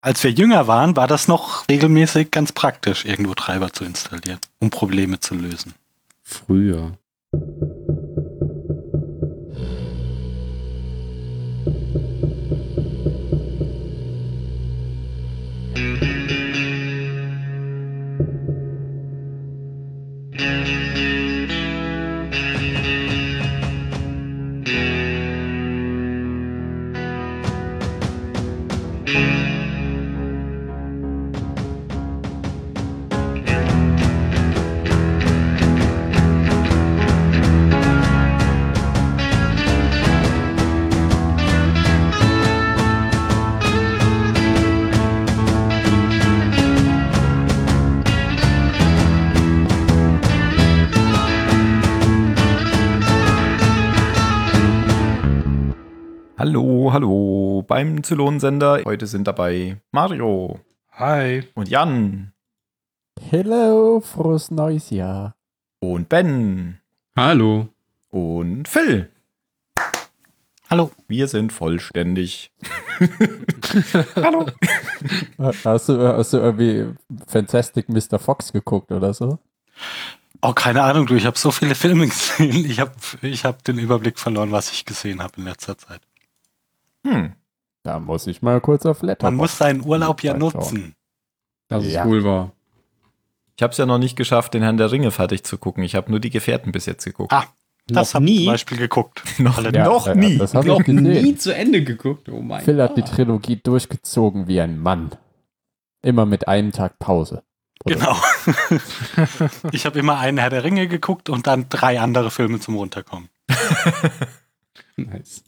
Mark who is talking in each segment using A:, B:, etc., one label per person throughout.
A: Als wir jünger waren, war das noch regelmäßig ganz praktisch, irgendwo Treiber zu installieren, um Probleme zu lösen.
B: Früher.
C: Hallo, hallo beim Zylonensender. Heute sind dabei Mario
D: Hi.
C: und Jan
E: Hello, frohes neues Jahr.
C: und Ben
B: Hallo.
C: und Phil.
A: Hallo.
C: Wir sind vollständig.
D: Hallo.
E: Äh, Hast du, hast du irgendwie Fantastic Mr. Fox geguckt oder so?
A: Oh, keine Ahnung, du, ich habe so viele Filme gesehen. Ich habe ich hab den Überblick verloren, was ich gesehen habe in letzter Zeit.
C: Hm.
E: Da muss ich mal kurz auf Letter.
A: Man muss seinen Urlaub ja
E: Mal schauen.
A: nutzen.
B: Das ist
E: Ja.
B: wohl wahr.
C: Ich habe es ja noch nicht geschafft, den Herrn der Ringe fertig zu gucken. Ich habe nur die Gefährten bis jetzt geguckt.
A: Ah, Das
B: Noch
A: habe ich zum
B: nie,
A: Beispiel geguckt.
C: noch
A: alle-
C: noch nie.
E: äh, Das habe ich
B: noch nie
E: gesehen.
B: zu Ende geguckt. Oh mein
E: Phil hat die
B: Gott.
E: Trilogie durchgezogen wie ein Mann. Immer mit einem Tag Pause. Oder-
A: Genau. ich habe immer einen Herr der Ringe geguckt und dann drei andere Filme zum Runterkommen.
B: Nice.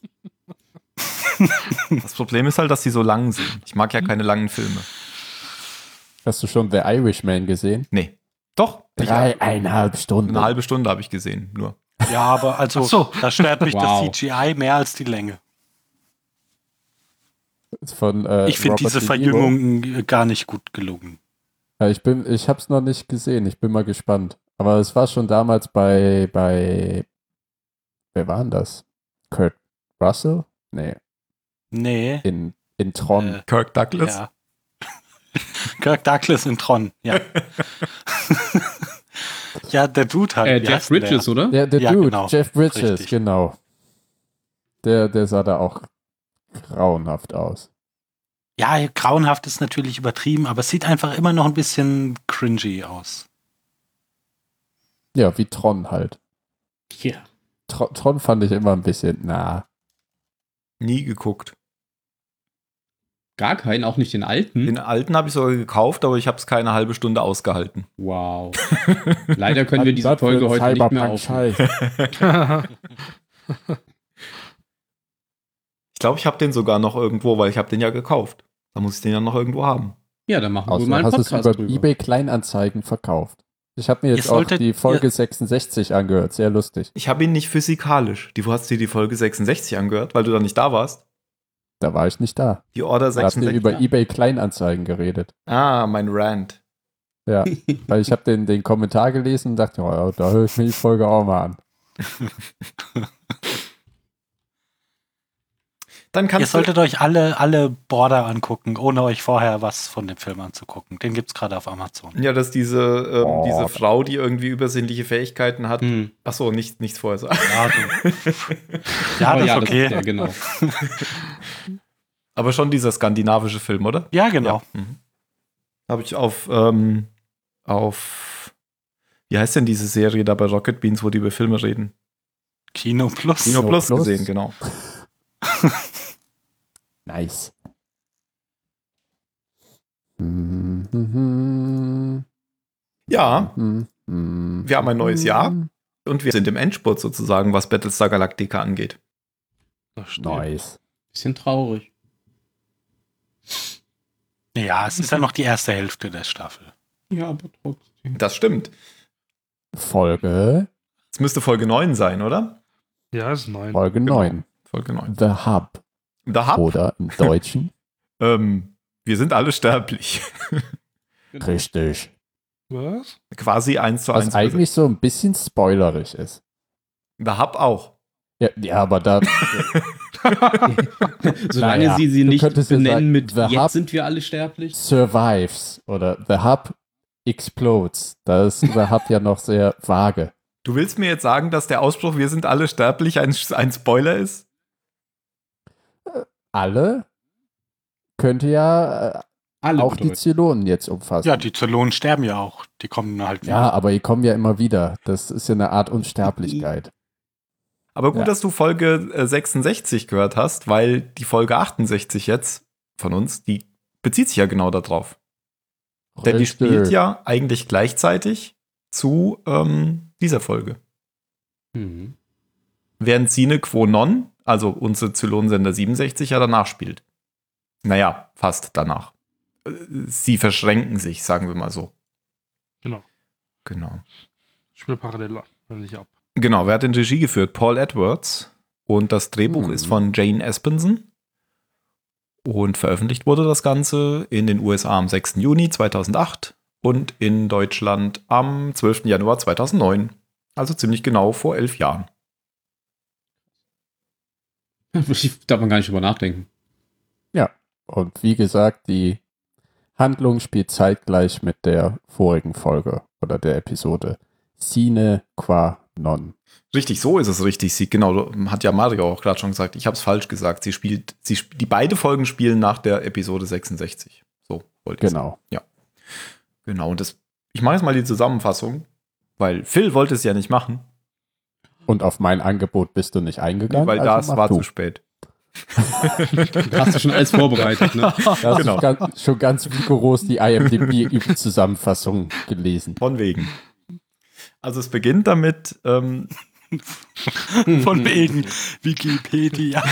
C: Das Problem ist halt, dass sie so lang sind. Ich mag ja keine langen Filme.
E: Hast du schon The Irishman gesehen?
C: Nee. Doch. Ich,
E: Dreieinhalb Stunden.
C: eine halbe Stunde habe ich gesehen. Nur.
A: Ja, aber also,
B: Ach so.
A: da stört mich
B: Wow.
A: das CGI mehr als die Länge.
E: Von, äh,
A: Ich finde
E: Robert
A: diese
E: De Niro.
A: Verjüngung äh, gar nicht gut gelungen.
E: Ja, ich bin, ich hab's noch nicht gesehen. Ich bin mal gespannt. Aber es war schon damals bei, bei, wer war denn das? Kurt Russell? Nee,
A: Nee.
E: in, in Tron.
A: Äh,
C: Kirk Douglas.
A: ja. Kirk Douglas in Tron, ja. ja, der Dude halt.
B: Äh,
A: wie
B: Jeff
A: heißt denn der?
B: Bridges, oder?
E: der der
A: ja,
E: Dude,
A: genau.
E: Jeff Bridges,
A: Richtig.
E: genau. Der, der sah da auch grauenhaft aus.
A: Ja, grauenhaft ist natürlich übertrieben, aber es sieht einfach immer noch ein bisschen cringy aus.
E: Ja, wie Tron halt.
B: Ja.
E: Tron, Tron fand ich immer ein bisschen, na,
C: Nie geguckt.
B: Gar keinen, auch nicht den alten.
C: Den alten habe ich sogar gekauft, aber ich habe es keine halbe Stunde ausgehalten.
B: Wow. Leider können wir
E: was
B: diese
E: das für
B: Folge
E: ein
B: heute nicht mehr aufnehmen.
E: Cyberpunk-Scheiß.
C: Ich glaube, ich habe den sogar noch irgendwo, weil ich habe den ja gekauft. Da muss ich den ja noch irgendwo haben.
B: Ja, dann machen wir
E: Außer
B: mal einen
E: hast es
B: Podcast
E: über
B: drüber.
E: eBay Kleinanzeigen verkauft. Ich habe mir
A: Ihr
E: jetzt auch
A: solltet-
E: die Folge 66 angehört, sehr lustig.
C: Ich habe ihn nicht physikalisch. Du hast dir die Folge 66 angehört, weil du da nicht da warst.
E: Da war ich nicht da.
C: Die Order
E: Da habt ihr
C: 66.
E: über
B: ja.
E: eBay Kleinanzeigen geredet.
C: Ah, mein Rant.
E: Ja, weil ich habe den, den Kommentar gelesen und dachte, oh, da höre ich mir die Folge auch mal an.
C: Dann
A: Ihr
C: kannst du.
A: solltet euch alle, alle Border angucken, ohne euch vorher was von dem Film anzugucken. Den gibt's gerade auf Amazon.
C: Ja, dass diese, ähm,
E: Oh,
C: diese
E: da-
C: Frau, die irgendwie übersinnliche Fähigkeiten hat.
B: Hm.
C: Achso, nicht, nichts vorher sagen.
A: Ja, du. ja das
B: Oh
A: ist
B: Das ist
A: okay.
B: der, genau.
C: Aber schon dieser skandinavische Film, oder?
A: Ja, genau.
C: Ja. Mhm. Habe ich auf, ähm, auf, wie heißt denn diese Serie da bei Rocket Beans, wo die über Filme reden?
A: Kino Plus.
C: Kino
E: Kino
C: Plus,
E: Plus.
C: gesehen, genau.
E: Nice. Ja.
C: Ja,
E: Wir
C: wir haben ein neues Jahr und wir sind im Endspurt sozusagen, was Battlestar Galactica angeht.
D: Das stimmt.
E: Nice.
B: Bisschen traurig.
A: Ja, es ist ja noch die erste Hälfte der Staffel.
B: Ja, aber trotzdem.
C: Das stimmt.
E: Folge,
C: Es müsste Folge 9 sein, oder?
D: Ja, ist neun.
E: Folge
C: Genau.
E: 9.
C: Folge 9.
E: The Hub.
C: Da hab,
E: Oder im Deutschen.
C: ähm, wir sind alle sterblich.
E: Richtig.
D: Was?
C: Quasi eins zu
E: Was
C: eins.
E: eigentlich so ein bisschen spoilerisch ist.
C: Da hab auch.
E: Ja, ja aber da,
B: Solange
E: Naja,
B: sie sie
E: du
B: nicht
E: könntest ja
B: benennen
E: sagen,
B: mit
E: The
B: jetzt
E: Hub-
B: sind wir alle sterblich.
E: Survives oder The Hub explodes. Da ist The Hub ja noch sehr vage.
C: Du willst mir jetzt sagen, dass der Ausspruch, wir sind alle sterblich, ein, ein Spoiler ist?
E: Alle könnte ja äh,
B: Alle
E: auch die
B: bedeutet.
E: Zylonen jetzt umfassen.
A: Ja, die Zylonen sterben ja auch. Die kommen halt
E: Ja, aber die kommen ja immer wieder. Das ist ja eine Art Unsterblichkeit.
C: Aber gut,
E: Ja.
C: dass du Folge äh, 66 gehört hast, weil die Folge 68 jetzt von uns, die bezieht sich ja genau darauf. Denn die spielt ja eigentlich gleichzeitig zu ähm, dieser Folge.
B: Mhm.
C: Während Sine Quo Non, also unsere Zylonsender 67, ja danach spielt. Naja, fast danach. Äh, Sie verschränken sich, sagen wir mal so.
D: Genau.
C: Genau.
D: Spiel parallel ab, wenn ich ab.
C: Genau, wer hat den Regie geführt? Paul Edwards. Und das Drehbuch
E: Mhm.
C: ist von Jane Espenson. Und veröffentlicht wurde das Ganze in den USA am 6. Juni 2008 und in Deutschland am 12. Januar 2009. Also ziemlich genau vor elf Jahren.
B: Darf man gar nicht drüber nachdenken.
E: Und wie gesagt, die Handlung spielt zeitgleich mit der vorigen Folge oder der Episode. Sine qua non.
C: Richtig, so ist es richtig. Sie, genau, hat ja Mario auch gerade schon gesagt. Ich habe es falsch gesagt. Sie spielt, sie, sp- die beide Folgen spielen nach der Episode 66. So wollte ich sagen.
E: Genau.
C: Genau. Und das, ich mache jetzt mal die Zusammenfassung, weil Phil wollte es ja nicht machen,
E: Und auf mein Angebot bist du nicht eingegangen.
C: weil
E: also
C: das
E: mach
C: war
E: du.
C: zu spät.
B: Da hast du schon alles vorbereitet, ne?
E: Da hast
C: Genau.
E: du ganz, schon ganz rigoros die IMDb-Zusammenfassung gelesen.
C: Von wegen. Also es beginnt damit, ähm,
A: Von wegen Wikipedia.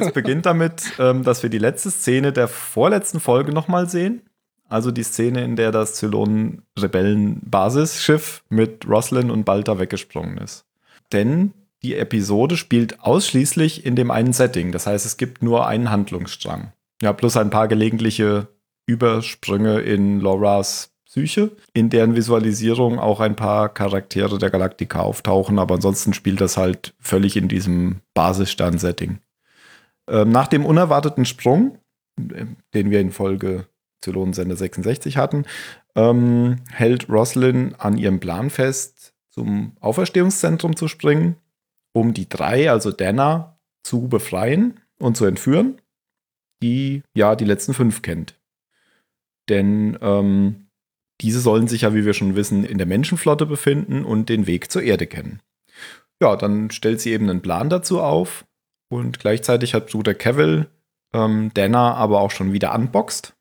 C: es beginnt damit, ähm, dass wir die letzte Szene der vorletzten Folge nochmal sehen. Also die Szene, in der das Zylonen-Rebellen-Basisschiff mit Roslin und Balta weggesprungen ist. Denn die Episode spielt ausschließlich in dem einen Setting. Das heißt, es gibt nur einen Handlungsstrang. Ja, plus ein paar gelegentliche Übersprünge in Loras Psyche, in deren Visualisierung auch ein paar Charaktere der Galaktika auftauchen. Aber ansonsten spielt das halt völlig in diesem Basisstern-Setting. Ähm, nach dem unerwarteten Sprung, äh, den wir in Folge Zylonensender 66 hatten, ähm, hält Roslyn an ihrem Plan fest, zum Auferstehungszentrum zu springen, um die drei, also Dana, zu befreien und zu entführen, die ja die letzten fünf kennt. Denn ähm, diese sollen sich ja, wie wir schon wissen, in der Menschenflotte befinden und den Weg zur Erde kennen. Ja, dann stellt sie eben einen Plan dazu auf, und gleichzeitig hat Bruder Cavill ähm, Dana aber auch schon wieder unboxt,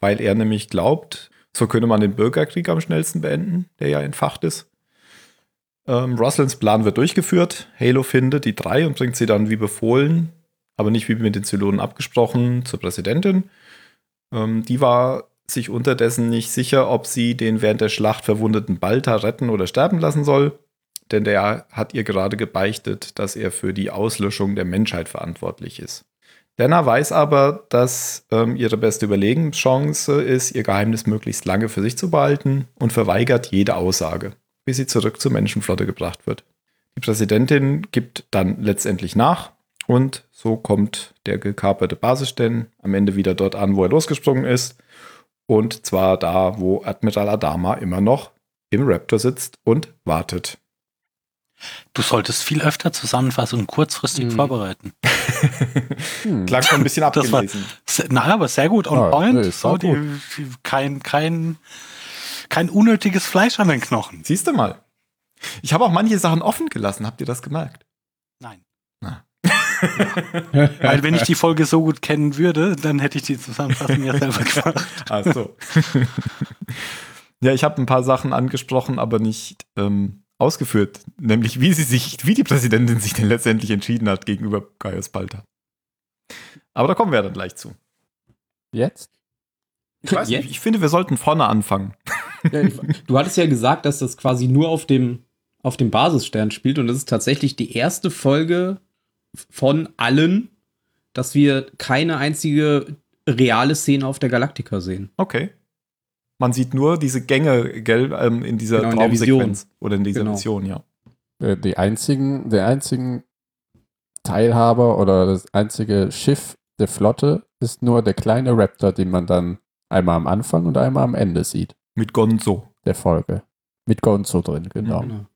C: weil er nämlich glaubt, so könne man den Bürgerkrieg am schnellsten beenden, der ja entfacht ist. Ähm, Roslins Plan wird durchgeführt. Halo findet die drei und bringt sie dann wie befohlen, aber nicht wie mit den Zylonen abgesprochen, zur Präsidentin. Ähm, die war sich unterdessen nicht sicher, ob sie den während der Schlacht verwundeten Balta retten oder sterben lassen soll denn der hat ihr gerade gebeichtet, dass er für die Auslöschung der Menschheit verantwortlich ist. Dana weiß aber, dass ähm, ihre beste Überlegenschance ist, ihr Geheimnis möglichst lange für sich zu behalten und verweigert jede Aussage, bis sie zurück zur Menschenflotte gebracht wird. Die Präsidentin gibt dann letztendlich nach und so kommt der gekaperte Basisstern am Ende wieder dort an, wo er losgesprungen ist. Und zwar da, wo Admiral Adama immer noch im Raptor sitzt und wartet.
A: Du solltest viel öfter Zusammenfassungen kurzfristig
B: Mhm.
A: vorbereiten.
E: Hm.
C: Klang schon ein bisschen
A: Das war-
C: abgelesen.
A: Se- Na, aber sehr gut on
E: Ja,
A: point.
E: nee, ist
A: so,
E: auch
A: die, die, kein, kein, kein unnötiges Fleisch an den Knochen.
C: Siehst du mal. Ich habe auch manche Sachen offen gelassen. Habt ihr das gemerkt?
A: Nein. Weil
B: Weil
A: wenn ich die Folge so gut kennen würde, dann hätte ich die Zusammenfassung ja selber gemacht.
C: Ach so. ja, ich habe ein paar Sachen angesprochen, aber nicht ähm, ausgeführt. Nämlich, wie sie sich, wie die Präsidentin sich denn letztendlich entschieden hat gegenüber Gaius Balta. Aber da kommen wir dann gleich zu.
E: Jetzt?
C: Ich, weiß nicht,
B: Jetzt?
C: ich finde, wir sollten vorne anfangen.
B: Ja, ich, du hattest ja gesagt, dass das quasi nur auf dem, auf dem Basisstern spielt und das ist tatsächlich die erste Folge von allen, dass wir keine einzige reale Szene auf der Galaktika sehen.
C: Okay. Man sieht nur diese Gänge, gell, ähm, in dieser
B: Genau, in der
C: Traumsequenz oder in dieser
B: Genau.
C: Vision, ja.
E: Äh, Die einzigen, der einzigen Teilhaber oder das einzige Schiff der Flotte ist nur der kleine Raptor, den man dann einmal am Anfang und einmal am Ende sieht,
C: Mit Gonzo.
E: der Folge. Mit Gonzo drin, genau.
B: Genau.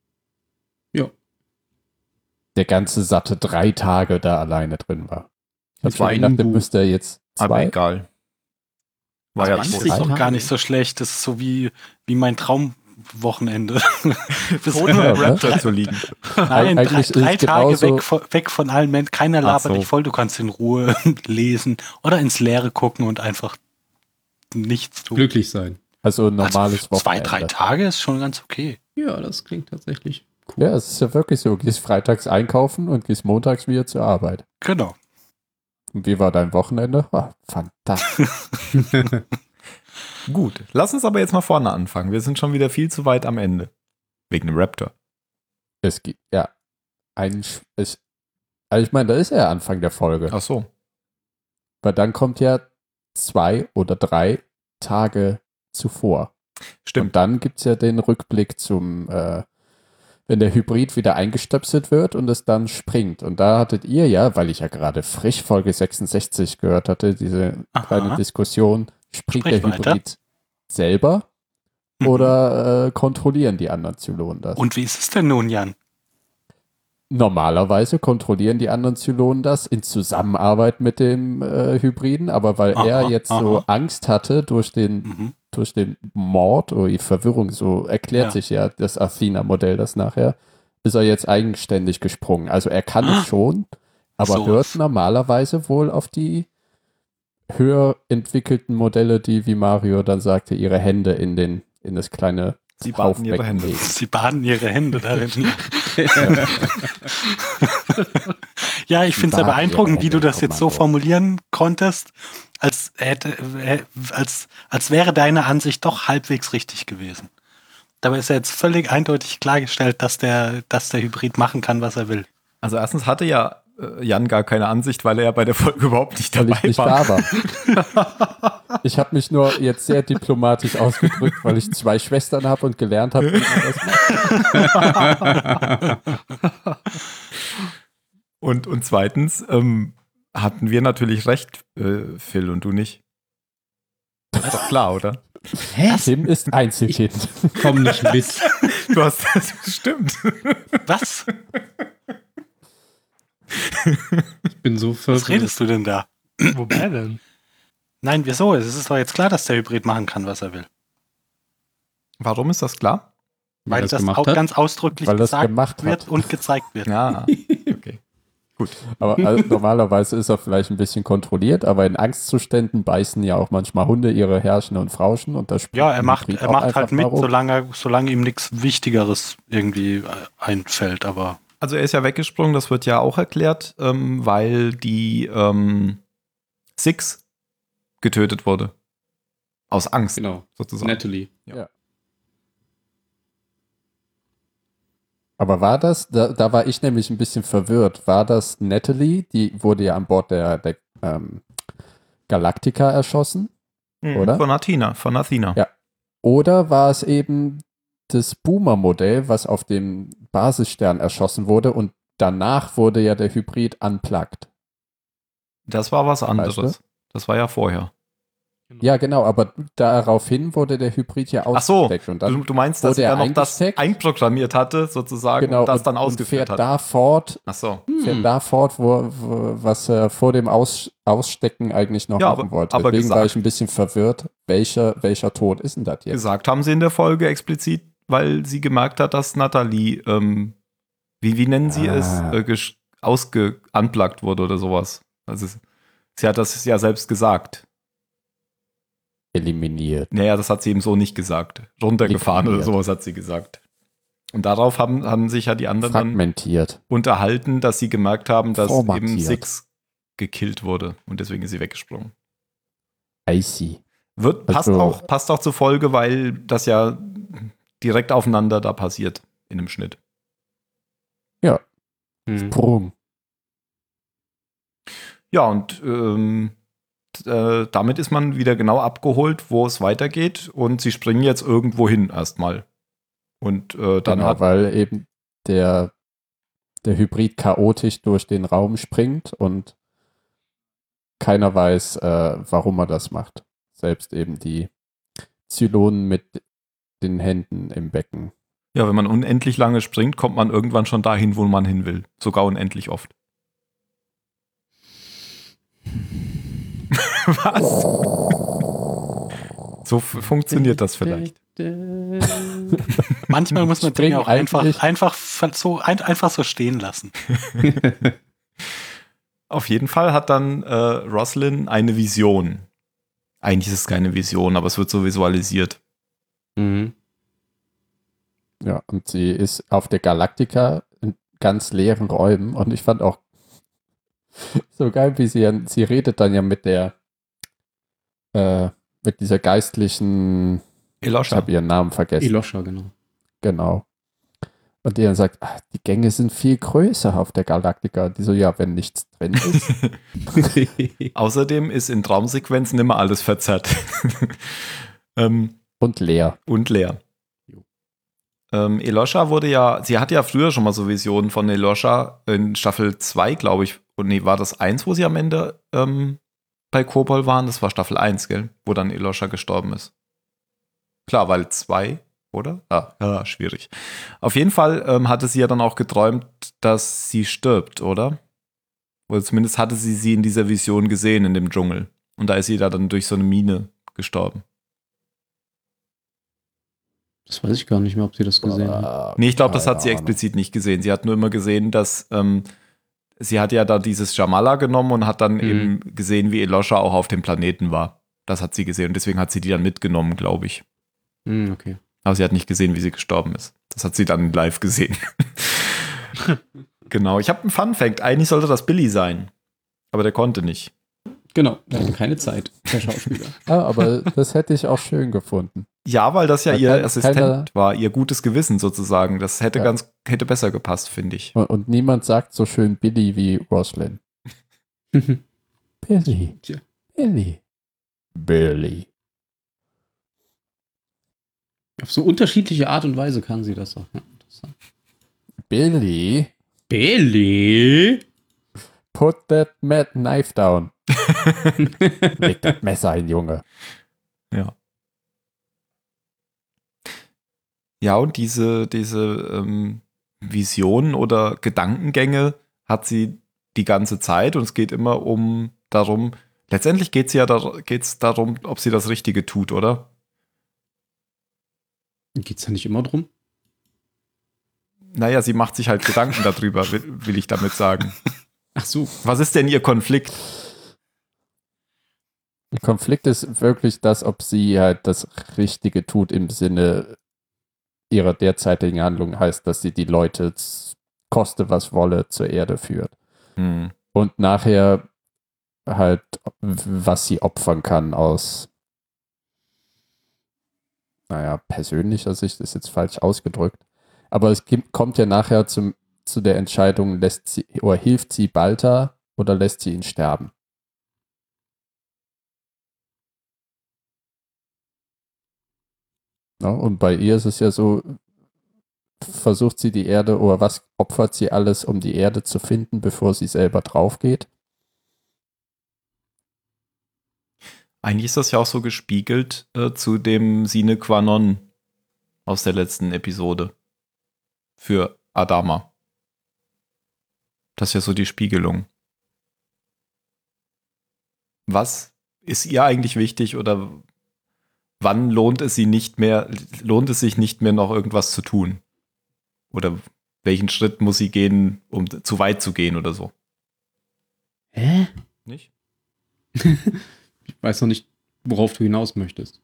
E: Der ganze satte drei Tage da alleine drin war. Ich hab
C: Das war
E: schon gedacht,
C: ein
E: der
C: Bu-
E: müsste jetzt
C: Aber
E: zwei.
C: egal. War ja
A: Das
E: Zwanzig.
A: ist
C: tot.
E: Drei
A: doch gar
E: Tage.
A: nicht so schlecht. Das ist so wie, wie mein Traumwochenende. Bis-
C: Tot mit
E: Ja,
C: dem
E: ne?
C: Raptor zu liegen.
A: Nein, drei,
E: Eigentlich ist
A: drei
E: es
A: Tage
E: genauso-
A: weg, von- weg von allen Menschen. Keiner
C: Ach
A: labert
C: so.
A: dich voll. Du kannst in Ruhe lesen oder ins Leere gucken und einfach nichts tun.
B: Glücklich sein.
E: Also ein normales
A: also, Zwei,
E: Wochenende.
A: drei Tage ist schon ganz okay.
B: Ja, das klingt tatsächlich cool.
E: Ja, es ist ja wirklich so. Gehst freitags einkaufen und gehst montags wieder zur Arbeit.
A: Genau.
E: Und wie war dein Wochenende? Ah, fantastisch.
C: Gut, lass uns aber jetzt mal vorne anfangen. Wir sind schon wieder viel zu weit am Ende. Wegen dem Raptor.
E: es gibt, ja. Ein, Sch- es, also ich meine, da ist ja Anfang der Folge.
C: Ach so.
E: Weil dann kommt ja zwei oder drei Tage zuvor. Und
C: Stimmt.
E: dann gibt es ja den Rückblick zum, äh, wenn der Hybrid wieder eingestöpselt wird und es dann springt. Und da hattet ihr ja, weil ich ja gerade frisch Folge 66 gehört hatte, diese
A: Aha.
E: kleine Diskussion, springt
A: Sprich
E: der Hybrid
A: weiter.
E: selber
A: Mhm.
E: oder äh, kontrollieren die anderen Zylonen das?
A: Und wie ist es denn nun, Jan?
E: Normalerweise kontrollieren die anderen Zylonen das in Zusammenarbeit mit dem äh, Hybriden, aber weil er
A: Aha,
E: jetzt so
A: aha.
E: Angst hatte durch den,
A: Mhm.
E: durch den Mord oder die Verwirrung, so erklärt
A: Ja.
E: sich ja das Athena-Modell das nachher, ist er jetzt eigenständig gesprungen. Also er kann
A: Ah.
E: es schon, aber
A: So.
E: hört normalerweise wohl auf die höher entwickelten Modelle, die, wie Mario dann sagte, ihre Hände in, den, in das kleine
C: Sie baden ihre
E: Taufbecken
C: Hände.
E: legen.
A: Sie baden ihre Hände darin. ja, ich finde es
E: baden
A: aber beeindruckend,
E: ihre
A: wie du
E: Hände oh
A: das
E: im
A: jetzt so
E: Kommando.
A: formulieren konntest, als, hätte, äh, als, als wäre deine Ansicht doch halbwegs richtig gewesen. Dabei ist ja jetzt völlig eindeutig klargestellt, dass der, dass der Hybrid machen kann, was er will.
C: Also erstens hatte ja äh, Jan gar keine Ansicht, weil er ja bei der Folge überhaupt nicht
E: weil
C: dabei
E: ich nicht
C: war.
E: da war. ich habe mich nur jetzt sehr diplomatisch ausgedrückt, weil ich zwei Schwestern habe und gelernt habe, wie man das macht.
C: Und, und zweitens ähm, hatten wir natürlich recht, äh, Phil und du nicht. Das ist doch klar, oder?
B: Hä?
E: Tim ist Einzelkind.
B: Komm nicht mit.
C: Du hast das stimmt.
A: Was?
B: Ich bin so
A: Was
B: verwirrt.
A: redest du denn da?
D: Wobei denn?
A: Nein, wieso? Es ist doch jetzt klar, dass der Hybrid machen kann, was er will.
C: Warum ist das klar?
A: Weil
B: das
A: das,
B: gemacht
A: auch
B: hat?
A: ganz ausdrücklich
E: Weil das
A: gesagt
E: gemacht
A: wird
E: hat.
A: und gezeigt wird.
C: Ja, Ah, okay.
E: Aber also, normalerweise ist er vielleicht ein bisschen kontrolliert, aber in Angstzuständen beißen ja auch manchmal Hunde ihre Herrschen und Frauschen und das
A: Ja, er macht, er macht halt mit,
E: So
A: solange, er- solange ihm nichts Wichtigeres irgendwie äh, einfällt, aber
C: Also er ist ja weggesprungen, das wird ja auch erklärt, ähm, weil die ähm, Six getötet wurde. Aus Angst
B: Genau.
C: sozusagen.
B: Natalie.
E: aber war das, da, da war ich nämlich ein bisschen verwirrt, war das Natalie, die wurde ja an Bord der, der ähm, Galactica erschossen?
C: Mhm,
E: Hm. oder?
C: Von Athena, von Athena.
E: Ja. Oder war es eben das Boomer-Modell, was auf dem Basisstern erschossen wurde und danach wurde ja der Hybrid unplugged?
A: Mhm.
C: Das war was anderes.
E: Weißt
C: Das war ja vorher.
E: Ja, genau, aber daraufhin wurde der Hybrid ja
C: Ach so,
E: ausgesteckt und dann
C: du, du meinst,
E: wurde
C: dass sie
E: er
C: dann noch das
E: eingesteckt?
C: einprogrammiert hatte, sozusagen,
E: genau,
C: und das
E: und-
C: dann
E: und
C: ausgeführt
E: fährt
C: hat.
E: da fort,
C: Ach so.
E: fährt
B: Hm.
E: da fort, wo, wo, was er vor dem Aus, Ausstecken eigentlich noch
C: Ja,
E: haben
C: aber-
E: wollte.
C: aber
E: Deswegen war
C: gesagt.
E: ich ein bisschen verwirrt, welcher, welcher Tod ist denn das jetzt?
C: Gesagt haben sie in der Folge explizit, weil sie gemerkt hat, dass Nathalie, ähm, wie, wie nennen sie
E: Ah.
C: es, äh, gesch- ausge unplugged wurde oder sowas. Also es- sie hat das ja selbst gesagt.
E: Eliminiert.
C: Naja, das hat sie eben so nicht gesagt. Runtergefahren oder
E: Liquidiert.
C: sowas hat sie gesagt. Und darauf haben, haben sich ja die anderen dann
E: Fragmentiert.
C: unterhalten, dass sie gemerkt haben, dass eben
E: Formatiert.
C: Six gekillt wurde und deswegen ist sie weggesprungen.
E: Icy.
C: Wird, passt,
E: Also-
C: auch, passt auch zur Folge, weil das ja direkt aufeinander da passiert in einem Schnitt.
B: Hm.
E: Sprung.
C: Ja, und ähm, t- äh, damit ist man wieder genau abgeholt, wo es weitergeht und sie springen jetzt irgendwo hin erstmal. Und äh, dann
E: Genau,
C: hat
E: weil eben der der Hybrid chaotisch durch den Raum springt und keiner weiß, äh, warum er das macht. Selbst eben die Zylonen mit den Händen im Becken.
C: Ja, wenn man unendlich lange springt, kommt man irgendwann schon dahin, wo man hin will. Sogar unendlich oft. Was? So f- funktioniert das vielleicht.
A: Manchmal muss man
E: Spring
A: Dinge auch einfach,
E: eigentlich-
A: einfach, ver- so, ein, einfach so stehen lassen.
C: Auf jeden Fall hat dann äh, Roslyn eine Vision. Eigentlich ist es keine Vision, aber es wird so visualisiert.
B: mhm.
E: Ja, und sie ist auf der Galaktika in ganz leeren Räumen und ich fand auch so geil, wie sie, sie redet dann ja mit der, äh, mit dieser geistlichen, ich
C: Elosha.
E: habe ihren Namen vergessen.
B: Elosha, genau.
E: Genau. Und die dann sagt, "Ah, die Gänge sind viel größer auf der Galaktika. Und die so, ja, wenn nichts drin ist.
C: Außerdem ist in Traumsequenzen immer alles verzerrt. ähm,
E: und leer.
C: und leer.
B: Jo.
C: Ähm, Elosha wurde ja, sie hatte ja früher schon mal so Visionen von Elosha in Staffel 2, glaube ich. Und nee, war das 1, wo sie am Ende ähm, bei Kobol waren? Das war Staffel 1, gell? Wo dann Elosha gestorben ist. Klar, weil 2, oder? Ah, ja, schwierig. Auf jeden Fall ähm, hatte sie ja dann auch geträumt, dass sie stirbt, oder? Oder zumindest hatte sie sie in dieser Vision gesehen, in dem Dschungel. Und da ist sie da dann durch so eine Mine gestorben.
B: Das weiß ich gar nicht mehr, ob sie das gesehen hat.
C: Nee, ich glaube, das hat sie
E: Keine Ahnung.
C: explizit nicht gesehen. Sie hat nur immer gesehen, dass ähm, sie hat ja da dieses Jamala genommen und hat dann
B: Mhm.
C: eben gesehen, wie Elosha auch auf dem Planeten war. Das hat sie gesehen und deswegen hat sie die dann mitgenommen, glaube ich.
B: Mhm, okay.
C: Aber sie hat nicht gesehen, wie sie gestorben ist. Das hat sie dann live gesehen. genau, ich habe einen Fun Fact. Eigentlich sollte das Billy sein, aber der konnte nicht.
B: Genau, er hatte keine Zeit, der Schauspieler.
E: Ah, aber das hätte ich auch schön gefunden.
C: Ja, weil das ja
E: Weil
C: ihr
E: kein-
C: Assistent
E: keiner-
C: war, ihr gutes Gewissen sozusagen. Das hätte
E: Ja.
C: ganz hätte besser gepasst, finde ich.
E: Und, und niemand sagt so schön Billy wie Roslyn. Billy.
B: Tja.
E: Billy. Billy.
B: Auf so unterschiedliche Art und Weise kann sie das auch. Ja, interessant.
E: Billy.
B: Billy!
E: Put that mad knife down. Leg das Messer ein, Junge.
C: Ja, und diese, diese ähm, Visionen oder Gedankengänge hat sie die ganze Zeit und es geht immer um darum, letztendlich geht es ja dar geht's darum, ob sie das Richtige tut, oder?
B: Geht's da nicht immer drum?
C: Naja, sie macht sich halt Gedanken darüber, will, will ich damit sagen.
B: Ach so.
C: Was ist denn ihr Konflikt?
E: Der Konflikt ist wirklich das, ob sie halt das Richtige tut im Sinne ihrer derzeitigen Handlung, heißt, dass sie die Leute z- koste was wolle zur Erde führt.
C: Hm.
E: Und nachher halt, was sie opfern kann aus, naja, persönlicher Sicht ist jetzt falsch ausgedrückt. Aber es gibt, kommt ja nachher zum, zu der Entscheidung, lässt sie oder hilft sie Balta oder lässt sie ihn sterben. Ne? und bei ihr ist es ja so, versucht sie die Erde oder was opfert sie alles, um die Erde zu finden, bevor sie selber drauf geht?
C: Eigentlich ist das ja auch so gespiegelt äh, zu dem Sine qua non aus der letzten Episode für Adama. Das ist ja so die Spiegelung. Was ist ihr eigentlich wichtig oder wann lohnt es sie nicht mehr, lohnt es sich nicht mehr noch irgendwas zu tun? Oder welchen Schritt muss sie gehen, um zu weit zu gehen oder so?
B: Hä?
C: Nicht?
B: Ich weiß noch nicht, worauf du hinaus möchtest.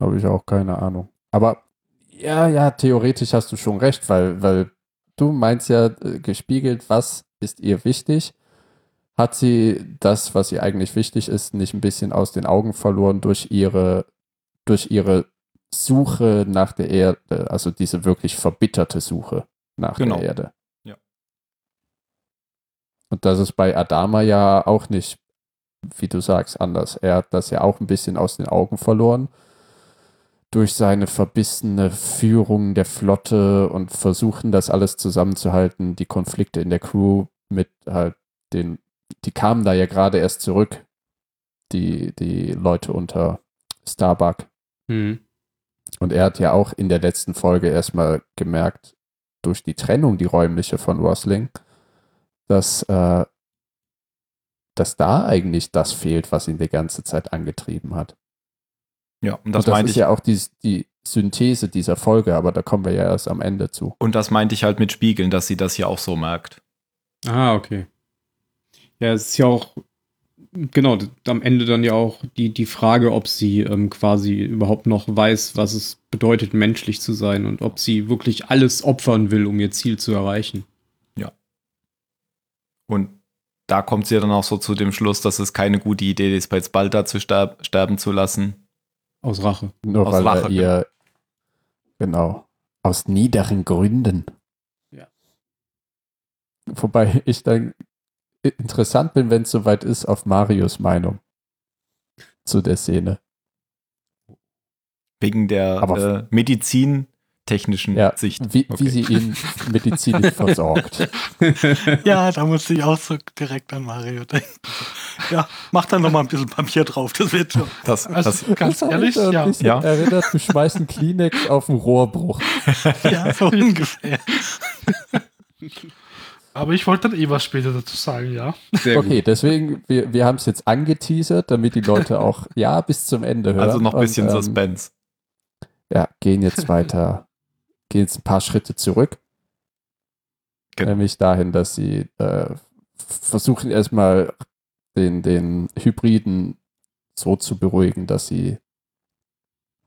E: Habe ich auch keine Ahnung. Aber ja, ja, theoretisch hast du schon recht, weil, weil du meinst ja äh, gespiegelt, was ist ihr wichtig? Hat sie das, was ihr eigentlich wichtig ist, nicht ein bisschen aus den Augen verloren durch ihre, durch ihre Suche nach der Erde, also diese wirklich verbitterte Suche nach
C: Genau.
E: der Erde?
C: Ja.
E: Und das ist bei Adama ja auch nicht, wie du sagst, anders. Er hat das ja auch ein bisschen aus den Augen verloren durch seine verbissene Führung der Flotte und versuchen, das alles zusammenzuhalten, die Konflikte in der Crew mit halt den, die kamen da ja gerade erst zurück, die, die Leute unter Starbuck.
B: Hm.
E: Und er hat ja auch in der letzten Folge erstmal gemerkt, durch die Trennung, die räumliche von Rosling, dass, äh, dass da eigentlich das fehlt, was ihn die ganze Zeit angetrieben hat.
C: Ja, und
E: Das,
C: das,
E: und das
C: meinte
E: ist
C: ich.
E: ja auch die, die Synthese dieser Folge, aber da kommen wir ja erst am Ende zu.
C: Und das meinte ich halt mit Spiegeln, dass sie das hier auch so merkt.
B: Ah, okay. Ja, es ist ja auch, genau, d- am Ende dann ja auch die, die Frage, ob sie ähm, quasi überhaupt noch weiß, was es bedeutet, menschlich zu sein und ob sie wirklich alles opfern will, um ihr Ziel zu erreichen.
C: Und da kommt sie ja dann auch so zu dem Schluss, dass es keine gute Idee ist, jetzt Balta zu sterb sterben zu lassen.
B: Aus Rache.
E: Nur
C: Aus
E: weil er
C: Rache,
E: ihr, genau, aus niederen Gründen.
B: Ja.
E: Wobei ich dann interessant bin, wenn es soweit ist, auf Marius Meinung zu der Szene.
C: Wegen der
E: Aber-
C: äh, medizintechnischen
E: Ja,
C: Sicht.
E: wie,
C: Okay.
E: wie sie ihn medizinisch versorgt.
A: Ja, da musste ich auch so direkt an Mario denken. Ja, mach dann noch mal ein bisschen Papier drauf, das wird schon.
C: Das,
A: Also
C: das,
A: ganz
E: Das hat
A: ehrlich,
E: mich da ein
A: ja,
E: bisschen
C: Ja.
E: Erinnert, du schmeißt einen Kleenex auf einen Rohrbruch.
A: ja, so ungefähr.
D: Aber ich wollte dann eh was später dazu sagen, ja.
B: Sehr
E: Okay, deswegen, wir, wir haben es jetzt angeteasert, damit die Leute auch ja bis zum Ende hören.
C: also noch ein bisschen
E: und, ähm,
C: Suspense.
E: Ja, gehen jetzt weiter, gehen jetzt ein paar Schritte zurück.
C: Genau.
E: Nämlich dahin, dass sie äh, versuchen erstmal den, den Hybriden so zu beruhigen, dass sie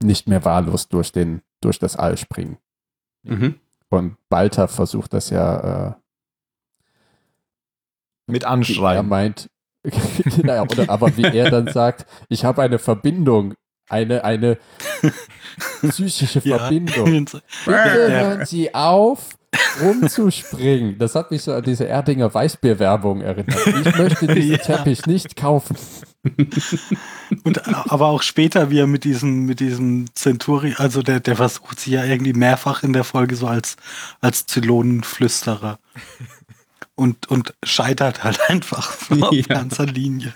E: nicht mehr wahllos durch, den, durch das All springen.
B: Mhm.
E: Und Balta versucht das ja, äh,
C: Mit
E: wie er
C: Anschreien.
E: meint, naja, oder, aber wie er dann sagt, ich habe eine Verbindung, eine, eine psychische Verbindung. Bitte hören Sie auf, rumzuspringen. Das hat mich so an diese Erdinger Weißbierwerbung erinnert. Ich möchte diesen
A: Ja.
E: Teppich nicht kaufen.
A: Und äh, aber auch später, wie er mit diesem, mit diesem Centuri, also der, der versucht sich ja irgendwie mehrfach in der Folge so als, als Zylonenflüsterer. Und, und scheitert halt einfach so auf
B: Ja.
A: ganzer Linie.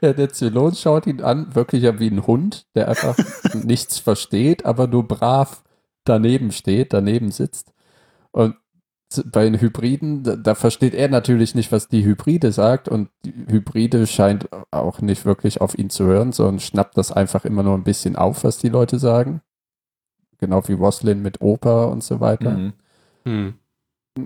E: Ja, der Zylon schaut ihn an, wirklich ja wie ein Hund, der einfach nichts versteht, aber nur brav daneben steht, daneben sitzt. Und z- bei den Hybriden, da, da versteht er natürlich nicht, was die Hybride sagt und die Hybride scheint auch nicht wirklich auf ihn zu hören, sondern schnappt das einfach immer nur ein bisschen auf, was die Leute sagen. Genau wie Roslin mit Opa und so weiter.
C: Mhm.
B: Hm.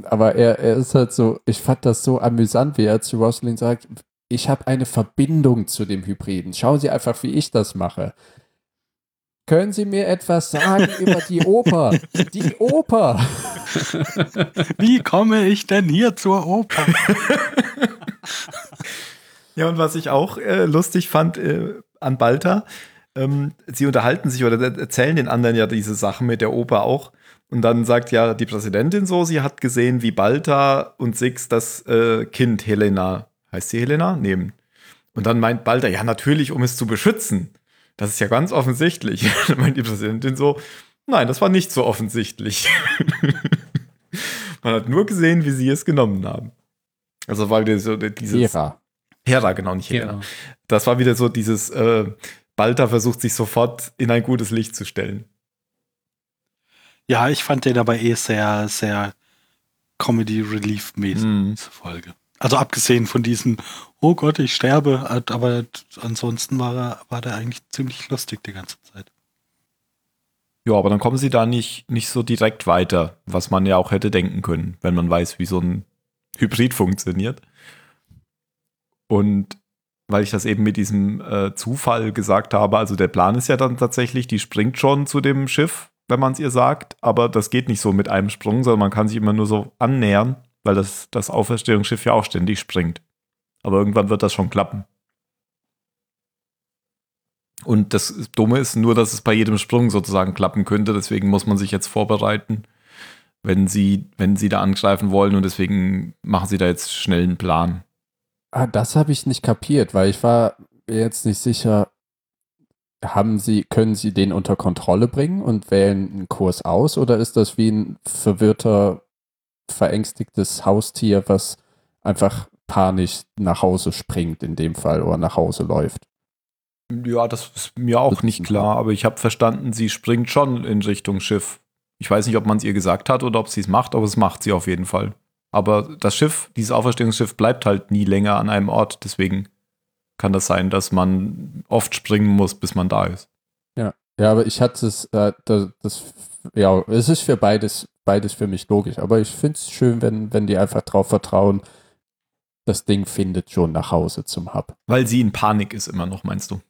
E: Aber er, er ist halt so, ich fand das so amüsant, wie er zu Rosalind sagt, ich habe eine Verbindung zu dem Hybriden. Schauen Sie einfach, wie ich das mache. Können Sie mir etwas sagen über die Oper? Die Oper!
A: Wie komme ich denn hier zur Oper?
C: Ja, und was ich auch äh, lustig fand äh, an Balta, ähm, sie unterhalten sich oder e-, erzählen den anderen ja diese Sachen mit der Oper auch. Und dann sagt ja die Präsidentin so, sie hat gesehen, wie Balta und Six das äh, Kind Helena, heißt sie Helena? Nehmen. Und dann meint Balta, ja, natürlich, um es zu beschützen. Das ist ja ganz offensichtlich. dann meint die Präsidentin so, nein, das war nicht so offensichtlich. Man hat nur gesehen, wie sie es genommen haben. Also, weil die so dieses.
E: Hera.
C: Hera, genau, nicht Hera.
B: Ja.
C: Das war wieder so dieses, äh, Balta versucht sich sofort in ein gutes Licht zu stellen.
A: Ja, ich fand den aber eh sehr, sehr Comedy-Relief-mäßig, diese Folge. Also abgesehen von diesem, oh Gott, ich sterbe, aber ansonsten war er, war der eigentlich ziemlich lustig die ganze Zeit.
C: Ja, aber dann kommen sie da nicht, nicht so direkt weiter, was man ja auch hätte denken können, wenn man weiß, wie so ein Hybrid funktioniert. Und weil ich das eben mit diesem äh, Zufall gesagt habe, also der Plan ist ja dann tatsächlich, die springt schon zu dem Schiff, wenn man es ihr sagt, aber das geht nicht so mit einem Sprung, sondern man kann sich immer nur so annähern, weil das, das Auferstehungsschiff ja auch ständig springt. Aber irgendwann wird das schon klappen. Und das Dumme ist nur, dass es bei jedem Sprung sozusagen klappen könnte. Deswegen muss man sich jetzt vorbereiten, wenn sie, wenn sie da angreifen wollen. Und deswegen machen sie da jetzt schnell einen Plan.
E: Ah, das habe ich nicht kapiert, weil ich war mir jetzt nicht sicher, haben sie, können sie den unter Kontrolle bringen und wählen einen Kurs aus oder ist das wie ein verwirrter, verängstigtes Haustier, was einfach panisch nach Hause springt in dem Fall oder nach Hause läuft?
C: Ja, das ist mir auch nicht klar, aber ich habe verstanden, sie springt schon in Richtung Schiff. Ich weiß nicht, ob man es ihr gesagt hat oder ob sie es macht, aber es macht sie auf jeden Fall. Aber das Schiff, dieses Auferstehungsschiff, bleibt halt nie länger an einem Ort. Deswegen kann das sein, dass man oft springen muss, bis man da ist.
E: Ja, aber ich hatte es, äh, das, das, ja, es ist für beides, beides für mich logisch. Aber ich finde es schön, wenn, wenn die einfach drauf vertrauen, das Ding findet schon nach Hause zum Hub.
C: Weil sie in Panik ist immer noch, meinst du?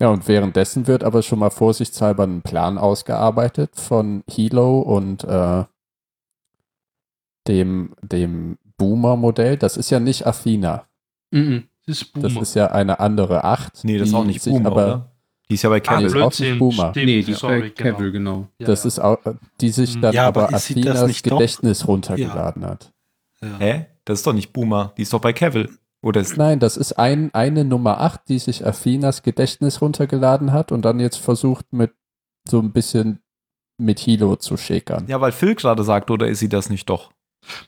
E: Ja, und währenddessen wird aber schon mal vorsichtshalber ein Plan ausgearbeitet von Hilo und äh, dem, dem Boomer-Modell. Das ist ja nicht Athena.
B: Mhm.
D: Das ist Boomer.
E: Das ist ja eine andere Acht.
C: Nee, das ist
E: die
C: auch nicht
E: sich
C: Boomer,
E: aber,
C: oder? Die ist ja bei
E: das
C: Cavill.
E: ist auch nicht Boomer.
D: Ah, Stimmt,
B: nee, die
D: sorry,
B: sorry, Cavill, genau.
D: Ja,
E: Das
D: ja.
E: ist auch, die
C: Hm.
E: sich dann
A: Ja, aber
E: aber,
A: ist sie das
E: Athenas
A: nicht doch?
E: Gedächtnis runtergeladen hat.
C: Hä? Das ist doch nicht Boomer. Die ist doch bei Cavill. Oder ist
E: Nein, das ist ein, eine Nummer 8, die sich Athenas Gedächtnis runtergeladen hat und dann jetzt versucht mit so ein bisschen mit Hilo zu schäkern.
C: Ja, weil Phil gerade sagt, oder ist sie das nicht doch?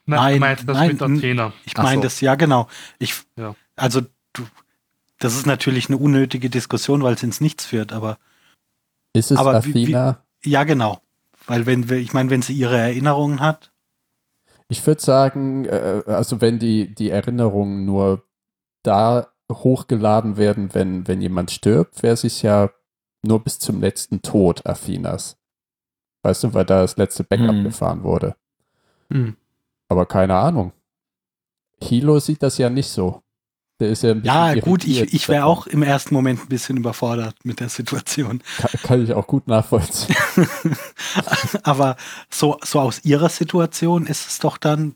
A: Nein,
D: Nein, meint das
A: nein, Also
D: mit
A: n-
D: Athena.
A: Ich
C: Ach
A: meine
C: so.
A: das, ja genau. Ich,
D: Ja.
A: Also du, das ist natürlich eine unnötige Diskussion, weil es ins Nichts führt, aber
E: Ist es
A: Aber wie- wie-
E: Athena?
A: ja genau. Weil wenn wir, ich meine, wenn sie ihre Erinnerungen hat,
E: Ich würde sagen, äh, also wenn die, die Erinnerungen nur da hochgeladen werden, wenn, wenn jemand stirbt, wäre es ja nur bis zum letzten Tod Athenas. Weißt du, weil da das letzte Backup
C: Mhm.
E: gefahren wurde.
B: Mhm.
E: Aber keine Ahnung. Hilo sieht das ja nicht so. Der ist ja ein bisschen
A: ja gut, ich,
E: irritiert
A: ich wäre
E: davon.
A: auch im ersten Moment ein bisschen überfordert mit der Situation.
E: Kann, kann ich auch gut nachvollziehen.
A: aber so, so aus ihrer Situation ist es doch dann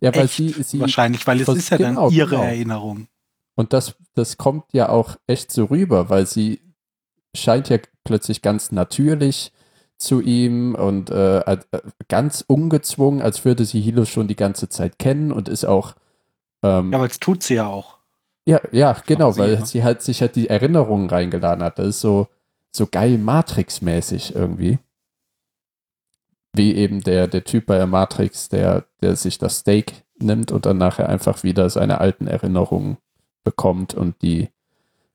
E: Ja, weil
A: Echt?
E: sie, sie,
A: wahrscheinlich, weil es
E: vers-
A: ist ja dann
E: genau,
A: ihre
E: genau.
A: Erinnerung.
E: Und das, das kommt ja auch echt so rüber, weil sie scheint ja plötzlich ganz natürlich zu ihm und äh, als- äh, ganz ungezwungen, als würde sie Hilo schon die ganze Zeit kennen und ist auch ähm,
A: Ja, aber es tut sie ja auch.
E: ja, ja, genau,
B: sie,
E: weil
A: ne?
B: ja.
E: sie halt sich halt die Erinnerungen reingeladen hat. Das ist so, so geil Matrix-mäßig irgendwie. Wie eben der, der Typ bei der Matrix, der, der sich das Steak nimmt und dann nachher einfach wieder seine alten Erinnerungen bekommt und die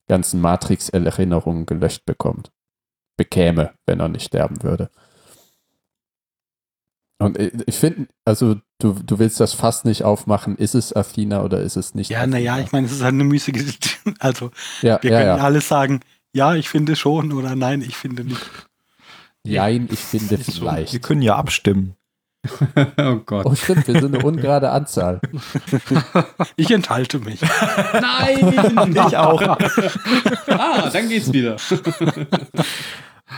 E: ganzen Matrix-Erinnerungen gelöscht bekommt. Bekäme, wenn er nicht sterben würde. Und ich ich finde, also du, du willst das fast nicht aufmachen, ist es Athena oder ist es nicht
A: Ja, naja,
E: Athena?
A: ich meine, es ist halt eine müßige, also
E: Ja,
A: wir
E: ja,
A: können ja.
E: ja.
A: alles sagen, ja, ich finde schon oder nein, ich finde nicht.
E: Nein, ich finde
D: Ist so,
C: Wir
E: vielleicht.
C: können ja abstimmen.
B: oh Gott.
E: Oh, stimmt, wir sind eine ungerade Anzahl.
A: Ich enthalte mich.
B: Nein!
C: Ich auch.
B: ah, dann geht's wieder.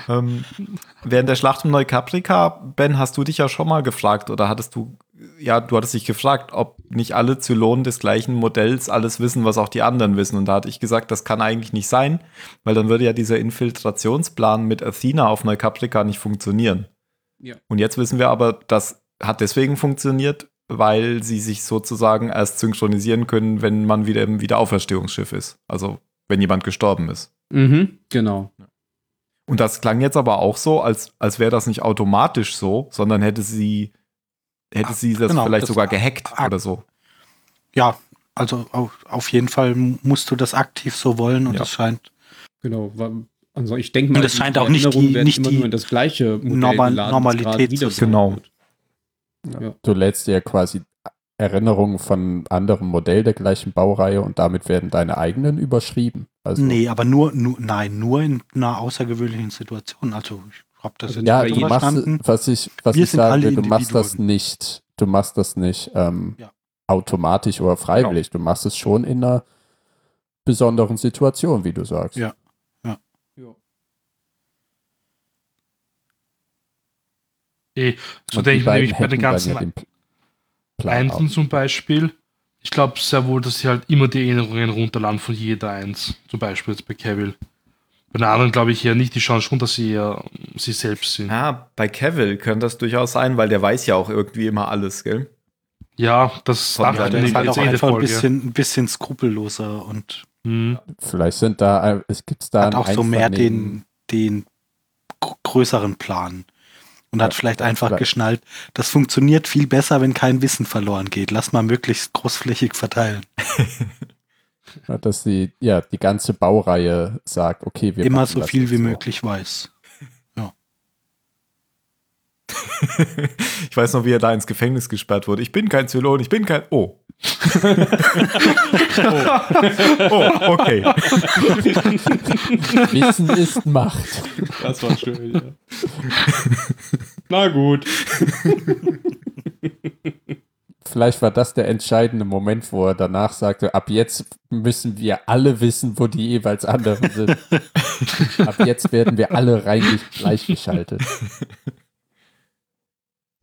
C: ähm, während der Schlacht um Neukaprika, Ben, hast du dich ja schon mal gefragt oder hattest du, ja, du hattest dich gefragt, ob nicht alle Zylonen des gleichen Modells alles wissen, was auch die anderen wissen. Und da hatte ich gesagt, das kann eigentlich nicht sein, weil dann würde ja dieser Infiltrationsplan mit Athena auf Neukaprika nicht funktionieren.
B: Ja.
C: Und jetzt wissen wir aber, das hat deswegen funktioniert, weil sie sich sozusagen erst synchronisieren können, wenn man wieder im Wiederauferstehungsschiff ist. Also wenn jemand gestorben ist.
B: Mhm, genau.
C: Und das klang jetzt aber auch so, als, als wäre das nicht automatisch so, sondern hätte sie, hätte
A: Ah,
C: sie das
A: genau,
C: vielleicht
A: das-
C: sogar gehackt
A: ah,
C: oder so.
A: Ja, also auf, auf jeden Fall musst du das aktiv so wollen und
C: Ja.
A: es scheint
B: Genau. wa- Also ich denke mal,
A: Und es
B: die
A: scheint auch nicht die-
B: Erinnerungen werden
A: nicht
B: immer
A: die
B: nur in das gleiche Modell
A: Norma-
B: geladen,
A: Normalität
B: das gerade
A: zu sein.
C: Genau.
B: wird.
E: Du lädst dir ja quasi Erinnerungen von anderem Modell der gleichen Baureihe und damit werden deine eigenen überschrieben. Also,
A: nee, aber nur, nur nein, nur in einer außergewöhnlichen Situation. Also ich habe das
B: Also
A: jetzt
E: Ja,
B: bei
A: so
E: du
B: jedem
E: machst,
A: verstanden.
E: was ich, was
A: Wir
E: ich
A: sind
E: sagen
A: alle
E: will, du machst das
A: Individuen.
E: nicht, du machst das nicht ähm,
A: Ja. Genau.
E: automatisch oder freiwillig. Du machst es schon in einer besonderen Situation, wie du sagst.
A: Ja.
D: Eh, so
E: Und die
D: denke
E: beiden
D: ich mir nämlich bei den
E: hätten dann
D: ganzen
E: ja den Pl- Plan
D: Einsen
E: auch.
D: zum Beispiel. Ich glaube sehr wohl, dass sie halt immer die Erinnerungen runterladen von jeder Eins. Zum Beispiel jetzt bei Cavill. Bei den anderen glaube ich eher nicht. Die schauen schon, dass sie eher ähm, sie selbst sind.
C: Ah, bei Cavill könnte das durchaus sein, weil der weiß ja auch irgendwie immer alles, gell?
D: Ja, das
C: Von
D: dachten
A: Ja,
C: Ja,
A: der
D: die
A: ist halt auch
D: jetzt eh in der
A: einfach ein
D: Folge.
A: bisschen, ein bisschen skrupelloser und
D: Hm.
E: Vielleicht sind da, äh, es gibt da
A: hat auch
E: einen
A: so mehr
E: einvernehmen-
A: den, den gr- größeren Plan. Und hat
E: Ja,
A: vielleicht einfach
E: vielleicht.
A: geschnallt, das funktioniert viel besser, wenn kein Wissen verloren geht. Lass mal möglichst großflächig verteilen.
E: Ja, dass sie, ja, die ganze Baureihe sagt, okay, wir
A: Immer
E: machen
A: so
E: das
A: viel
E: jetzt
A: wie
E: Genau, so.
A: möglich weiß.
C: Ich weiß noch, wie er da ins Gefängnis gesperrt wurde. Ich bin kein Zylon, ich bin kein. Oh. oh. oh, okay.
E: Wissen ist Macht.
B: Das war schön, ja. Na gut.
E: Vielleicht war das der entscheidende Moment, wo er danach sagte, ab jetzt müssen wir alle wissen, wo die jeweils anderen sind. ab jetzt werden wir alle rein gleichgeschaltet.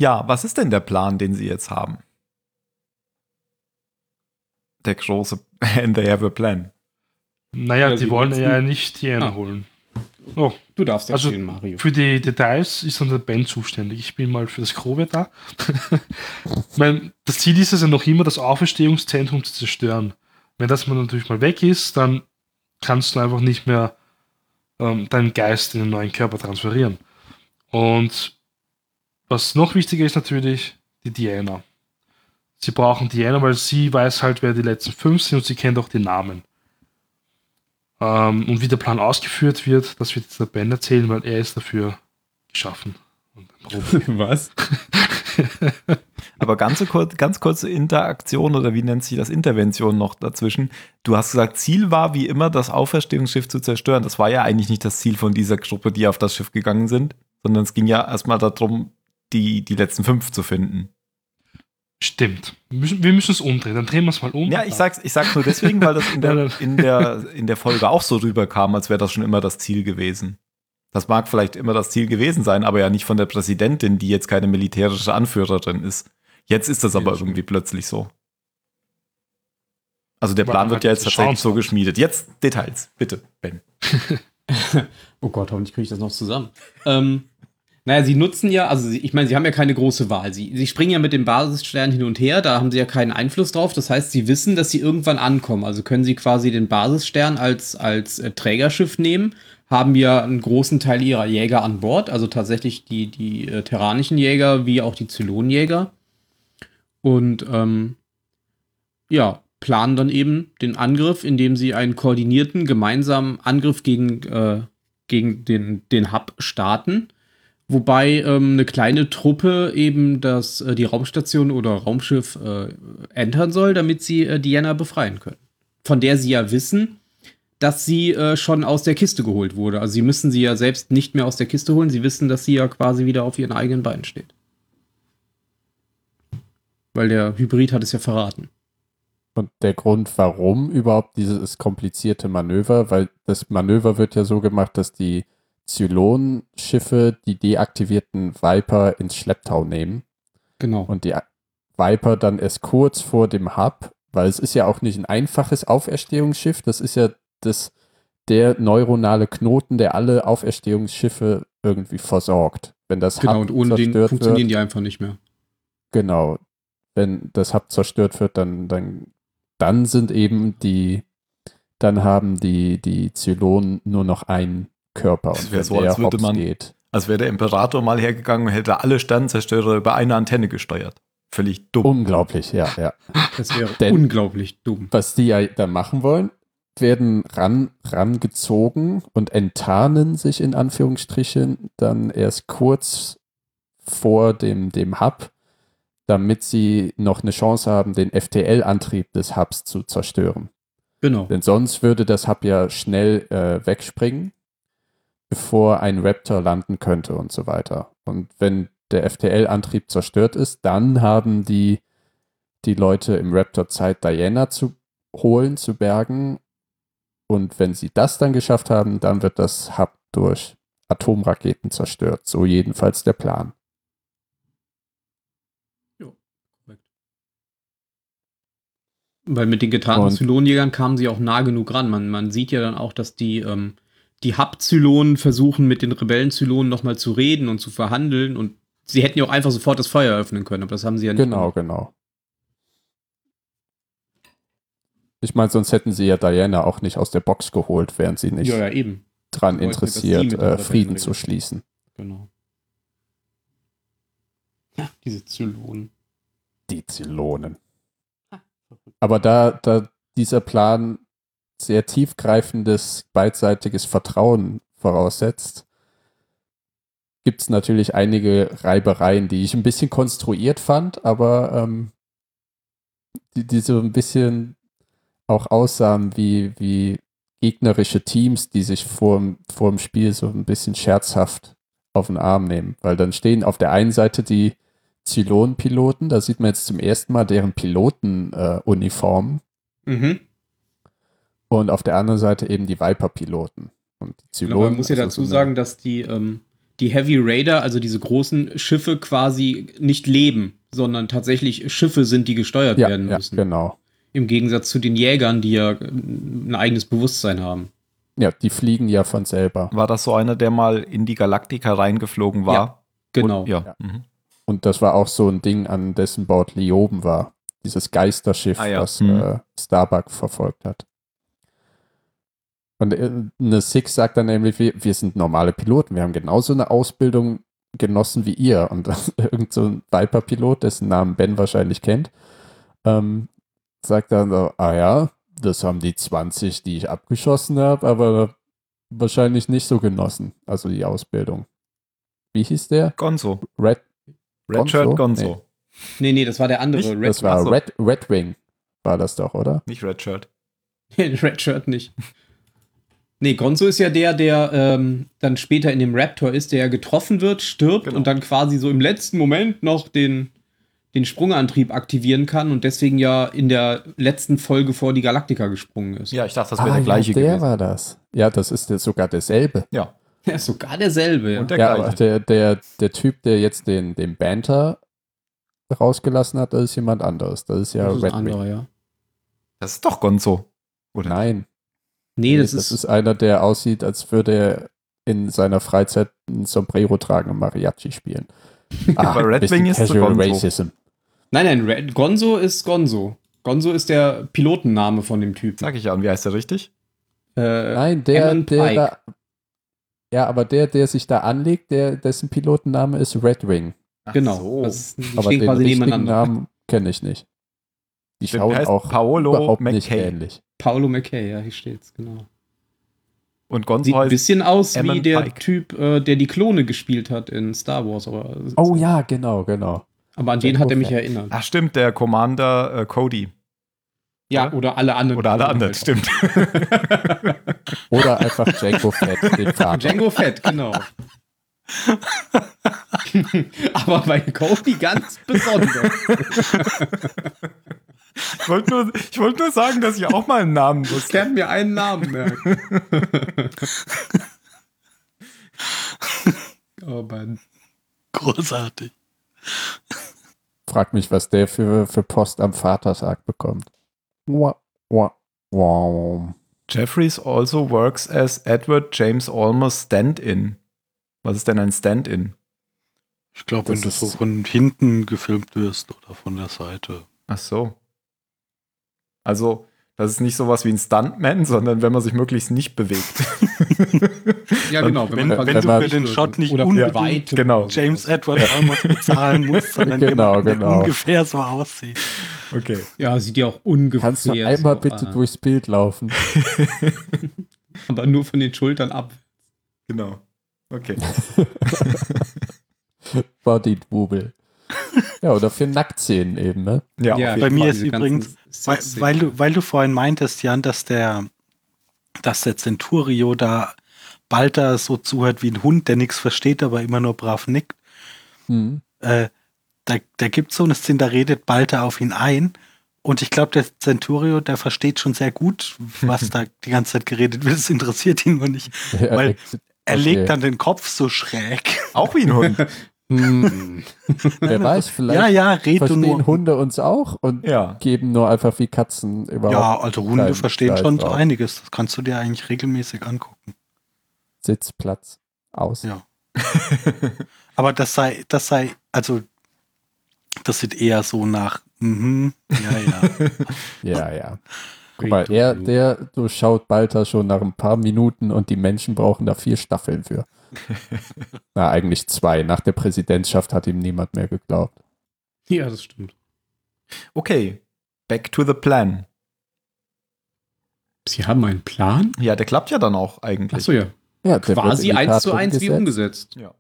C: Ja, was ist denn der Plan, den Sie jetzt haben? Der große And they have a plan.
B: Ja,
D: Naja, die
B: sie
D: wollen ja
B: wollen's-
D: nicht die
B: Ah.
D: Erne holen. Oh,
B: Du darfst
D: Also,
B: erzählen, Mario.
D: für die Details ist dann der Ben zuständig. Ich bin mal für das Grobe da. Ich mein, das Ziel ist es ja noch immer, das Auferstehungszentrum zu zerstören. Wenn das mal natürlich mal weg ist, dann kannst du einfach nicht mehr ähm, deinen Geist in den neuen Körper transferieren. Und was noch wichtiger ist natürlich, die Diana. Sie brauchen Diana, weil sie weiß halt, wer die letzten fünf sind und sie kennt auch die Namen. Ähm, und wie der Plan ausgeführt wird, das wird jetzt der Ben erzählen, weil er ist dafür geschaffen. Und ein Profi.
B: Was?
C: Aber ganz, kurz, ganz kurze Interaktion oder wie nennt sich das Intervention noch dazwischen? Du hast gesagt, Ziel war wie immer, das Auferstehungsschiff zu zerstören. Das war ja eigentlich nicht das Ziel von dieser Gruppe, die auf das Schiff gegangen sind, sondern es ging ja erstmal darum, die, die letzten fünf zu finden.
D: Stimmt. Wir müssen, wir müssen es umdrehen. Dann drehen wir es mal um.
C: Ja, ich sag's, ich sag's nur deswegen, weil das in der, in der, in der Folge auch so rüberkam, als wäre das schon immer das Ziel gewesen. Das mag vielleicht immer das Ziel gewesen sein, aber ja nicht von der Präsidentin, die jetzt keine militärische Anführerin ist. Jetzt ist das aber irgendwie plötzlich so. Also der
D: Weil
C: Plan
D: man
C: wird
D: halt
C: ja jetzt
D: zu schauen
C: tatsächlich so
D: kommt.
C: geschmiedet. Jetzt Details, bitte, Ben.
B: Oh Gott, hoffentlich kriege ich das noch zusammen. ähm, naja, sie nutzen ja, also sie, ich meine, sie haben ja keine große Wahl. Sie, sie springen ja mit dem Basisstern hin und her, da haben sie ja keinen Einfluss drauf. Das heißt, sie wissen, dass sie irgendwann ankommen. Also können sie quasi den Basisstern als, als äh, Trägerschiff nehmen, haben ja einen großen Teil ihrer Jäger an Bord, also tatsächlich die, die äh, terranischen Jäger wie auch die Zylonjäger. Und ähm, ja, planen dann eben den Angriff, indem sie einen koordinierten gemeinsamen Angriff gegen äh, gegen den, den Hub starten. Wobei ähm, eine kleine Truppe eben das, äh, die Raumstation oder Raumschiff äh, entern soll, damit sie äh, Diana befreien können. Von der sie ja wissen, dass sie äh, schon aus der Kiste geholt wurde. Also sie müssen sie ja selbst nicht mehr aus der Kiste holen. Sie wissen, dass sie ja quasi wieder auf ihren eigenen Beinen steht. Weil der Hybrid hat es ja verraten.
E: Und der Grund, warum überhaupt dieses komplizierte Manöver, weil das Manöver wird ja so gemacht, dass die Zylon-Schiffe die deaktivierten Viper ins Schlepptau nehmen
B: Genau.
E: und die Viper dann erst kurz vor dem Hub, weil es ist ja auch nicht ein einfaches Auferstehungsschiff, das ist ja das, der neuronale Knoten, der alle Auferstehungsschiffe irgendwie versorgt. Wenn das
B: genau,
E: Hub
B: und ohne den
E: zerstört wird,
B: funktionieren die einfach nicht mehr.
E: Genau. Wenn das Hub zerstört wird, dann, dann, dann sind eben die, dann haben die, die Zylonen nur noch einen Körper.
C: Das
E: Und
C: wär
E: wenn
C: so, als
E: der
C: würde
E: hops
C: man-
E: geht,
C: Als wäre der Imperator mal hergegangen und hätte alle Sternzerstörer über eine Antenne gesteuert. Völlig dumm.
E: unglaublich, ja, ja.
B: Das wäre
E: Denn-
B: unglaublich dumm.
E: Was die ja dann machen wollen, werden ran, rangezogen und enttarnen sich in Anführungsstrichen dann erst kurz vor dem, dem Hub, damit sie noch eine Chance haben, den FTL-Antrieb des Hubs zu zerstören.
B: Genau.
E: Denn sonst würde das Hub ja schnell äh, wegspringen, bevor ein Raptor landen könnte und so weiter. Und wenn der FTL-Antrieb zerstört ist, dann haben die, die Leute im Raptor Zeit, Diana zu holen, zu bergen. Und wenn sie das dann geschafft haben, dann wird das Hub durch Atomraketen zerstört. So jedenfalls der Plan.
B: Weil mit den getarnten
E: Und-
B: Zylonjägern kamen sie auch nah genug ran. Man, man sieht ja dann auch, dass die, ähm, die Hub-Zylonen versuchen, mit den Rebellen-Zylonen nochmal zu reden und zu verhandeln. Und sie hätten ja auch einfach sofort das Feuer eröffnen können, aber das haben sie ja nicht.
E: Genau,
B: gemacht.
E: genau. Ich meine, sonst hätten sie ja Diana auch nicht aus der Box geholt, wären sie nicht
B: ja, ja, eben.
E: dran
B: wollten, dass sie
E: interessiert,
B: mit
E: äh,
B: darüber
E: Frieden
B: reden.
E: zu schließen.
B: Genau. Ja, diese Zylonen.
E: Die Zylonen.
B: Ah.
E: Aber da, da dieser Plan sehr tiefgreifendes, beidseitiges Vertrauen voraussetzt, gibt es natürlich einige Reibereien, die ich ein bisschen konstruiert fand, aber ähm, die, die so ein bisschen auch aussahen wie, wie gegnerische Teams, die sich vorm, vorm Spiel so ein bisschen scherzhaft auf den Arm nehmen. Weil dann stehen auf der einen Seite die Zylon-Piloten. Da sieht man jetzt zum ersten Mal deren Pilotenuniformen
B: Mhm.
E: und auf der anderen Seite eben die Viper-Piloten. Und die Zylonen.
B: Genau, man muss ja
E: also
B: dazu
E: so eine-
B: sagen, dass die, ähm, die Heavy Raider, also diese großen Schiffe, quasi nicht leben, sondern tatsächlich Schiffe sind, die gesteuert
E: ja,
B: werden
E: ja,
B: müssen.
E: genau.
B: Im Gegensatz zu den Jägern, die ja äh, ein eigenes Bewusstsein haben.
E: Ja, die fliegen ja von selber.
C: War das so einer, der mal in die Galaktika reingeflogen war?
B: Genau.
C: Und, ja.
E: Ja.
C: Mhm.
E: Und das war auch so ein Ding, an dessen Bord Lioben war. Dieses Geisterschiff,
C: Ah ja,
E: was
C: hm.
E: äh, Starbuck verfolgt hat. Und äh, eine Six sagt dann nämlich, wir, wir sind normale Piloten, wir haben genauso eine Ausbildung genossen wie ihr. Und das- irgend so ein Viper-Pilot, dessen Namen Ben wahrscheinlich kennt, ähm, sagt dann so, ah ja, das haben die 20, die ich abgeschossen habe, aber wahrscheinlich nicht so genossen, also die Ausbildung. Wie hieß der?
C: Gonzo.
E: Red
C: Redshirt
E: Gonzo?
C: Gonzo.
E: Nee.
B: Nee, nee, das war der andere.
C: Nicht?
B: Red,
E: Das war
C: Ach so.
E: Red, Red Wing, war das doch, oder?
C: Nicht Redshirt.
B: Red Shirt nicht. Nee, Gonzo ist ja der, der ähm, dann später in dem Raptor ist, der ja getroffen wird, stirbt
C: Genau.
B: und dann quasi so im letzten Moment noch den, den Sprungantrieb aktivieren kann und deswegen ja in der letzten Folge vor die Galaktika gesprungen ist.
C: Ja, ich dachte, das wäre der gleiche
E: Ah, ja, der
C: gewesen.
E: war das. Ja, das ist der, sogar derselbe.
C: ja,
B: Ja, sogar derselbe. Ja.
C: und der
E: ja, aber
C: gleiche.
E: der, der, der Typ, der jetzt den, den Banter rausgelassen hat, das ist jemand anderes. Das ist ja
B: das ist ein
E: Red Wing.
B: anderer, ja.
C: Das ist doch Gonzo. Oder?
E: Nein,
B: Nee, das, ist,
E: einer, der aussieht, als würde er in seiner Freizeit ein Sombrero tragen und Mariachi spielen. Ah,
C: Red
E: bisschen
C: Wing ist zu
E: Casual
C: Gonzo.
E: Racism.
B: Nein, nein, Red, Gonzo ist Gonzo. Gonzo ist der Pilotenname von dem Typen.
C: Sag Ah, ich ja. Und wie heißt der richtig?
B: Äh,
E: Nein, der,
B: Alan
E: der
B: Pike.
E: da, ja, aber der, der sich da anlegt, der, dessen Pilotenname ist Red Wing.
B: genau.
C: so.
B: Das, die
E: Aber
B: stehen
E: den
B: quasi
E: richtigen
B: nebeneinander.
E: Namen kenne ich nicht. Die
C: Der
E: schauen
C: heißt
E: auch
C: Paolo
E: überhaupt nicht
C: McKay.
E: ähnlich.
B: Paolo McKay, ja, hier steht's, genau.
C: Und Gonzo
B: Sieht ein
C: heißt.
B: bisschen aus wie
C: Ammon
B: der
C: Pike.
B: Typ, äh, der die Klone gespielt hat in Star Wars, aber,
E: Oh ja, genau, genau.
B: aber an den hat er mich
E: Jack
B: erinnert.
C: Ach, stimmt, der Commander äh, Cody.
B: ja, oder alle anderen.
C: Oder alle anderen,
E: Genau.
B: Klone
C: stimmt.
E: Oder einfach Django Fett, den
B: halt.
E: Vater.
B: Django Fett, genau. aber bei Cody ganz besonders.
C: Ich wollte nur, ich wollte nur sagen, dass ich auch mal einen Namen
B: Ich
C: wusste.
B: kann mir einen Namen merken. oh Mann.
A: Großartig.
E: Frag mich, was der für, für Post am Vatertag bekommt. Wah, wah, wah.
C: Jeffries also works as Edward James Olmos Stand-In. Was ist denn ein Stand-In?
A: Ich glaube,
E: Das
A: wenn du so
E: ist-
A: von hinten gefilmt wirst oder von der Seite.
C: Ach so. Also, das ist nicht sowas wie ein Stuntman, sondern wenn man sich möglichst nicht bewegt.
B: Ja, genau. Wenn, man
E: wenn du
A: für den Shot nicht
B: oder
A: unbedingt
B: weit
C: genau.
A: Also James Edward Olmos bezahlen musst, sondern
E: Genau,
A: jemand, der
E: genau.
A: ungefähr so aussieht.
C: Okay.
B: Ja, sieht ja auch ungefähr
E: Kannst du einmal
B: so
E: bitte
B: an.
E: durchs Bild laufen?
B: Aber nur von den Schultern ab.
C: Genau. Okay.
E: Body Double. Ja, oder für Nacktszenen eben, ne?
C: Ja, auf
A: bei
C: jeden
A: mir
C: Fall.
A: ist übrigens- Weil, weil, du, weil du vorhin meintest, Jan, dass der, dass der Centurio da Balta so zuhört wie ein Hund, der nichts versteht, aber immer nur brav nickt.
E: Hm.
A: Äh, da da gibt es so eine Szene, da redet Balta auf ihn ein. Und ich glaube, der Centurio, der versteht schon sehr gut, was da die ganze Zeit geredet wird. Es interessiert ihn nur nicht.
E: Ja,
A: Weil- Er
E: Okay.
A: legt dann den Kopf so schräg.
C: Auch wie ein Hund.
E: hm. Wer weiß,
A: ja,
E: vielleicht
A: ja, red du
E: verstehen
A: nur.
E: Hunde uns auch und
C: Ja.
E: geben nur einfach wie Katzen überhaupt
A: Ja, also Hunde
E: Klein-
A: verstehen
E: klein
A: schon so
E: drauf.
A: einiges. Das kannst du dir eigentlich regelmäßig angucken.
E: Sitzplatz aus.
A: Ja. Aber das sei, das sei, also, das sieht eher so nach, mhm, ja, ja.
E: Ja, ja. Guck mal, er, der durchschaut Balta schon nach ein paar Minuten und die Menschen brauchen da vier Staffeln für. Na, eigentlich zwei. Nach der Präsidentschaft hat ihm niemand mehr geglaubt.
B: Ja, das stimmt.
C: Okay, back to the plan.
B: Sie haben einen Plan?
C: Ja, der klappt ja dann auch eigentlich.
B: Achso, ja.
E: Ja, der wird
B: Quasi
E: in die
B: eins
E: Tat
B: zu eins wie
E: umgesetzt.
B: umgesetzt.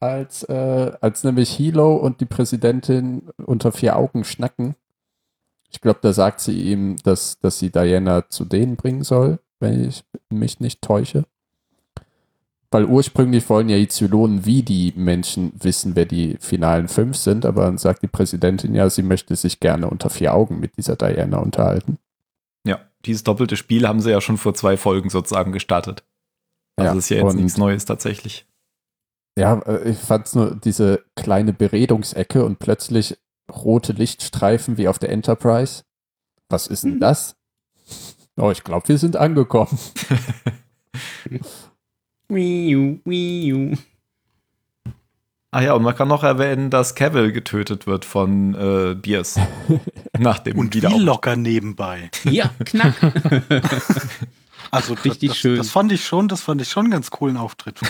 E: als, äh, als nämlich Hilo und die Präsidentin unter vier Augen schnacken. Ich glaube, da sagt sie ihm, dass, dass sie Diana zu denen bringen soll, wenn ich mich nicht täusche. Weil ursprünglich wollen ja die Zylonen wie die Menschen wissen, wer die finalen fünf sind, aber dann sagt die Präsidentin ja, sie möchte sich gerne unter vier Augen mit dieser Diana unterhalten.
C: Ja, dieses doppelte Spiel haben sie ja schon vor zwei Folgen sozusagen gestartet. Also
E: Ja,
C: das ist ja jetzt
E: und-
C: nichts Neues tatsächlich.
E: Ja, äh, ich fand's nur diese kleine Beredungsecke und plötzlich rote Lichtstreifen wie auf der Enterprise. Was ist denn das? Oh, ich glaube, wir sind angekommen.
B: Wiu, wiu.
C: Ah ja, und man kann noch erwähnen, dass Cavill getötet wird von äh, Biers. nach dem
A: Und wie
C: Wiederauf-
A: locker nebenbei.
B: Ja, knack.
A: Also das-
B: Richtig
A: das,
B: schön.
A: Das fand ich schon, das fand ich schon einen ganz coolen Auftritt.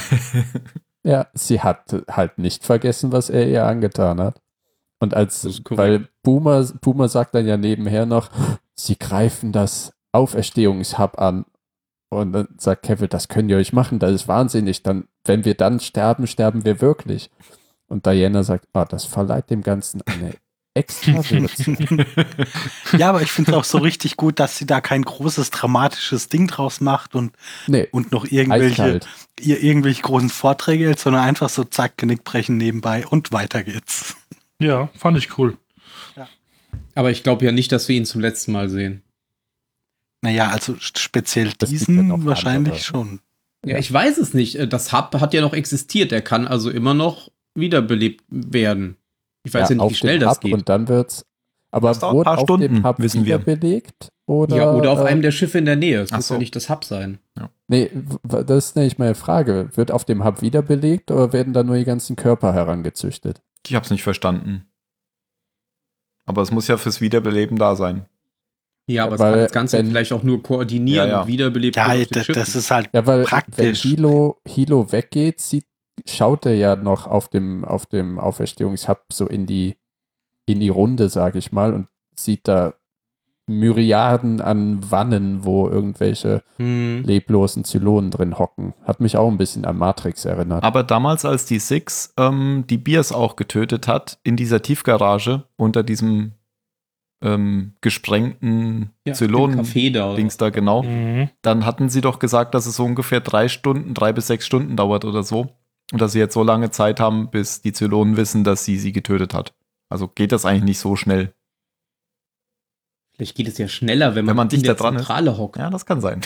E: Ja, sie hat halt nicht vergessen, was er ihr angetan hat. Und
B: Das
E: als,
B: ist korrekt.
E: weil Boomer, Boomer sagt dann ja nebenher noch, sie greifen das Auferstehungshub an. Und dann sagt Kevin, das könnt ihr euch machen, das ist wahnsinnig. Dann, wenn wir dann sterben, sterben wir wirklich. Und Diana sagt, ah, das verleiht dem Ganzen eine extra Würze.
A: ja, aber ich finde es auch so richtig gut, dass sie da kein großes dramatisches Ding draus macht und,
E: Nee,
A: und noch irgendwelche,
E: eiskalt.
A: ihr, irgendwelche großen Vorträge hält, sondern einfach so zack, Genickbrechen nebenbei und weiter geht's.
D: Ja, fand ich cool.
B: Aber ich glaube ja nicht, dass wir ihn zum letzten Mal sehen.
A: Naja, also st- speziell
E: Das gibt ja noch
A: diesen wahrscheinlich
E: andere.
A: schon.
B: Ja, ich weiß es nicht. Äh, Das Hub hat ja noch existiert. Er kann also immer noch wiederbelebt werden. Ich weiß ja, nicht,
E: auf
B: wie schnell
E: dem
B: das
E: Hub
B: geht.
E: Und dann wird's, aber
C: Das dauert ein
E: wurde
C: paar
E: auf
C: Stunden,
E: dem Hub
C: wissen wir.
E: wieder belegt? Oder,
B: ja, oder auf
E: äh,
B: einem der Schiffe in der Nähe. Es
C: Ach
B: muss
C: so.
B: ja nicht das Hub sein.
E: Nee, w- das ist nicht meine Frage. Wird auf dem Hub wieder belegt oder werden da nur die ganzen Körper herangezüchtet?
C: Ich hab's nicht verstanden. Aber es muss ja fürs Wiederbeleben da sein.
B: Ja, aber es
E: Weil
B: kann das Ganze
E: wenn-
B: vielleicht auch nur koordinieren
C: Ja, ja.
B: und wiederbelebt
A: Ja,
B: werden auf den
A: das,
B: Schiffen.
A: das ist halt
E: Ja, weil
A: Praktisch.
E: wenn Hilo, Hilo weggeht, sieht, schaut er ja noch auf dem, auf dem Auferstehungshub so in die, in die Runde, sage ich mal, und sieht da Myriaden an Wannen, wo irgendwelche
B: Hm.
E: leblosen Zylonen drin hocken. Hat mich auch ein bisschen an Matrix erinnert.
C: Aber damals, als die Six ähm, die Biers auch getötet hat, in dieser Tiefgarage unter diesem ähm, gesprengten
B: Ja, im
C: Zylonen.
B: Café da.
C: Dings da genau.
D: Mhm.
C: Dann hatten sie doch gesagt, dass es so ungefähr drei Stunden, drei bis sechs Stunden dauert oder so. Und dass sie jetzt so lange Zeit haben, bis die Zylonen wissen, dass sie sie getötet hat. Also geht das eigentlich nicht so schnell.
B: Vielleicht geht es ja schneller, wenn man,
C: Wenn man
B: in der
C: dichter dran ist.
B: Zentrale hockt.
C: Ja, das kann sein.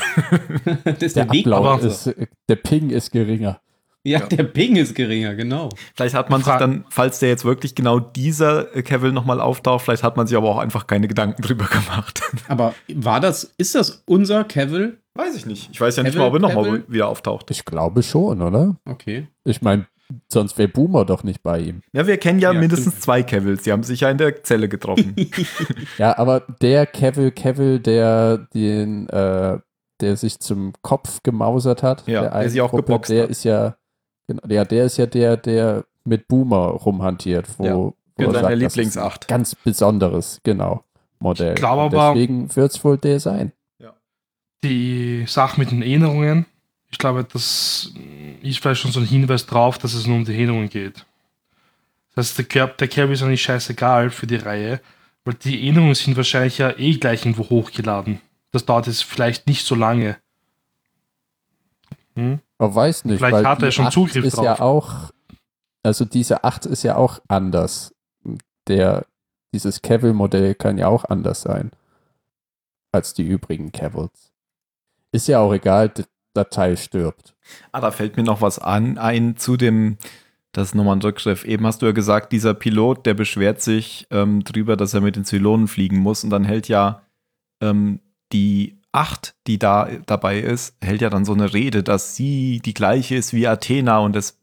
B: das ist
E: der
B: der, Weg. Also,
E: Ablauf
D: aber-
E: ist, der Ping ist geringer.
B: ja,
C: ja.
B: der Ping ist geringer, genau.
C: Vielleicht hat man sich
D: Fra-
C: dann, falls der jetzt wirklich genau dieser äh, Cavill nochmal auftaucht, vielleicht hat man sich aber auch einfach keine Gedanken drüber gemacht.
B: Aber war das, ist das unser Cavill?
C: Weiß ich nicht. Ich weiß ja nicht
B: Cavill-
C: mal, ob er nochmal
B: Cavill?
C: wieder auftaucht.
E: Ich glaube schon, oder?
B: Okay.
E: Ich meine, sonst wäre Boomer doch nicht bei ihm.
C: Ja, wir kennen ja,
B: Ja,
C: mindestens
B: stimmt.
C: zwei Cavills. Die haben sich ja in der Zelle getroffen.
E: Ja, aber der Kevil Kevil, der den, äh, der sich zum Kopf gemausert hat,
C: Ja, der
E: einen
C: sie auch
E: Gruppe,
C: geboxt
E: der
C: hat.
E: ist ja, genau, ja, der ist ja der, der mit Boomer rumhantiert, wo,
C: Ja,
E: wo
C: Genau,
E: er sagt,
C: der
E: das ist
C: Lieblingsacht.
E: ein ganz besonderes, genau, Modell.
D: Ich glaub
E: Und
D: aber-
E: Deswegen wird es wohl der sein.
D: Die Sache mit den Erinnerungen, ich glaube, das ist vielleicht schon so ein Hinweis drauf, dass es nur um die Erinnerungen geht. Das heißt, der Kerl, der Kerl ist eigentlich scheißegal für die Reihe, weil die Erinnerungen sind wahrscheinlich ja eh gleich irgendwo hochgeladen. Das dauert jetzt vielleicht nicht so lange. Hm?
E: Aber weiß nicht,
D: Vielleicht
E: weil
D: hat er
E: die
D: schon
E: Acht
D: Zugriff
E: ist
D: drauf.
E: ja auch, also diese 8 ist ja auch anders. Der, dieses Cavill-Modell kann ja auch anders sein als die übrigen Cavills. Ist ja auch egal, d- das Teil stirbt.
C: Ah, da fällt mir noch was an, ein zu dem, das ist nochmal ein Rückgriff. Eben hast du ja gesagt, dieser Pilot, der beschwert sich ähm, drüber, dass er mit den Zylonen fliegen muss und dann hält ja ähm, die Acht, die da dabei ist, hält ja dann so eine Rede, dass sie die gleiche ist wie Athena und das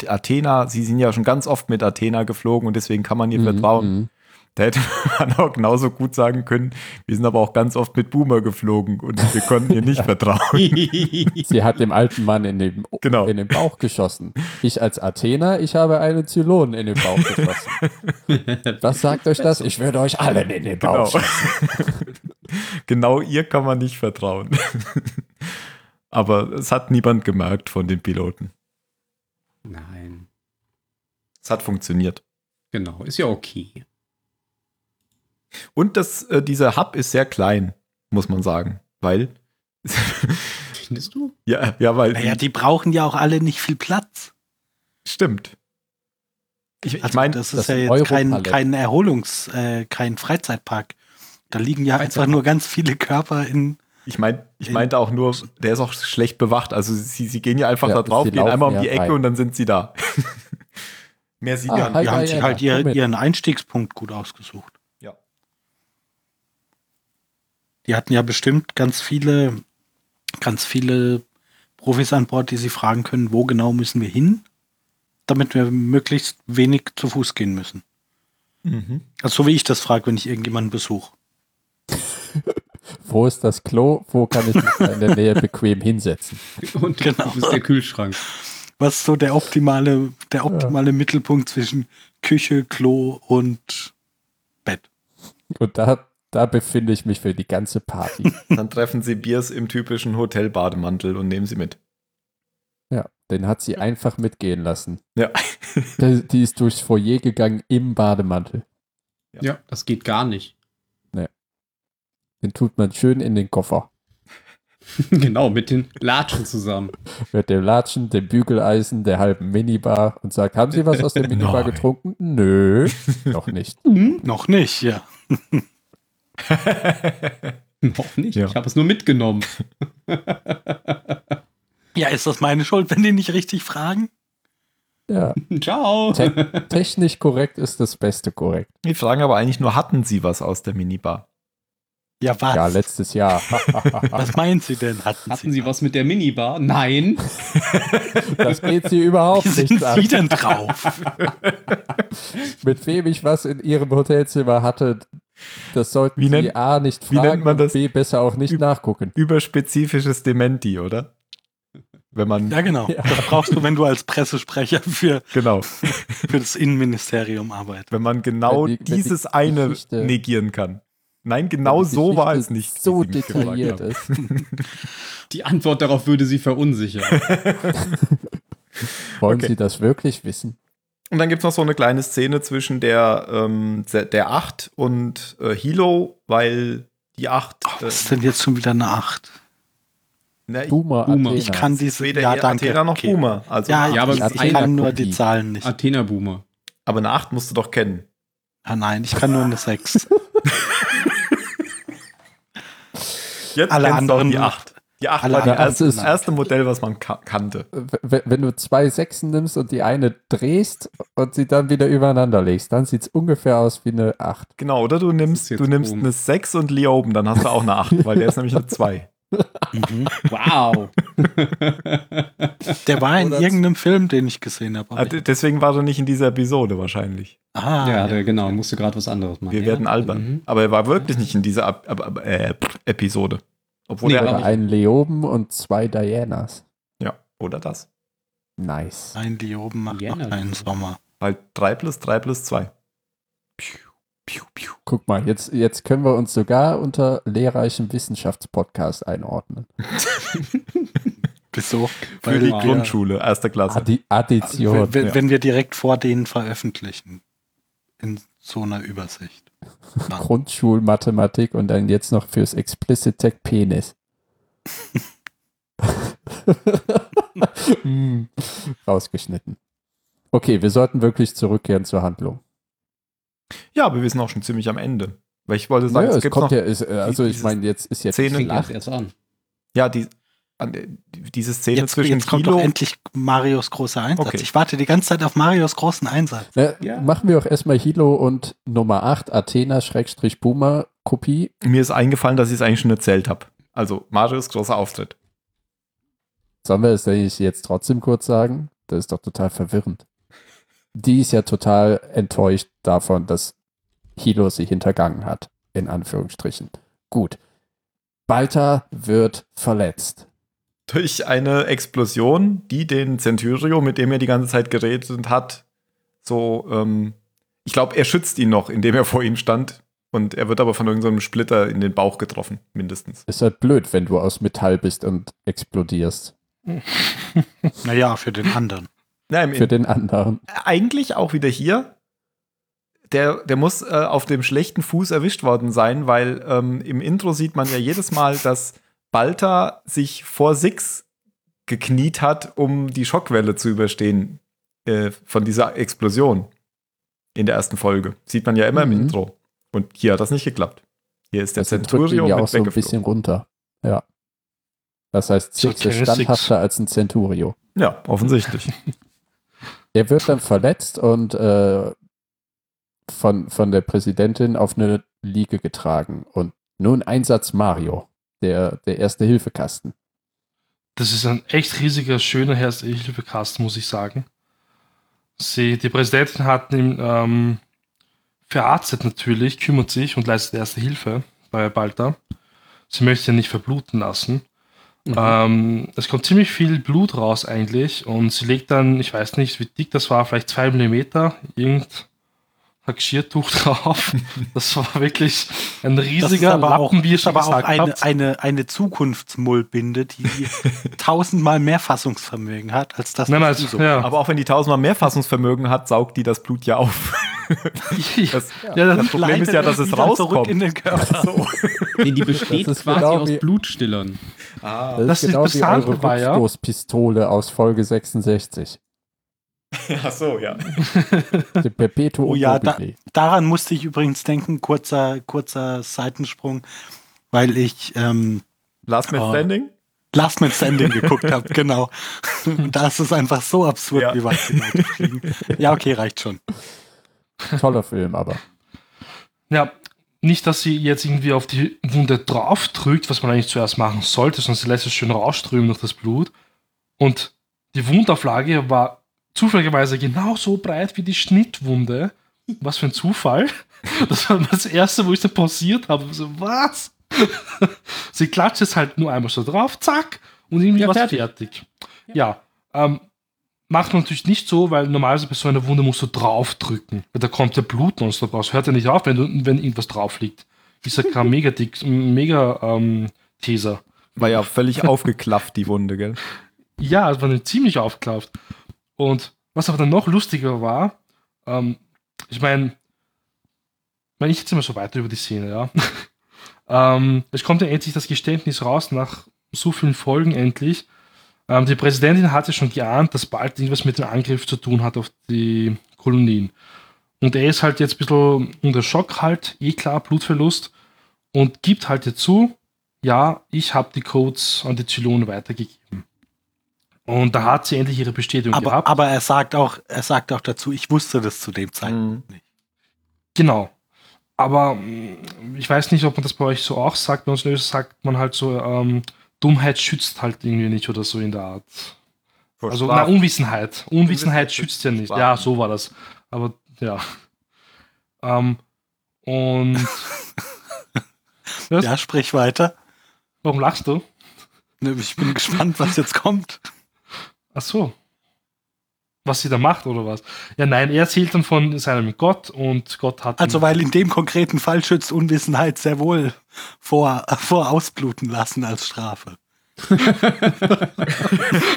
C: die Athena, sie sind ja schon ganz oft mit Athena geflogen und deswegen kann man ihr vertrauen.
E: Mhm.
C: Da hätte man auch genauso gut sagen können, wir sind aber auch ganz oft mit Boomer geflogen und wir konnten ihr nicht vertrauen.
E: Sie hat dem alten Mann in den,
C: Genau.
E: in den Bauch geschossen. Ich als Athener, ich habe einen Zylon in den Bauch geschossen. Was sagt euch das? Ich würde euch allen in den
C: Genau.
E: Bauch schießen.
C: genau ihr kann man nicht vertrauen. aber es hat niemand gemerkt von den Piloten.
B: Nein.
C: Es hat funktioniert.
B: Genau, ist ja okay.
C: Und das, äh, dieser Hub ist sehr klein, muss man sagen. Weil.
B: Findest du?
C: ja, ja, weil.
A: Naja, die brauchen ja auch alle nicht viel Platz.
C: stimmt. Ich, ich
A: Also
C: meine,
A: das
E: das
A: ist ja jetzt
E: Europalette.
A: kein, kein Erholungs-, äh, kein Freizeitpark. Da liegen ja einfach nur ganz viele Körper in.
C: Ich, mein, ich meinte auch nur, der ist auch schlecht bewacht. Also sie, sie gehen ja einfach
E: Ja,
C: da drauf,
E: sie
C: gehen einmal um
E: laufen
C: die
E: ja
C: Ecke
E: rein.
C: und dann sind sie da. Mehr sieht
E: Ah,
C: man.
E: hi,
A: Die
E: Ja,
A: haben
E: ja,
A: sich
E: ja,
A: halt
E: komm
A: ihr,
E: mit.
A: ihren Einstiegspunkt gut ausgesucht.
C: Ja.
A: Die hatten ja bestimmt ganz viele, ganz viele Profis an Bord, die sie fragen können, wo genau müssen wir hin, damit wir möglichst wenig zu Fuß gehen müssen.
C: Mhm.
A: Also so wie ich das frage, wenn ich irgendjemanden besuche.
E: Wo ist das Klo? Wo kann ich mich da in der Nähe bequem hinsetzen?
B: Und
A: Genau.
B: genau. ist der Kühlschrank.
A: Was so der optimale, der optimale Mittelpunkt zwischen Küche, Klo und Bett.
E: Und da, da befinde ich mich für die ganze Party.
C: Dann treffen sie Biers im typischen Hotelbademantel und nehmen sie mit.
E: Ja, den hat sie einfach mitgehen lassen.
C: Ja.
E: Die, die ist durchs Foyer gegangen im Bademantel.
B: Ja, das geht gar nicht.
E: Den tut man schön in den Koffer.
B: genau, mit den Latschen zusammen.
E: Mit dem Latschen, dem Bügeleisen, der halben Minibar und sagt, haben Sie was aus der Minibar
C: Nein.
E: getrunken? Nö, noch nicht.
A: Noch nicht, ja.
B: Noch nicht.
C: Ja.
B: Ich habe es nur mitgenommen.
A: Ja, ist das meine Schuld, wenn die nicht richtig fragen?
E: Ja,
B: Ciao.
E: te technisch korrekt ist das Beste korrekt.
C: Die fragen aber eigentlich nur, hatten sie was aus der Minibar?
A: Ja, was?
E: Ja, letztes Jahr.
A: was meinen Sie denn? Hatten,
B: Hatten Sie was mit der Minibar? Nein.
E: Das geht sie überhaupt
A: Wie sind
E: nicht
A: Sie
E: an.
A: denn drauf?
E: Mit wem ich was in ihrem Hotelzimmer hatte, das sollten
C: Wie
E: sie
C: nennt-
E: A nicht
C: wie
E: fragen,
C: nennt man das?
E: und B besser auch nicht
C: Üb-
E: nachgucken.
C: Überspezifisches Dementi, oder? Wenn man.
A: Ja, genau. Das brauchst du, wenn du als Pressesprecher für,
C: Genau.
A: für das Innenministerium arbeitest.
C: Wenn man genau
E: Wenn die- wenn die
C: dieses eine
E: Geschichte-
C: negieren kann. Nein, genau
E: Wenn die
C: so war es
E: Geschichte
C: nicht. wie
E: So
C: sie mich gefragt
E: detailliert
C: haben.
E: ist.
B: Die Antwort darauf würde Sie verunsichern.
E: Wollen
C: Okay.
E: Sie das wirklich wissen?
C: Und dann gibt es noch so eine kleine Szene zwischen der, ähm, der- der 8 und äh, Hilo, weil die 8.
A: Oh, was ist
C: äh,
A: denn jetzt schon wieder eine Acht?
C: ne,
E: Boomer,
B: Boomer.
E: Athena.
A: Ich kann diese.
C: weder
A: Ja,
C: hier
A: danke.
C: Athena noch
A: Okay.
C: Boomer. Also,
A: Ja,
B: Ja,
A: ja,
B: aber
A: aber ich,
E: mit
A: ich
E: einer
A: kann nur
E: Kopie.
A: die Zahlen nicht.
B: Athena Boomer.
C: Aber eine 8 musst du doch kennen.
A: Ah, nein, ich kann nur eine Sechs.
C: Jetzt
A: Alle
C: kennst du auch
A: anderen
C: die 8. Die 8
A: alle
C: war die
E: anderen
C: erste, das
E: sind-
C: erste Modell, was man ka kannte.
E: W- w- Wenn du zwei Sechsen nimmst und die eine drehst und sie dann wieder übereinander legst, dann sieht es ungefähr aus wie eine Acht.
C: Genau, oder du
B: ist
C: nimmst,
B: jetzt
C: du nimmst
B: oben.
C: eine 6 und Leoben, dann hast du auch eine 8, weil der ist nämlich eine 2.
A: Mhm.
B: Wow.
A: Der war in
E: Oder-
A: irgendeinem Film, den ich gesehen habe.
C: Ah,
A: aber
C: d-
A: ich-
C: Deswegen war er nicht in dieser Episode wahrscheinlich.
A: Ah,
B: ja,
A: ja,
B: der, genau. Musste gerade was anderes machen.
C: Wir
B: ja.
C: werden albern.
B: Mhm.
C: Aber er war wirklich nicht in dieser Ab Ab Ab äh, Episode. Obwohl
B: Nee,
C: er.
B: war
E: Oder
B: nicht.
E: ein Leoben und zwei Dianas.
C: Ja, oder das.
E: Nice.
A: Nein, die oben macht
B: Jänner.
A: noch keinen Sommer.
C: Weil 3 Halt plus 3 plus 2.
E: Guck mal, jetzt, jetzt können wir uns sogar unter lehrreichem Wissenschaftspodcast einordnen.
A: Wieso?
C: Für die
B: Wow.
C: Grundschule, erste Klasse.
E: Addi Addition.
A: Wenn, wenn,
C: ja.
A: wenn wir direkt vor denen veröffentlichen. In so einer Übersicht.
E: Grundschulmathematik und dann jetzt noch fürs Explicit Tech Penis. Hm, Rausgeschnitten. Okay, wir sollten wirklich zurückkehren zur Handlung.
C: Ja, aber wir sind auch schon ziemlich am Ende. Weil ich wollte sagen,
E: Naja,
C: es
E: es
C: gibt noch.
E: kommt
C: Ja,
E: ja, ist, äh, also ich
C: dieses
E: meine, jetzt ist jetzt
C: Szene-
B: Fängt
E: Schlacht.
B: jetzt erst an.
C: die, an, äh, die- diese Szene
A: Jetzt,
C: zwischen
A: jetzt kommt
C: Kilo
A: doch endlich Marios großer Einsatz.
C: Okay.
A: Ich warte die ganze Zeit auf Marios großen Einsatz.
E: Na,
B: Ja.
E: Ne, Machen wir auch erstmal Hilo und Nummer 8, Athena-Boomer-Kopie.
C: Mir ist eingefallen, dass ich es eigentlich schon erzählt habe. Also, Marius großer Auftritt.
E: Sollen wir es eigentlich jetzt trotzdem kurz sagen? Das ist doch total verwirrend. Die ist ja total enttäuscht davon, dass Hilo sie hintergangen hat. In Anführungsstrichen. Gut. Balta wird verletzt.
C: Durch eine Explosion, die den Centurio, mit dem er die ganze Zeit geredet hat, so, ähm, ich glaube, er schützt ihn noch, indem er vor ihm stand. Und er wird aber von irgendeinem Splitter in den Bauch getroffen, mindestens.
E: Ist halt blöd, wenn du aus Metall bist und explodierst.
A: Naja, für den anderen.
C: Nein,
E: Für den anderen.
C: eigentlich auch wieder hier. Der, der muss äh, auf dem schlechten Fuß erwischt worden sein, weil ähm, im Intro sieht man ja jedes Mal, dass Balta sich vor Six gekniet hat, um die Schockwelle zu überstehen äh, von dieser Explosion in der ersten Folge. Sieht man ja immer
E: Mhm.
C: im Intro. Und hier hat das nicht geklappt. Hier ist der
E: Das drückt
C: Centurio
E: ihn ja auch
C: mit
E: so ein bisschen
C: weggeflogen.
E: runter. Ja. Das heißt,
D: So
E: Six ist
D: Classics.
E: standhafter als ein Centurio.
C: Ja, offensichtlich.
E: Er wird dann verletzt und äh, von, von der Präsidentin auf eine Liege getragen. Und nun Einsatz Mario, der, der Erste-Hilfe-Kasten.
D: Das ist ein echt riesiger, schöner Herz-Hilfe-Kasten, muss ich sagen. Sie, die Präsidentin hat ihn ähm, verarztet natürlich, kümmert sich und leistet erste Hilfe bei Balta. Sie möchte ihn nicht verbluten lassen.
A: Mhm.
B: Ah.
D: Ähm, es kommt ziemlich viel Blut raus eigentlich und sie legt dann, ich weiß nicht, wie dick das war, vielleicht zwei Millimeter, irgend ein Geschirrtuch drauf. Das war wirklich ein
A: Das ist
D: riesiger
A: aber auch,
D: Lappen, wie ihr
A: ist
D: schon
A: aber auch
D: gesagt
A: eine,
D: habt.
A: eine, eine Zukunftsmullbinde, die tausendmal mehr Fassungsvermögen hat, als das
D: Nein, nein,
A: was du so-
D: ja.
C: Aber auch wenn die tausendmal mehr Fassungsvermögen hat, saugt die das Blut ja auf. Das,
D: ja, das,
C: das Problem ist
A: Leitet
C: ja, dass es
A: wieder zurück in
C: rauskommt.
A: den Körper.
C: So.
B: Nee, die besteht
E: Das ist
B: quasi
E: genau
B: aus
E: wie-
B: Blutstillern.
C: Ah.
D: Das
E: genau wie
D: Interessante
E: eure
D: war ja-
E: Rückstoßpistole aus Folge 66.
C: Ach so, ja.
E: Die Perpetuum
A: Oh ja, da-
E: mobile.
A: Daran musste ich übrigens denken, kurzer, kurzer Seitensprung, weil ich ähm,
C: Last Man
A: Oh.
C: Standing?
A: Last Man Standing geguckt habe, genau. Und da ist es einfach so absurd,
C: Ja.
A: wie weit die Leute fliegen. Ja, okay, reicht schon.
E: Toller Film, aber.
D: Ja, nicht, dass sie jetzt irgendwie auf die Wunde draufdrückt, was man eigentlich zuerst machen sollte, sondern sie lässt es schön rausströmen durch das Blut. Und die Wundauflage war zufälligerweise genauso breit wie die Schnittwunde. Was für ein Zufall. Das war das Erste, wo ich dann pausiert habe. So, was? sie klatscht es halt nur einmal so drauf, zack, und irgendwie
B: Ja,
D: war fertig.
B: fertig.
D: fertig. Ja, ähm, macht man natürlich nicht so, weil normalerweise bei so einer Wunde musst du draufdrücken. Weil da kommt der Blut nonstop raus. Hört ja nicht auf, wenn, du, wenn irgendwas drauf liegt. Ist ja kein mega dick, mega ähm, Teser.
C: War ja völlig aufgeklafft, die Wunde, gell?
D: Ja, es war eine ziemlich aufgeklappt. Und was aber dann noch lustiger war, ähm, ich meine, mein, ich jetzt immer so weiter über die Szene, ja. ähm, es kommt ja endlich das Geständnis raus nach so vielen Folgen endlich. Ähm, die Präsidentin hatte schon geahnt, dass bald irgendwas mit dem Angriff zu tun hat auf die Kolonien. Und er ist halt jetzt ein bisschen unter Schock halt, eh klar, Blutverlust. Und gibt halt jetzt zu, ja, ich habe die Codes an die Zylonen weitergegeben. Und da hat sie endlich ihre Bestätigung
A: Aber,
D: gehabt.
A: aber er sagt auch, er sagt auch dazu, ich wusste das zu dem Zeitpunkt.
C: Hm.
D: Genau. Aber mh, ich weiß nicht, ob man das bei euch so auch sagt. Bei uns in Österreich sagt man halt so, ähm, Dummheit schützt halt irgendwie nicht oder so in der Art.
C: Vor
D: also, na,
C: Strafe.
D: Unwissenheit. Unwissenheit
C: Unwissenheit
D: schützt
C: schützt
D: ja nicht.
C: Strafen.
D: Ja, so war das. Aber ja. Ähm, und Was?
A: Ja, sprich weiter.
D: warum lachst du?
A: Ne, Ich bin gespannt, was jetzt kommt.
D: Ach so. Was sie da macht oder was? Ja, nein, er erzählt dann von seinem Gott und Gott hat.
A: Also,
D: ihm-
A: weil in dem konkreten Fall schützt Unwissenheit sehr wohl vor, vor Ausbluten lassen als Strafe.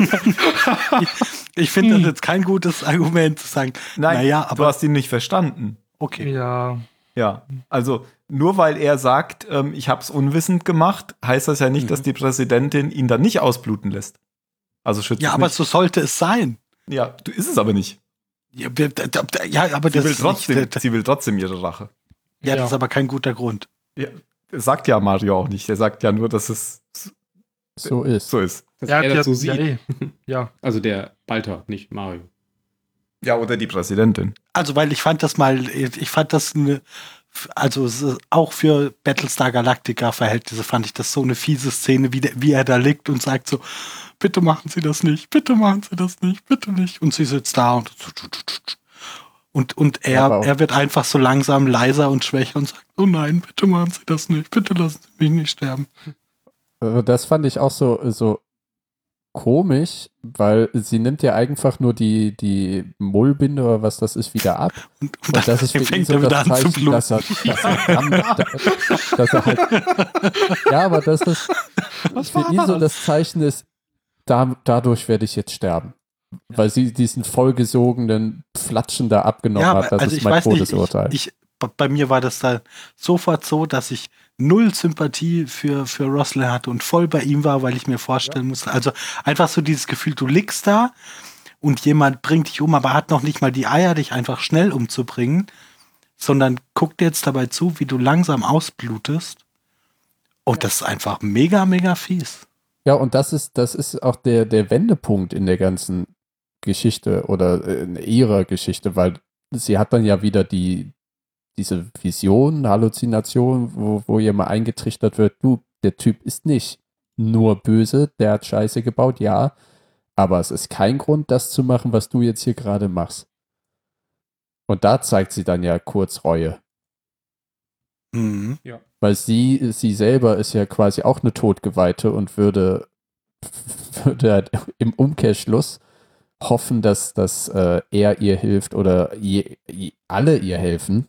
A: ich ich finde das jetzt kein gutes Argument zu sagen,
C: Hm. Nein, Äh,
A: naja,
C: du
A: aber
C: hast ihn nicht verstanden.
A: okay.
D: ja.
C: Ja, also nur weil er sagt, ähm, ich hab's unwissend gemacht, heißt das ja nicht, dass die Präsidentin ihn dann nicht ausbluten lässt. Also schützt
A: Ja,
C: es
A: aber
C: nicht.
A: so sollte es sein.
C: ja, du ist es aber nicht.
A: Ja, b- d- d- ja aber
C: Sie
A: das
C: will,
A: ist,
C: trotzdem,
A: nicht, d-
C: sie will trotzdem ihre Rache.
A: ja,
D: Ja.
A: das ist aber kein guter Grund.
C: Das sagt ja Mario auch nicht. Er sagt ja nur, dass es
E: So ist.
C: so ist.
B: Dass
D: Er,
B: er,
D: hat ja,
B: das so
D: ja,
B: sieht.
D: eh. ja.
B: Also der Balter, nicht Mario.
C: Ja, oder die Präsidentin.
A: Also, weil ich fand das mal, ich fand das eine, also es ist auch für Battlestar Galactica Verhältnisse fand ich das so eine fiese Szene, wie, der, wie er da liegt und sagt so, bitte machen Sie das nicht, bitte machen Sie das nicht, bitte nicht. Und sie sitzt da und Und, und er,
E: Aber auch-
A: er wird einfach so langsam leiser und schwächer und sagt, oh nein, bitte machen Sie das nicht, bitte lassen Sie mich nicht sterben.
E: Also das fand ich auch so, so komisch, weil sie nimmt ja einfach nur die, die Mullbinde oder was das ist, wieder ab.
A: Und, und,
E: Und das ist für
A: dann
E: ihn
A: fängt
E: so
A: er wieder
E: das
A: an zu
E: Zeichen,
A: bluten.
E: dass er, dass er, dass, dass er halt, ja, aber das ist für ihn so das Zeichen ist, da, dadurch werde ich jetzt sterben. Weil sie diesen vollgesogenen Flatschen da abgenommen
A: Ja,
E: hat.
A: aber
E: Das
A: also
E: ist
A: ich
E: mein
A: weiß nicht, ich,
E: Todesurteil.
A: ich, bei- bei mir war das dann sofort so, dass ich null Sympathie für, für Roslyn hatte und voll bei ihm war, weil ich mir vorstellen musste, also einfach so dieses Gefühl, du liegst da und jemand bringt dich um, aber hat noch nicht mal die Eier, dich einfach schnell umzubringen, sondern guckt jetzt dabei zu, wie du langsam ausblutest. Und das ist einfach mega, mega fies.
E: Ja, und das ist, das ist auch der, der Wendepunkt in der ganzen Geschichte oder äh, in ihrer Geschichte, weil sie hat dann ja wieder die, diese Vision, Halluzination, wo, wo ihr mal eingetrichtert wird, du, der Typ ist nicht nur böse, der hat Scheiße gebaut, ja, aber es ist kein Grund, das zu machen, was du jetzt hier gerade machst. Und da zeigt sie dann ja kurz Reue.
A: Mhm.
E: Weil sie, sie selber ist ja quasi auch eine Todgeweihte und würde, würde halt im Umkehrschluss hoffen, dass, dass äh, er ihr hilft oder je, je, alle ihr helfen.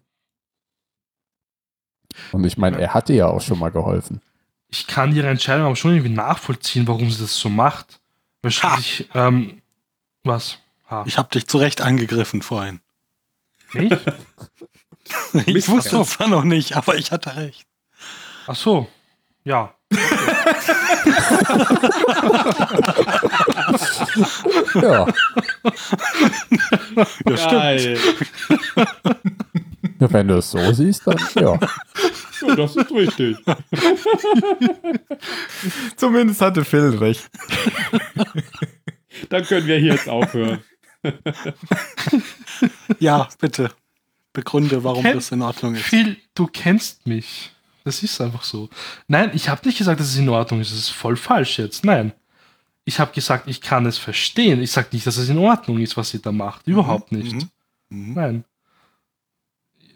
E: Und ich meine, er hatte ja auch schon mal geholfen.
D: ich kann ihre Entscheidung aber schon irgendwie nachvollziehen, warum sie das so macht. Wahrscheinlich, ähm, was? Ha.
A: Ich habe dich zu Recht angegriffen vorhin.
D: Mich?
A: Ich
B: Mist,
A: wusste
B: ja.
A: es zwar noch nicht, aber ich hatte recht.
D: Ach so. Ja.
E: Ja,
A: Ja, stimmt.
E: wenn du es so siehst, dann ja.
B: Ja, das ist richtig.
C: Zumindest hatte Phil recht.
B: Dann können wir hier jetzt aufhören.
A: Ja, bitte. Begründe, warum
D: Ken-
A: das in Ordnung ist.
D: Phil, du kennst mich. Das ist einfach so. Nein, ich habe nicht gesagt, dass es in Ordnung ist. Das ist voll falsch jetzt. Nein. Ich habe gesagt, ich kann es verstehen. Ich sage nicht, dass es in Ordnung ist, was sie da macht. Überhaupt
A: Mhm,
D: nicht.
A: mhm, mhm.
D: Nein.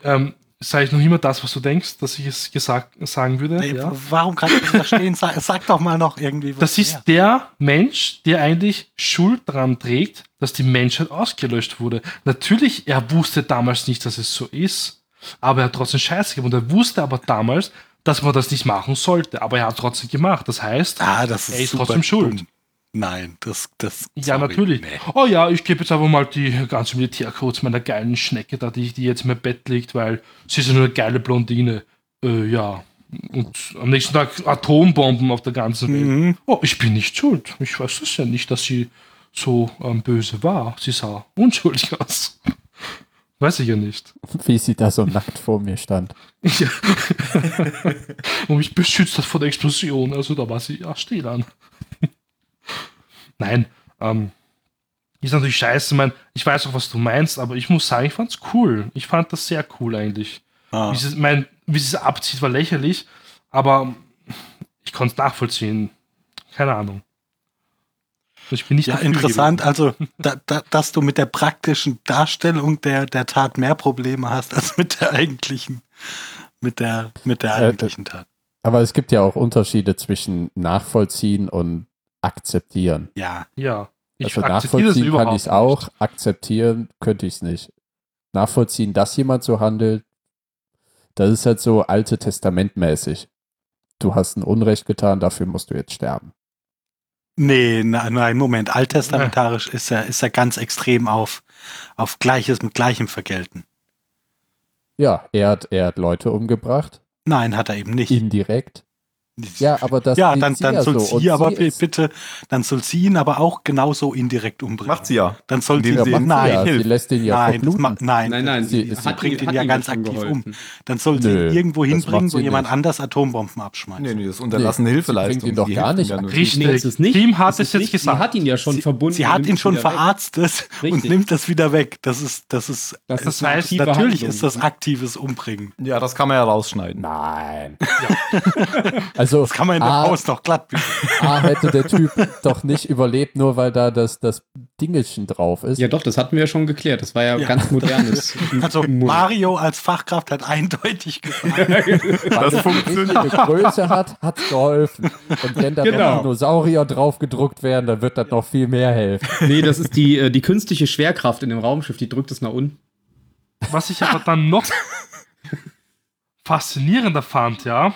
D: Ähm, sage ich noch immer das, was du denkst, dass ich es gesagt, sagen würde?
A: Nee, w- Warum kannst du das verstehen? Sag, sag doch mal noch irgendwie was.
D: Das ist
A: mehr.
D: der Mensch, der eigentlich Schuld daran trägt, dass die Menschheit ausgelöscht wurde. Natürlich, er wusste damals nicht, dass es so ist, aber er hat trotzdem Scheiße gemacht. Er wusste aber damals, dass man das nicht machen sollte, aber er hat trotzdem gemacht. Das heißt,
A: Ah, das ist,
D: er ist
A: super
D: trotzdem schuld.
A: dumm. Nein, das. das
D: Ja,
A: sorry,
D: natürlich.
A: nee.
D: Oh ja, ich gebe jetzt einfach mal die ganze Militärcodes meiner geilen Schnecke da, die, die jetzt in meinem Bett liegt, weil sie ist ja nur eine geile Blondine. Äh, ja. Und am nächsten Tag Atombomben auf der ganzen Welt.
A: Mhm.
D: Oh, ich bin nicht schuld. Ich weiß es ja nicht, dass sie so ähm, böse war. Sie sah unschuldig aus. Weiß ich ja nicht.
E: Wie sie da so nackt vor mir stand.
D: Ja. Und mich beschützt hat vor der Explosion. Also da war sie ja still an. Nein, ähm, ist natürlich scheiße. Ich, mein, ich weiß auch, was du meinst, aber ich muss sagen, ich fand's cool. Ich fand das sehr cool eigentlich.
A: Ah.
D: Wie sie, mein, wie sie es abzieht, war lächerlich, aber ich konnte es nachvollziehen. Keine Ahnung. Ich bin nicht
A: Ja,
D: dafür
A: interessant, also, da, da, dass du mit der praktischen Darstellung der, der Tat mehr Probleme hast als mit der eigentlichen. Mit der, mit der
E: Äh, äh,
A: eigentlichen Tat.
E: Aber es gibt ja auch Unterschiede zwischen nachvollziehen und akzeptieren.
A: Ja.
D: gewesen. Ja. Ich
E: also
D: akzeptiere das
E: nachvollziehen kann
D: überhaupt
E: ich es auch, akzeptieren könnte ich es nicht. Nachvollziehen, dass jemand so handelt, das ist halt so alte Testamentmäßig. Du hast ein Unrecht getan, dafür musst du jetzt sterben.
A: Nee, nein, nein, Moment. Alttestamentarisch ist er, ist er ganz extrem auf, auf Gleiches mit Gleichem vergelten.
E: Ja, er hat, er hat Leute umgebracht,
A: Nein, hat er eben nicht.
E: indirekt. Ja, aber das
A: ja,
E: sieht
A: dann,
E: sie
A: dann
E: ja
A: soll
E: so.
A: sie
E: Und
A: aber bi-
E: ist-
A: bitte, dann soll sie ihn aber auch genauso indirekt umbringen.
C: Macht sie ja.
A: Dann soll sie,
C: Indem
E: ja,
A: sie
C: macht
E: macht sie ja,
A: nein,
E: sie lässt den ja
A: nein, das
E: verbluten.
A: ma- nein,
B: Nein, nein,
E: Sie-
B: sie,
E: sie
B: hat
A: bringt ihn
B: hat
A: ja
B: ihm
A: ganz
B: schon
A: aktiv um.
B: geholfen.
A: dann soll sie
E: Nö,
A: ihn irgendwo
E: das
A: hinbringen,
E: macht
A: wo
E: sie
A: jemand
E: nicht.
A: anders Atombomben abschmeißt.
C: Nee, nee, das ist unterlassene
E: Nee,
C: Hilfeleistung.
E: sie bringt ihn doch
C: Die
E: gar
C: hilft ihm
E: nicht
C: ja
E: an.
C: nur.
D: Richtig.
B: Nee, es ist nicht.
D: Tim hat
B: es ist
D: es jetzt
B: nicht.
D: gesagt.
B: Sie hat ihn ja schon
A: Sie-
B: verbunden.
A: Sie
B: und
A: hat
B: nimmt
A: ihn schon
B: wieder weg.
A: verarztet und
B: Richtig.
A: nimmt das wieder weg. Das ist, das ist,
B: Das ist
D: heißt,
B: eine aktive
A: natürlich
E: ne?
B: Handlung.
A: ist das aktives Umbringen.
C: Ja, das kann man ja rausschneiden.
E: Nein.
D: Ja.
E: Also Also,
A: Das kann man in der
E: Ah.
A: Faust noch glatt bügeln.
E: A, hätte der Typ doch nicht überlebt, nur weil da das, das Dingelchen drauf ist.
B: Ja, doch, das hatten wir ja schon geklärt. Das war ja,
A: Ja.
B: ganz modernes.
A: Also
B: Mo-
A: Mario als Fachkraft hat eindeutig gesagt,
E: Weil
C: Das
E: es die
C: funktioniert.
E: richtige Größe hat, hat geholfen. Und wenn da
B: Genau.
E: noch Dinosaurier drauf gedruckt werden, dann wird das noch viel mehr helfen.
B: nee, das ist die, äh, die künstliche Schwerkraft in dem Raumschiff, die drückt es nach unten.
D: Was ich aber dann noch faszinierender fand, ja,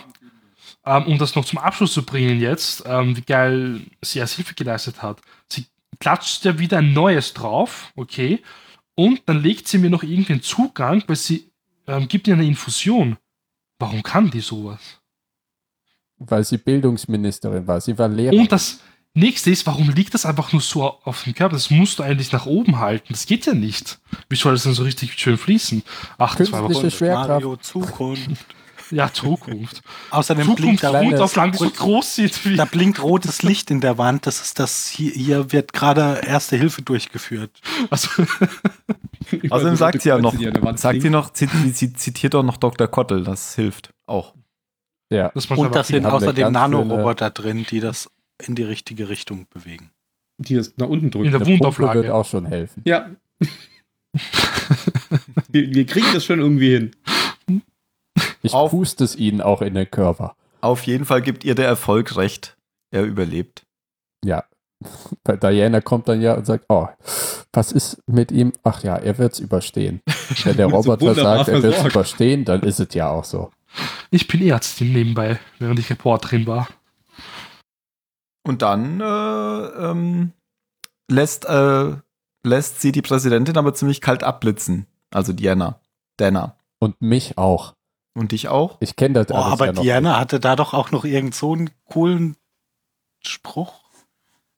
D: ähm, um das noch zum Abschluss zu bringen jetzt, ähm, wie geil sie als Hilfe geleistet hat. Sie klatscht ja wieder ein neues drauf, okay, und dann legt sie mir noch irgendwie einen Zugang, weil sie ähm, gibt ihr eine Infusion. Warum kann die sowas?
E: Weil sie Bildungsministerin war. Sie war Lehrerin.
D: Und das nächste ist, warum liegt das einfach nur so auf dem Körper? Das musst du eigentlich nach oben halten. Das geht ja nicht. Wie soll das denn so richtig schön fließen? Ach, das war
E: Künstliche
D: aber
E: Schwerkraft.
A: Mario Zukunft.
D: Ja, Zukunft.
A: Außerdem
D: Zukunft
A: blinkt da,
E: Kleines-
D: ruht auf lang, die so groß sind wie.
A: da blinkt rotes Licht in der Wand. Das ist das, hier, hier wird gerade Erste Hilfe durchgeführt.
D: Also,
C: Außerdem sagt sie ja noch, sagt sie
B: noch.
C: noch, zit- sie sie zitiert doch noch Dr. Kottel, das hilft auch.
E: ja.
D: dass man
A: Und
D: da
A: das sind
E: haben wir
A: außerdem
E: ganz äh,
A: Nanoroboter drin, die das in die richtige Richtung bewegen.
B: Die ist nach unten drückt.
D: in der
E: Eine Pumpe wird
D: Wundauflage.
E: auch schon helfen.
B: Ja. wir, wir kriegen das schon irgendwie hin.
E: Ich
C: Auf-
E: puste es ihnen auch in den Körper.
C: Auf jeden Fall gibt ihr der Erfolg recht. Er überlebt.
E: Ja. Bei Diana kommt dann ja und sagt, oh, was ist mit ihm? Ach ja, er wird's überstehen. Wenn der
B: So
E: Roboter
B: wunderbar
E: sagt, er wird's
B: versorgt.
E: überstehen, dann ist es ja auch so.
D: Ich bin eh Ärztin nebenbei, während ich Reporterin war.
C: Und dann äh, ähm, lässt, äh, lässt sie die Präsidentin aber ziemlich kalt abblitzen. Also Diana. Dana.
E: Und mich auch.
C: Und dich auch?
E: Ich kenne das
A: Boah,
E: alles
A: aber
E: ja noch.
A: Diana hatte da doch auch noch irgend so einen coolen Spruch.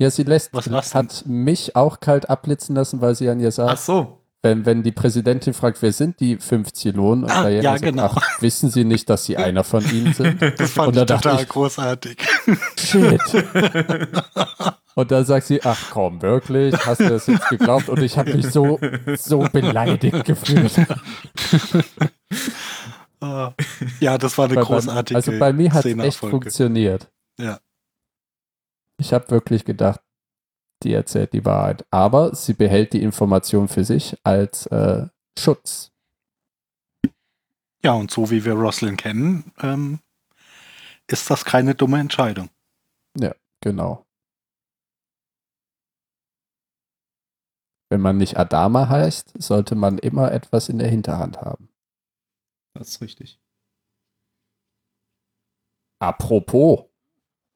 E: Ja, sie lässt,
A: Was war's denn?
E: hat mich auch kalt abblitzen lassen, weil sie an ihr sagt,
C: Ach so.
E: wenn, wenn die Präsidentin fragt, wer sind die fünf Zylonen? Und
A: Ah,
E: Diana
A: ja,
E: sagt,
A: genau.
E: ach, wissen sie nicht, dass sie einer von ihnen sind?
A: Das fand
E: da
A: ich
E: dachte
A: total
E: ich-
A: großartig.
E: Shit. Und dann sagt sie, ach komm, wirklich, hast du das jetzt geglaubt? Und ich habe mich so, so beleidigt gefühlt.
A: Ah, Ja, das war eine
E: Weil bei-
A: großartige
E: Also bei mir hat es echt
A: Szeneerfolge.
E: funktioniert.
A: Ja.
E: Ich habe wirklich gedacht, die erzählt die Wahrheit. Aber sie behält die Information für sich als äh, Schutz.
A: Ja, und so wie wir Roslyn kennen, ähm, ist das keine dumme Entscheidung.
E: Genau. Wenn man nicht Adama heißt, sollte man immer etwas in der Hinterhand haben.
B: Das ist richtig.
E: Apropos,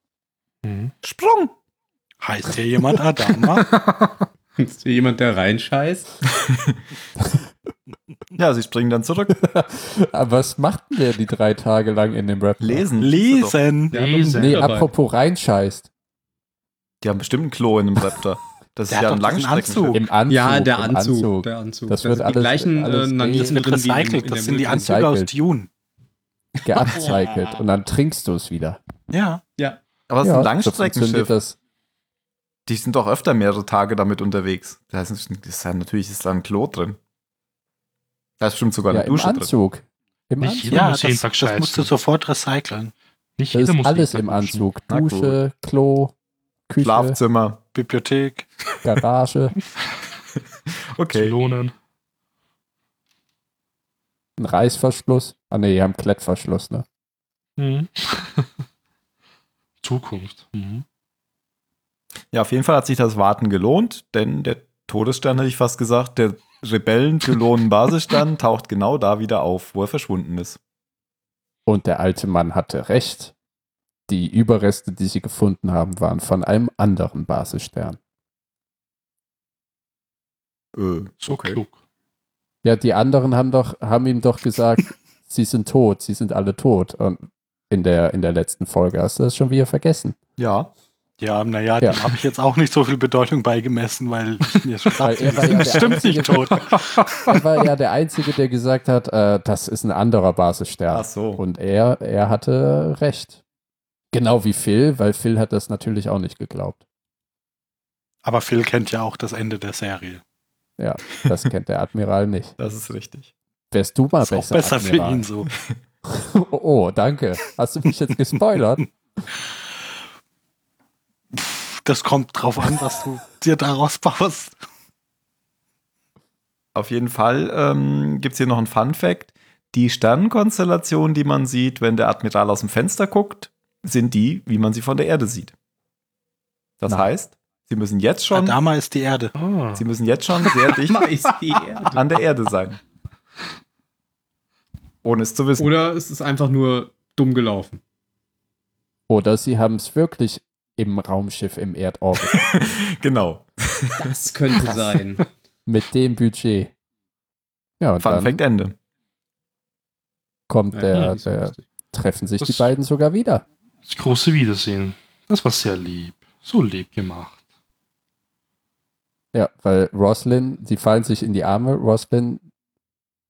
C: Sprung!
A: Heißt hier jemand Adama?
B: Ist hier jemand, der reinscheißt?
C: Ja, sie springen dann zurück.
E: Aber was machten wir die drei Tage lang in dem Rap?
C: Lesen.
A: Lesen.
B: Der hat noch einen
D: Lesen.
B: Buch
E: Nee,
B: dabei.
E: apropos reinscheißt.
C: Die haben bestimmt einen Klo in dem Raptor. Das
A: Der
C: ist ja
A: hat
C: ein
A: doch diesen
C: Langstrecken.
A: Anzug.
E: Im Anzug.
B: Ja, der
E: im
B: Anzug, Der Anzug.
E: Das wird
B: sind die
E: alles-
B: gleichen
E: alles
B: äh, Nanieren
E: gel-
A: Das sind
B: drin, die in-
A: recycelt,
B: in
A: das
B: der
A: sind die
B: Mülltonne sind.
A: Anzüge aus
E: Recycelt.
A: Dune.
E: Geupcycelt. Und dann trinkst du es wieder.
A: Ja.
C: Aber es ist ein
E: so funktioniert
C: Langstreckenschiff.
E: das.
C: Die sind doch öfter mehrere Tage damit unterwegs. Da ist, das ist ja natürlich ist da ein Klo drin. Da ist bestimmt sogar eine
E: Ja, im
C: Dusche drin.
E: Anzug. Im
D: Nicht
E: Anzug.
D: Jeder
A: Ja,
D: muss
A: das,
D: jeden Tag
A: das
D: scheißen.
A: musst du sofort recyceln.
D: Nicht
E: Das
D: jeder
E: ist
D: muss
E: alles
D: jeden
E: im
D: Tag duschen.
E: Anzug.
C: Na gut.
E: Dusche, Klo, Küche,
C: Schlafzimmer.
A: Bibliothek.
E: Garage.
C: Okay.
D: Zylonen.
E: Ein Reißverschluss. Ah ne, die haben Klettverschluss, ne?
D: Mhm. Zukunft. Mhm.
C: Ja, auf jeden Fall hat sich das Warten gelohnt, denn der Todesstern, hätte ich fast gesagt, der rebellen pylonen basisstern taucht genau da wieder auf, wo er verschwunden ist.
E: Und der alte Mann hatte recht. Die Überreste, die sie gefunden haben, waren von einem anderen Basisstern.
C: Äh,
D: So klug.
E: Ja, die anderen haben doch, haben ihm doch gesagt, sie sind tot, sie sind alle tot. Und in der, in der letzten Folge hast du das schon wieder vergessen.
C: ja.
A: Ja, naja,
E: Ja.
A: dem habe ich jetzt auch nicht so viel Bedeutung beigemessen, weil ich mir schon
E: Weil
A: dachte,
E: er war
A: die
E: ja
A: sind
E: der
A: bestimmt nicht
E: Einzige-
A: tot.
E: Er war ja der Einzige, der gesagt hat, äh, das ist ein anderer Basisstern.
C: Ach so.
E: Und er, er hatte recht. Genau wie Phil, weil Phil hat das natürlich auch nicht geglaubt.
A: Aber Phil kennt ja auch das Ende der Serie.
E: Das kennt der Admiral nicht.
C: Das ist richtig.
E: Wärst du mal
A: ist auch
E: Ah, besser,
A: besser für
E: Admiral.
A: ihn so.
E: Oh, oh, danke. Hast du mich jetzt gespoilert?
A: Das kommt drauf an, was du dir daraus baust.
C: Auf jeden Fall ähm, gibt es hier noch einen Fun Fact. Die Sternenkonstellationen, die man sieht, wenn der Admiral aus dem Fenster guckt, sind die, wie man sie von der Erde sieht. Das
E: Nein.
C: heißt, sie müssen jetzt schon,
A: Adama ist die Erde.
D: Ah.
C: sie müssen jetzt schon sehr dicht
B: Mal ist die Erde.
C: an der Erde sein. Ohne es zu wissen.
B: Oder es ist einfach nur dumm gelaufen.
E: Oder sie haben es wirklich im Raumschiff im Erdorbit.
C: Genau.
B: Das könnte sein.
E: mit dem Budget. Ja, und
C: Fun
E: dann
C: Fact Ende.
E: kommt
B: Ja,
E: der,
B: nicht so
E: der,
B: lustig.
E: treffen sich die
D: Das-
E: beiden sogar wieder.
D: Hm. Das große Wiedersehen. Das war sehr lieb. So lieb gemacht.
E: Ja, weil Roslyn, die fallen sich in die Arme. Roslyn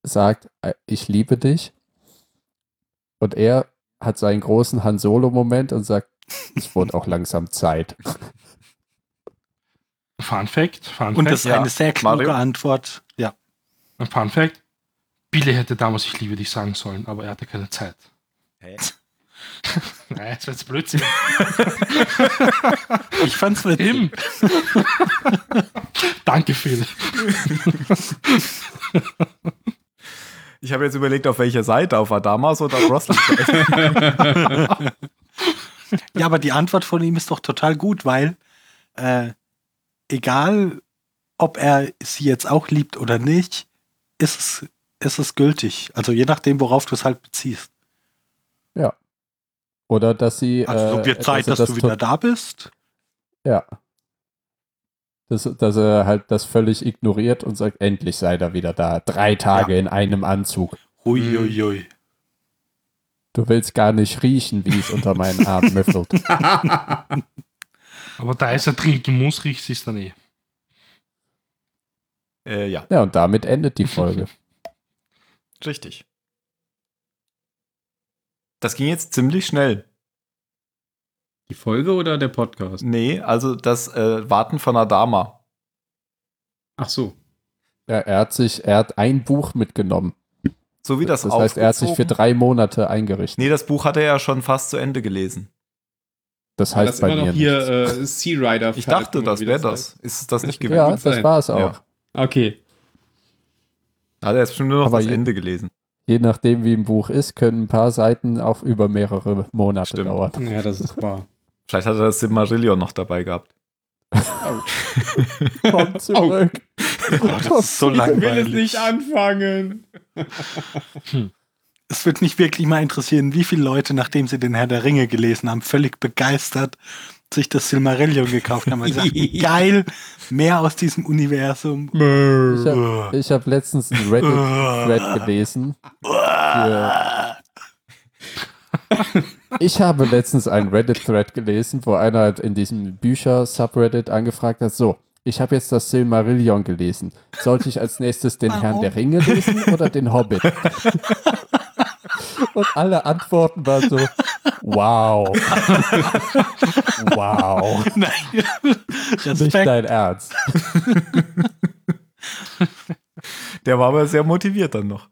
E: sagt, äh, ich liebe dich. Und er hat seinen großen Han Solo-Moment und sagt, es wurde auch langsam Zeit.
D: Fun Fact, Fun
A: Und
D: Fact,
A: das ist
C: Ja.
A: eine sehr kluge
C: Mario?
A: Antwort. Ja.
D: ein Fun Fact. Billy hätte damals ich liebe dich sagen sollen, aber er hatte keine Zeit.
C: Hä?
D: Nein, das war jetzt Blödsinn.
A: Ich fand's mit
D: Tim. Danke, Phil.
C: Ich habe jetzt überlegt, auf welcher Seite, auf Adamas oder auf Roslyn.
A: Ja, aber die Antwort von ihm ist doch total gut, weil äh, egal, ob er sie jetzt auch liebt oder nicht, ist es, ist es gültig. Also je nachdem, worauf du es halt beziehst.
E: Oder dass sie.
A: Also
E: äh,
A: äh, wird Zeit,
E: er
A: dass, du
E: to-
A: wieder da bist.
E: Ja. Dass, dass er halt das völlig ignoriert und sagt, endlich sei er wieder da. Drei Tage in einem Anzug.
A: Huiuiui.
E: Du willst gar nicht riechen, wie es unter meinen Armen müffelt.
D: Aber da ist er trinken muss, riecht es dann eh.
C: äh, ja,
E: Ja, und damit endet die Folge.
C: richtig. Das ging jetzt ziemlich schnell.
B: Die Folge oder der Podcast?
C: Nee, also das äh, Warten von Adama.
B: Ach so.
E: Ja, er hat sich, er hat ein Buch mitgenommen.
C: So wie das,
E: das heißt, er hat sich für
C: aufgezogen-
E: drei Monate eingerichtet.
C: Nee, das Buch hat er ja schon fast zu Ende gelesen.
E: Das heißt bei
B: immer
E: mir
B: noch hier
E: nichts.
B: äh, Sea Rider.
C: Ich dachte,
B: Falcon,
C: das
B: wie
C: wäre
B: heißt.
C: das. Ist das nicht gewesen?
E: ja,
B: gut
E: das
B: sein.
E: war es auch.
C: Ja.
B: Okay.
C: Hat er jetzt bestimmt nur noch
E: Aber
C: das
E: je-
C: Ende gelesen.
E: Je nachdem, wie ein Buch ist, können ein paar Seiten auch über mehrere Monate
C: Stimmt.
E: dauern.
B: Ja, das ist wahr.
C: Vielleicht hat er das Silmarillion noch dabei gehabt.
E: Komm zurück.
B: Oh
A: das ist so
B: Ich will es
A: langweilig.
B: nicht anfangen.
A: Es wird mich wirklich mal interessieren, wie viele Leute, nachdem sie den Herr der Ringe gelesen haben, völlig begeistert sich das Silmarillion gekauft haben. Und gesagt, geil, mehr aus diesem Universum.
E: Ich habe hab letztens einen Reddit-Thread gelesen. Für ich habe letztens einen Reddit-Thread gelesen, wo einer halt in diesem Bücher-Subreddit angefragt hat, so, ich habe jetzt das Silmarillion gelesen. Sollte ich als nächstes den Herrn der Ringe lesen oder den Hobbit? Und alle Antworten waren so, wow. wow.
A: Nein.
E: Nicht
A: Respekt.
E: dein Ernst.
C: Der war aber sehr motiviert dann noch.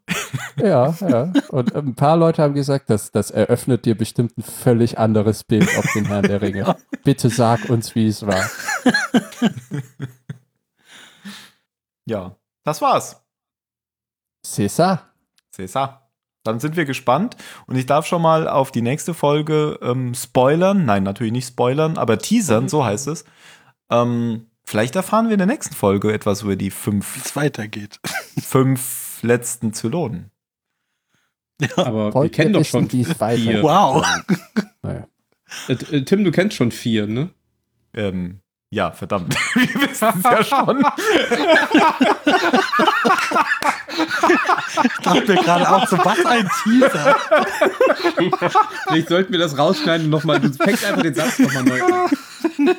E: Ja, ja. Und ähm, ein paar Leute haben gesagt, das, das eröffnet dir bestimmt ein völlig anderes Bild auf den Herrn der Ringe. Bitte sag uns, wie es war.
C: Ja, das war's.
E: César?
C: Cäsar. Dann sind wir gespannt und ich darf schon mal auf die nächste Folge ähm, spoilern. Nein, natürlich nicht spoilern, aber teasern, so heißt es. Ähm, vielleicht erfahren wir in der nächsten Folge etwas über die
A: Wie
C: fünf,
A: es weitergeht.
C: fünf letzten Zylonen.
B: Aber wir
E: Wollt
B: kennen
E: ihr
B: doch
E: wissen,
B: schon
E: wie es weitergeht?
B: vier.
A: Wow.
B: Äh, äh, Tim, du kennst schon vier, ne?
C: Ähm, ja, verdammt. wir wissen es ja schon.
A: Ich dachte mir gerade auch so, was ein Teaser.
B: Vielleicht sollten wir das rausschneiden und nochmal. Du fängst einfach den Satz nochmal neu an.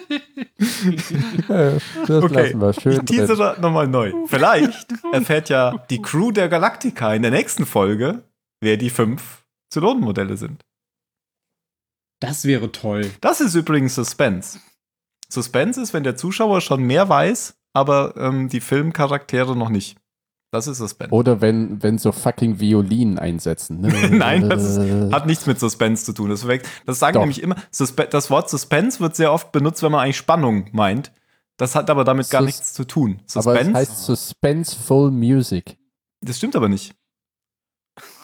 E: Äh, Das
C: Okay.
E: lassen wir schön
C: Ich
E: drin.
C: teasere nochmal neu. Vielleicht erfährt ja die Crew der Galaktika in der nächsten Folge, wer die fünf Zylonenmodelle sind.
B: Das wäre toll.
C: Das ist übrigens Suspense. Suspense ist, wenn der Zuschauer schon mehr weiß, aber ähm, die Filmcharaktere noch nicht. Das ist Suspense.
E: Oder wenn, wenn so fucking Violinen einsetzen. Ne?
C: Nein, das ist, hat nichts mit Suspense zu tun. Das, weg, das sagen
E: Doch.
C: nämlich immer, Suspe das Wort Suspense wird sehr oft benutzt, wenn man eigentlich Spannung meint. Das hat aber damit gar
E: Sus-
C: nichts zu tun.
E: aber es
C: Suspense,
E: heißt Suspenseful Music.
C: das stimmt aber nicht.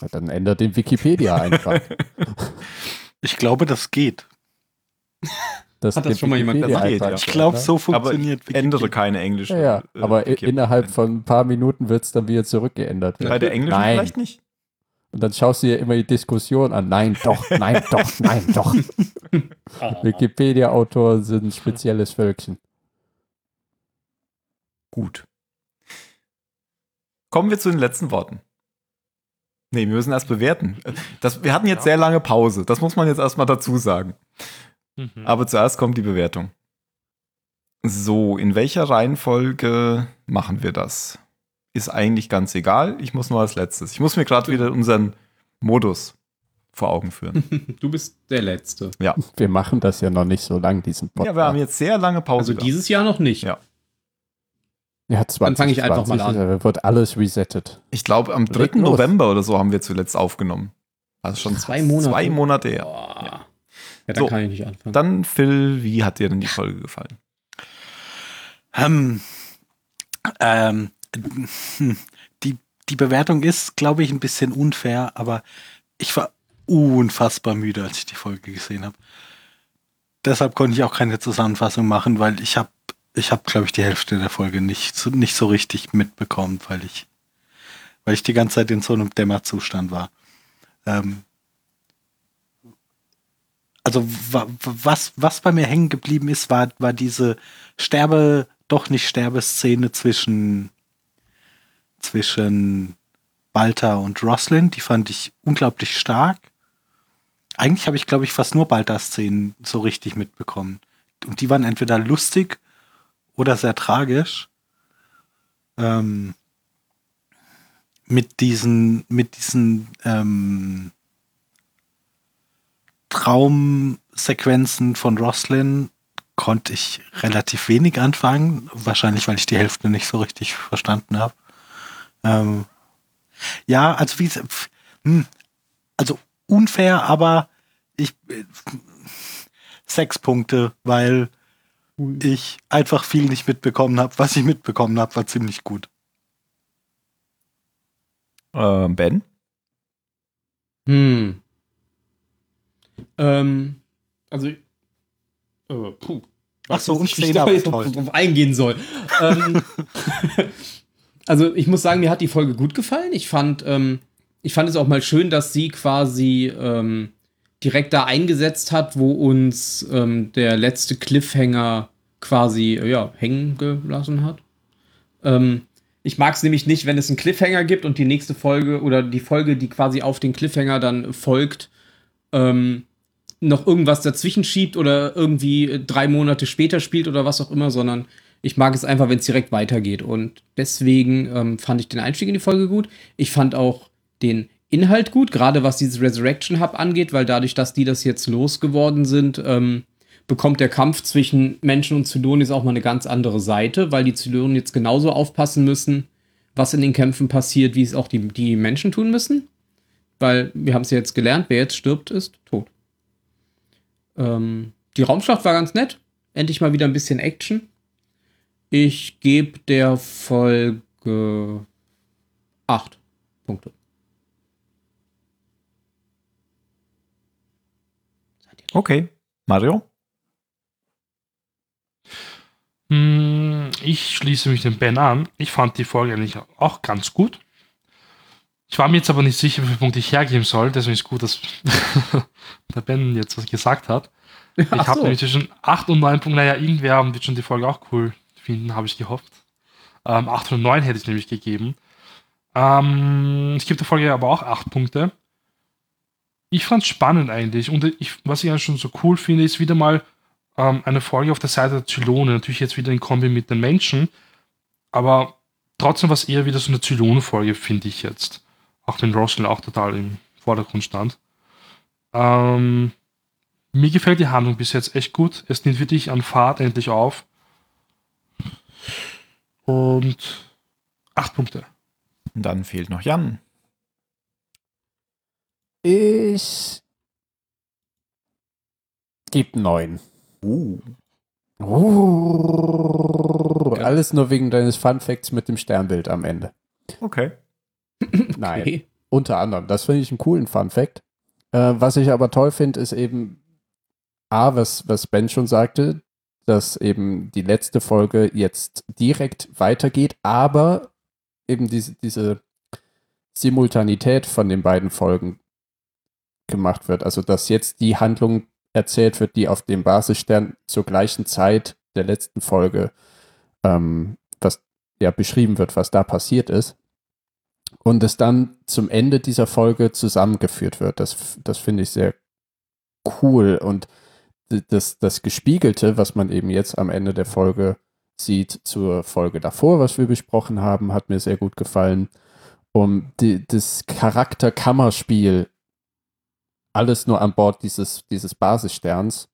E: Ja, Dann ändert den Wikipedia-Eintrag.
A: Ich glaube, das geht.
B: Hat das schon mal jemand
E: gesagt?
C: gesagt?
A: Ich glaube, so
C: Aber
A: funktioniert
C: Ändere keine englische.
E: ne? Ja, ja.
C: äh,
E: aber i-
C: Wikipedia.
E: innerhalb von ein paar Minuten wird es dann wieder zurückgeändert.
C: Bei der englischen
E: Nein.
C: vielleicht nicht.
E: Und dann schaust du dir immer die Diskussion an. Nein, doch, nein, doch, nein, doch.
B: Ah.
E: Wikipedia-Autoren sind ein spezielles Völkchen.
C: Gut. Kommen wir zu den letzten Worten. Nee, wir müssen erst bewerten. Äh, Das, wir hatten jetzt sehr lange Pause. Das muss man jetzt erstmal dazu sagen.
D: Mhm.
C: Aber zuerst kommt die Bewertung. So, in welcher Reihenfolge machen wir das? Ist eigentlich ganz egal. Ich muss nur als letztes. Ich muss mir gerade wieder unseren Modus vor Augen führen.
B: Du bist der Letzte.
E: Wir machen das ja noch nicht so lang, diesen
C: ja, wir haben
E: Podcast.
C: jetzt sehr lange Pause.
B: Also
C: gehabt.
B: dieses Jahr noch nicht.
C: Ja.
E: Ja,
B: Dann fang ich einfach mal
E: 2020, Da wird alles resettet.
C: ich glaube, am 3.
E: Leg los.
C: November oder so haben wir zuletzt aufgenommen. Also schon
B: Zwei Monate.
C: Zwei Monate her.
B: Boah. Ja, dann
C: So.
B: kann ich nicht anfangen.
C: Dann, Phil, wie hat dir denn die Folge gefallen?
A: Ähm, ähm, hm, die, die Bewertung ist, glaube ich, ein bisschen unfair, aber ich war unfassbar müde, als ich die Folge gesehen habe. Deshalb konnte ich auch keine Zusammenfassung machen, weil ich habe, ich habe, glaube ich, die Hälfte der Folge nicht, so- nicht so richtig mitbekommen, weil ich, weil ich die ganze Zeit in so einem Dämmerzustand war. Ähm, also wa- wa- was, was bei mir hängen geblieben ist, war, war diese Sterbe, doch nicht Sterbeszene zwischen, zwischen Balta und Roslin. Die fand ich unglaublich stark. Eigentlich habe ich, glaube ich, fast nur Balta-Szenen so richtig mitbekommen. Und die waren entweder lustig oder sehr tragisch. Ähm, mit diesen, mit diesen ähm, Traumsequenzen von Roslin konnte ich relativ wenig anfangen. Wahrscheinlich, weil ich die Hälfte nicht so richtig verstanden habe. Ähm, ja, also wie pf, hm, also unfair, aber ich äh, sechs Punkte, weil ich einfach viel nicht mitbekommen habe. Was ich mitbekommen habe, war ziemlich gut.
C: Ähm, ben?
B: Hm. Ähm, also, äh, puh.
A: Ach so,
B: Weiß
A: und
B: nicht, wie ich
A: Zehner
B: da
A: war
B: jetzt
A: toll.
B: drauf eingehen soll. ähm, also, ich muss sagen, mir hat die Folge gut gefallen. Ich fand, ähm, ich fand es auch mal schön, dass sie quasi ähm, direkt da eingesetzt hat, wo uns ähm, der letzte Cliffhanger quasi äh, ja, hängen gelassen hat. Ähm, ich mag es nämlich nicht, wenn es einen Cliffhanger gibt und die nächste Folge oder die Folge, die quasi auf den Cliffhanger dann folgt, ähm, noch irgendwas dazwischen schiebt oder irgendwie drei Monate später spielt oder was auch immer, sondern ich mag es einfach, wenn es direkt weitergeht. Und deswegen ähm, fand ich den Einstieg in die Folge gut. Ich fand auch den Inhalt gut, gerade was dieses Resurrection Hub angeht, weil dadurch, dass die das jetzt losgeworden sind, ähm, bekommt der Kampf zwischen Menschen und Zylonis auch mal eine ganz andere Seite, weil die Zylonen jetzt genauso aufpassen müssen, was in den Kämpfen passiert, wie es auch die, die Menschen tun müssen. Weil wir haben es ja jetzt gelernt, wer jetzt stirbt, ist tot. Ähm, die Raumschlacht war ganz nett. Endlich mal wieder ein bisschen Action. Ich gebe der Folge 8 Punkte. Seid ihr
C: Okay. Mario?
D: Mm, Ich schließe mich dem Ben an. Ich fand die Folge eigentlich auch ganz gut. Ich war mir jetzt aber nicht sicher, wie viele Punkte ich hergeben soll. Deswegen ist gut, dass der Ben jetzt was gesagt hat. Ich
B: Ach
D: habe
B: so.
D: nämlich zwischen 8 und 9 Punkten. Naja, irgendwer wird schon die Folge auch cool finden, habe ich gehofft. Ähm, 8 und 9 hätte ich nämlich gegeben. Ähm, ich gebe der Folge aber auch 8 Punkte. Ich fand es spannend eigentlich. Und ich, was ich ja schon so cool finde, ist wieder mal, ähm, eine Folge auf der Seite der Zylone. Natürlich jetzt wieder in Kombi mit den Menschen, aber trotzdem war es eher wieder so eine Zylone-Folge, finde ich jetzt. Auch wenn Rosalind auch total im Vordergrund stand. Ähm, mir gefällt die Handlung bis jetzt echt gut. Es nimmt wirklich an Fahrt endlich auf. Und acht Punkte.
C: Und dann fehlt noch Jan.
E: Ich gebe neun.
C: Uh.
E: Oh, Alles nur wegen deines Fun Facts mit dem Sternbild am Ende.
C: Okay.
E: Nein. Unter anderem. Das finde ich einen coolen Fun Fact. Äh, was ich aber toll finde, ist eben A, was, was Ben schon sagte, dass eben die letzte Folge jetzt direkt weitergeht, aber eben diese, diese Simultanität von den beiden Folgen gemacht wird. Also, dass jetzt die Handlung erzählt wird, die auf dem Basisstern zur gleichen Zeit der letzten Folge ähm, was ja beschrieben wird, was da passiert ist und es dann zum Ende dieser Folge zusammengeführt wird. Das, f- das finde ich sehr cool und d- das, das Gespiegelte, was man eben jetzt am Ende der Folge sieht zur Folge davor, was wir besprochen haben, hat mir sehr gut gefallen. Um die, das Charakterkammerspiel, alles nur an Bord dieses, dieses Basissterns.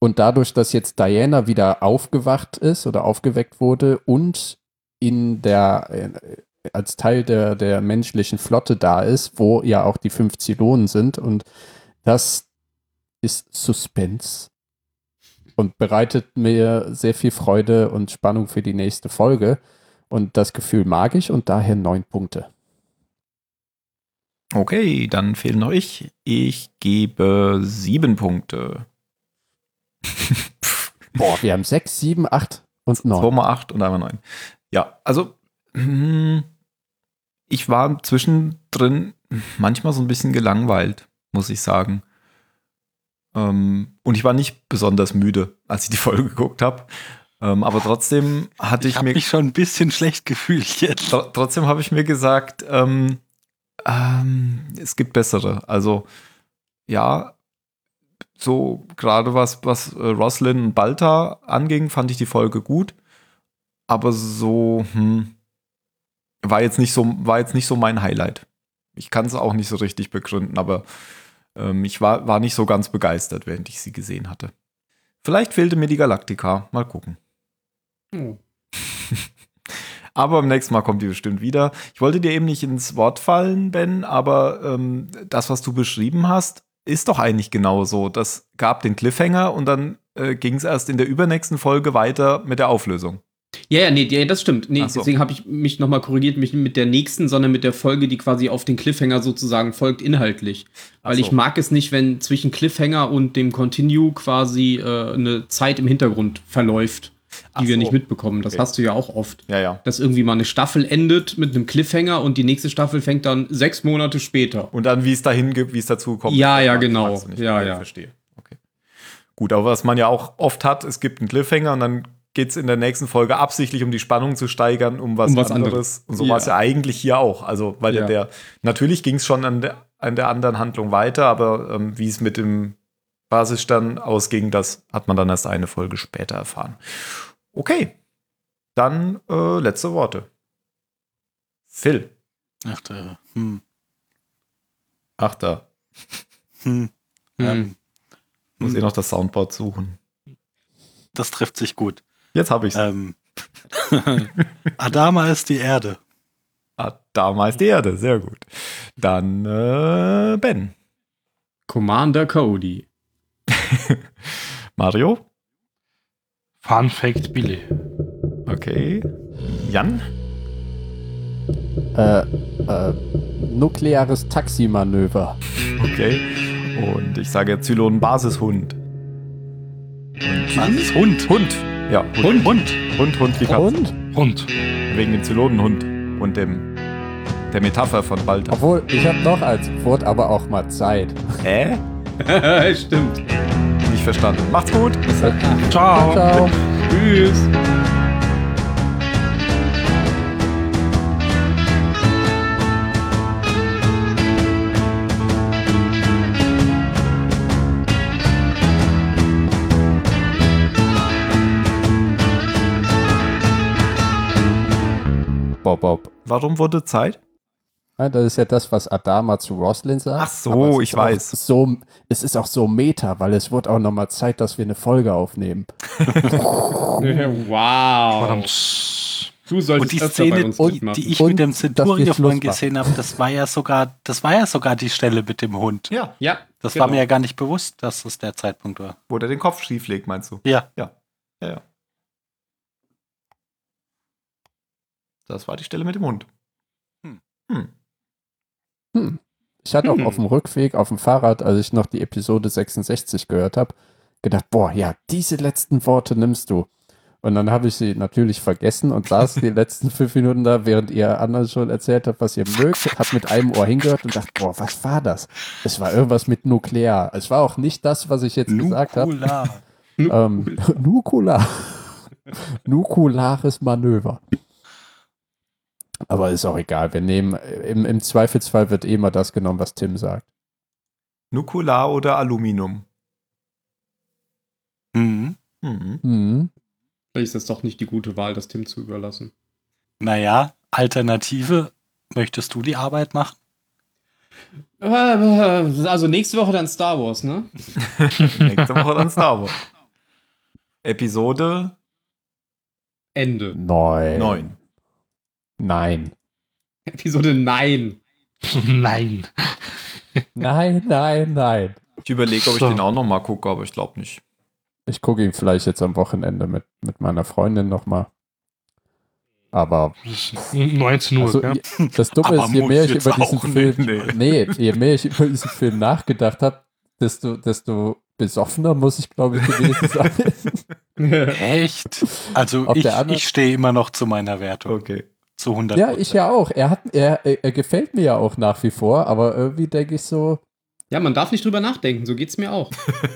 E: Und dadurch, dass jetzt Diana wieder aufgewacht ist oder aufgeweckt wurde und in der, als Teil der, der menschlichen Flotte da ist, wo ja auch die fünf Zylonen sind. Und das ist Suspense und bereitet mir sehr viel Freude und Spannung für die nächste Folge. Und das Gefühl mag ich und daher neun Punkte.
C: Okay, dann fehlen noch ich. Ich gebe sieben Punkte.
E: Boah, wir haben sechs, sieben, acht und neun.
C: Zweimal acht und einmal neun. Ja, also hm, ich war zwischendrin manchmal so ein bisschen gelangweilt, muss ich sagen. Ähm, und ich war nicht besonders müde, als ich die Folge geguckt habe. Ähm, aber trotzdem hatte ich,
A: Ich habe
C: mir.
A: mich schon ein bisschen schlecht gefühlt jetzt.
C: Tr trotzdem habe ich mir gesagt, ähm, ähm, es gibt bessere. Also ja, so gerade was, was äh, Roslyn und Balta anging, fand ich die Folge gut. Aber so, hm, war jetzt nicht so, war jetzt nicht so mein Highlight. Ich kann es auch nicht so richtig begründen, aber ähm, ich war, war nicht so ganz begeistert, während ich sie gesehen hatte. Vielleicht fehlte mir die Galaktika. Mal gucken. Aber beim nächsten Mal kommt die bestimmt wieder. Ich wollte dir eben nicht ins Wort fallen, Ben, aber ähm, das, was du beschrieben hast, ist doch eigentlich genau so. Das gab den Cliffhanger und dann äh, ging es erst in der übernächsten Folge weiter mit der Auflösung.
B: Ja, ja, nee, ja, das stimmt. Nee,
C: Ach so.
B: Deswegen habe ich mich nochmal korrigiert, mich mit der nächsten, sondern mit der Folge, die quasi auf den Cliffhanger sozusagen folgt, inhaltlich. Weil
C: Ach so.
B: ich mag es nicht, wenn zwischen Cliffhanger und dem Continue quasi äh, eine Zeit im Hintergrund verläuft, die
C: Ach
B: wir
C: so.
B: nicht mitbekommen. Das
C: Okay.
B: hast du ja auch oft.
C: Ja, ja.
B: Dass irgendwie mal eine Staffel endet mit einem Cliffhanger und die nächste Staffel fängt dann sechs Monate später.
C: Und dann, wie es dahin gibt, wie es dazu gekommen
B: Ja,
C: ist,
B: ja,
C: mag-
B: genau.
C: magst du nicht.
B: Ja,
C: Okay,
B: ja.
C: Verstehe. Okay. Gut, aber was man ja auch oft hat, es gibt einen Cliffhanger und dann geht es in der nächsten Folge absichtlich, um die Spannung zu steigern, um was,
B: Um was
C: anderes. Und so war es ja
B: Ja.
C: eigentlich hier auch. Also, weil ja.
B: Ja.
C: der, natürlich ging es schon an der, an der anderen Handlung weiter, aber ähm, wie es mit dem Basisstand ausging, das hat man dann erst eine Folge später erfahren. Okay, dann äh, letzte Worte. Phil.
A: Ach, da, hm,
C: Achter.
A: hm, ähm,
C: Muss
A: hm,
C: eh noch das Soundboard suchen.
A: das trifft sich gut.
C: Jetzt habe ich es.
A: Ähm, Adama ist die Erde.
C: Ah, damals die Erde, sehr gut. Dann äh, Ben.
B: Commander Cody.
C: Mario.
D: Fun Fact Billy.
C: Okay. Jan.
E: Äh, äh, nukleares Taximanöver.
C: Okay. Und ich sage Zylon Basishund.
A: Mann ist Hund.
C: Hund. Ja,
A: Hund.
C: Hund.
A: Hund.
C: Hund, Hund, wie Katze.
E: Und?
D: Hund.
C: Wegen dem Zylonenhund und dem, der Metapher von Walter.
E: Obwohl, ich habe noch eins. Wurde aber auch mal Zeit.
C: Äh?
B: Stimmt.
C: Nicht verstanden. Macht's gut. Bis dann.
D: Ciao.
E: Ciao.
B: Tschüss.
E: Bob, Bob.
C: Warum wurde Zeit?
E: Ja, Ne, das ist ja das, was Adama zu Roslin sagt.
C: Ach so,
E: Aber es ist
C: ich
E: auch
C: weiß.
E: So, es ist auch so Meta, weil es wird auch nochmal Zeit, dass wir eine Folge aufnehmen.
B: Wow.
D: Verdammt.
B: Du solltest
A: Und die
B: öfter bei
A: Szene,
B: uns
A: die,
B: mitmachen.
A: die ich
E: Und
A: mit dem
E: dass
A: Centurion
E: wir
A: vorhin
E: Schluss machen.
A: gesehen habe, das war ja sogar, das war ja sogar die Stelle mit dem Hund.
C: Ja.
B: ja,
A: Das
B: genau.
A: war mir ja gar nicht bewusst, dass das der Zeitpunkt war.
C: Wo der den Kopf schief legt, meinst du?
A: Ja.
C: Ja. Ja, ja. Das war die Stelle mit dem Hund.
A: Hm.
C: Hm.
E: Hm. Ich hatte
B: Hm.
E: auch auf dem Rückweg auf dem Fahrrad, als ich noch die Episode 66 gehört habe, gedacht, boah, ja, diese letzten Worte nimmst du. Und dann habe ich sie natürlich vergessen und saß die letzten fünf Minuten da, während ihr anderen schon erzählt habt, was ihr mögt, hab mit einem Ohr hingehört und dachte, boah, was war das? Es war irgendwas mit Nuklear. Es war auch nicht das, was ich jetzt gesagt habe.
A: Nukular.
E: Ähm, Nukular. Nukulares Manöver. Aber ist auch egal. Wir nehmen, im, im Zweifelsfall wird eh immer das genommen, was Tim sagt.
C: Nukular oder Aluminium?
A: Mhm.
C: Mhm.
E: Mhm.
B: Vielleicht ist das doch nicht die gute Wahl, das Tim zu überlassen.
A: Naja, Alternative, möchtest du die Arbeit machen?
B: Äh, Also nächste Woche dann Star Wars, ne?
C: Nächste Woche dann Star Wars. Episode
B: Ende.
E: Nein.
C: 9.
E: Nein.
B: Episode Nein.
D: Nein.
E: Nein, nein, nein.
C: Ich überlege, ob ich
D: So.
C: den auch noch mal gucke, aber ich glaube nicht.
E: Ich gucke ihn vielleicht jetzt am Wochenende mit, mit meiner Freundin nochmal. Aber
D: Das ist 19 Uhr.
E: also,
D: ja.
E: je- das Dumme
A: Aber
E: ist, je
A: muss
E: mehr ich
A: jetzt
E: über diesen
A: auch nicht,
E: Film, nee. je mehr ich über diesen Film nachgedacht habe, desto, desto besoffener muss ich, glaube ich, gewesen sein.
A: Echt? Also
E: Auf
A: ich,
E: der anderen-
A: ich stehe immer noch zu meiner Wertung.
C: Okay.
A: Zu 100
E: Ja, ich ja auch. Er, hat, er, er er gefällt mir ja auch nach wie vor, aber irgendwie denke ich so,
B: Ja, man darf nicht drüber nachdenken, so geht's mir auch.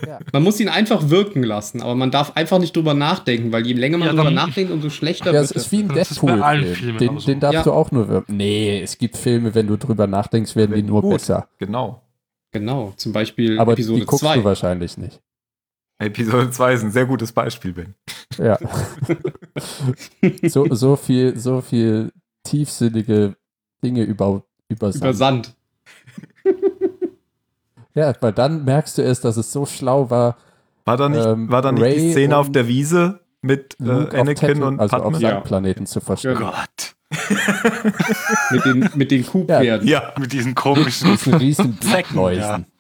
E: Ja.
B: Man muss ihn einfach wirken lassen, aber man darf einfach nicht drüber nachdenken, weil je länger man
D: Ja,
B: drüber
D: dann-
B: nachdenkt, umso schlechter
E: ja, es
B: wird
E: ist wie ein
D: Das ist bei allen
E: Deadpool-Film.
D: Filmen
E: Den,
D: aber so.
E: den darfst
B: Ja.
E: du auch nur wirken. Nee, es gibt Filme, wenn du drüber nachdenkst, werden die
C: Wenn
E: nur
C: gut.
E: besser.
C: Genau.
B: Genau, zum Beispiel
E: Aber die
B: Episode
E: guckst du
B: 2.
E: wahrscheinlich nicht.
C: Episode 2 ist ein sehr gutes Beispiel, Ben.
E: Ja. so, so viel, so viel tiefsinnige Dinge über,
B: Über
E: übersandt.
B: Sand.
E: ja, weil dann merkst du erst, dass es so schlau war.
C: War da nicht,
E: Ähm,
C: war da nicht
E: Ray
C: die Szene auf
E: und
C: der Wiese mit äh,
E: Luke auf
C: Anakin
E: Tatoo-
C: und
E: also auf
C: Padme?
B: Ja.
E: Sandplaneten zu verstehen.
A: Oh Gott.
B: Mit den, mit den Kuhpferden.
C: Ja,
A: Mit diesen komischen
E: Das ist ein riesen
A: Zecken,
E: Blattmäusen.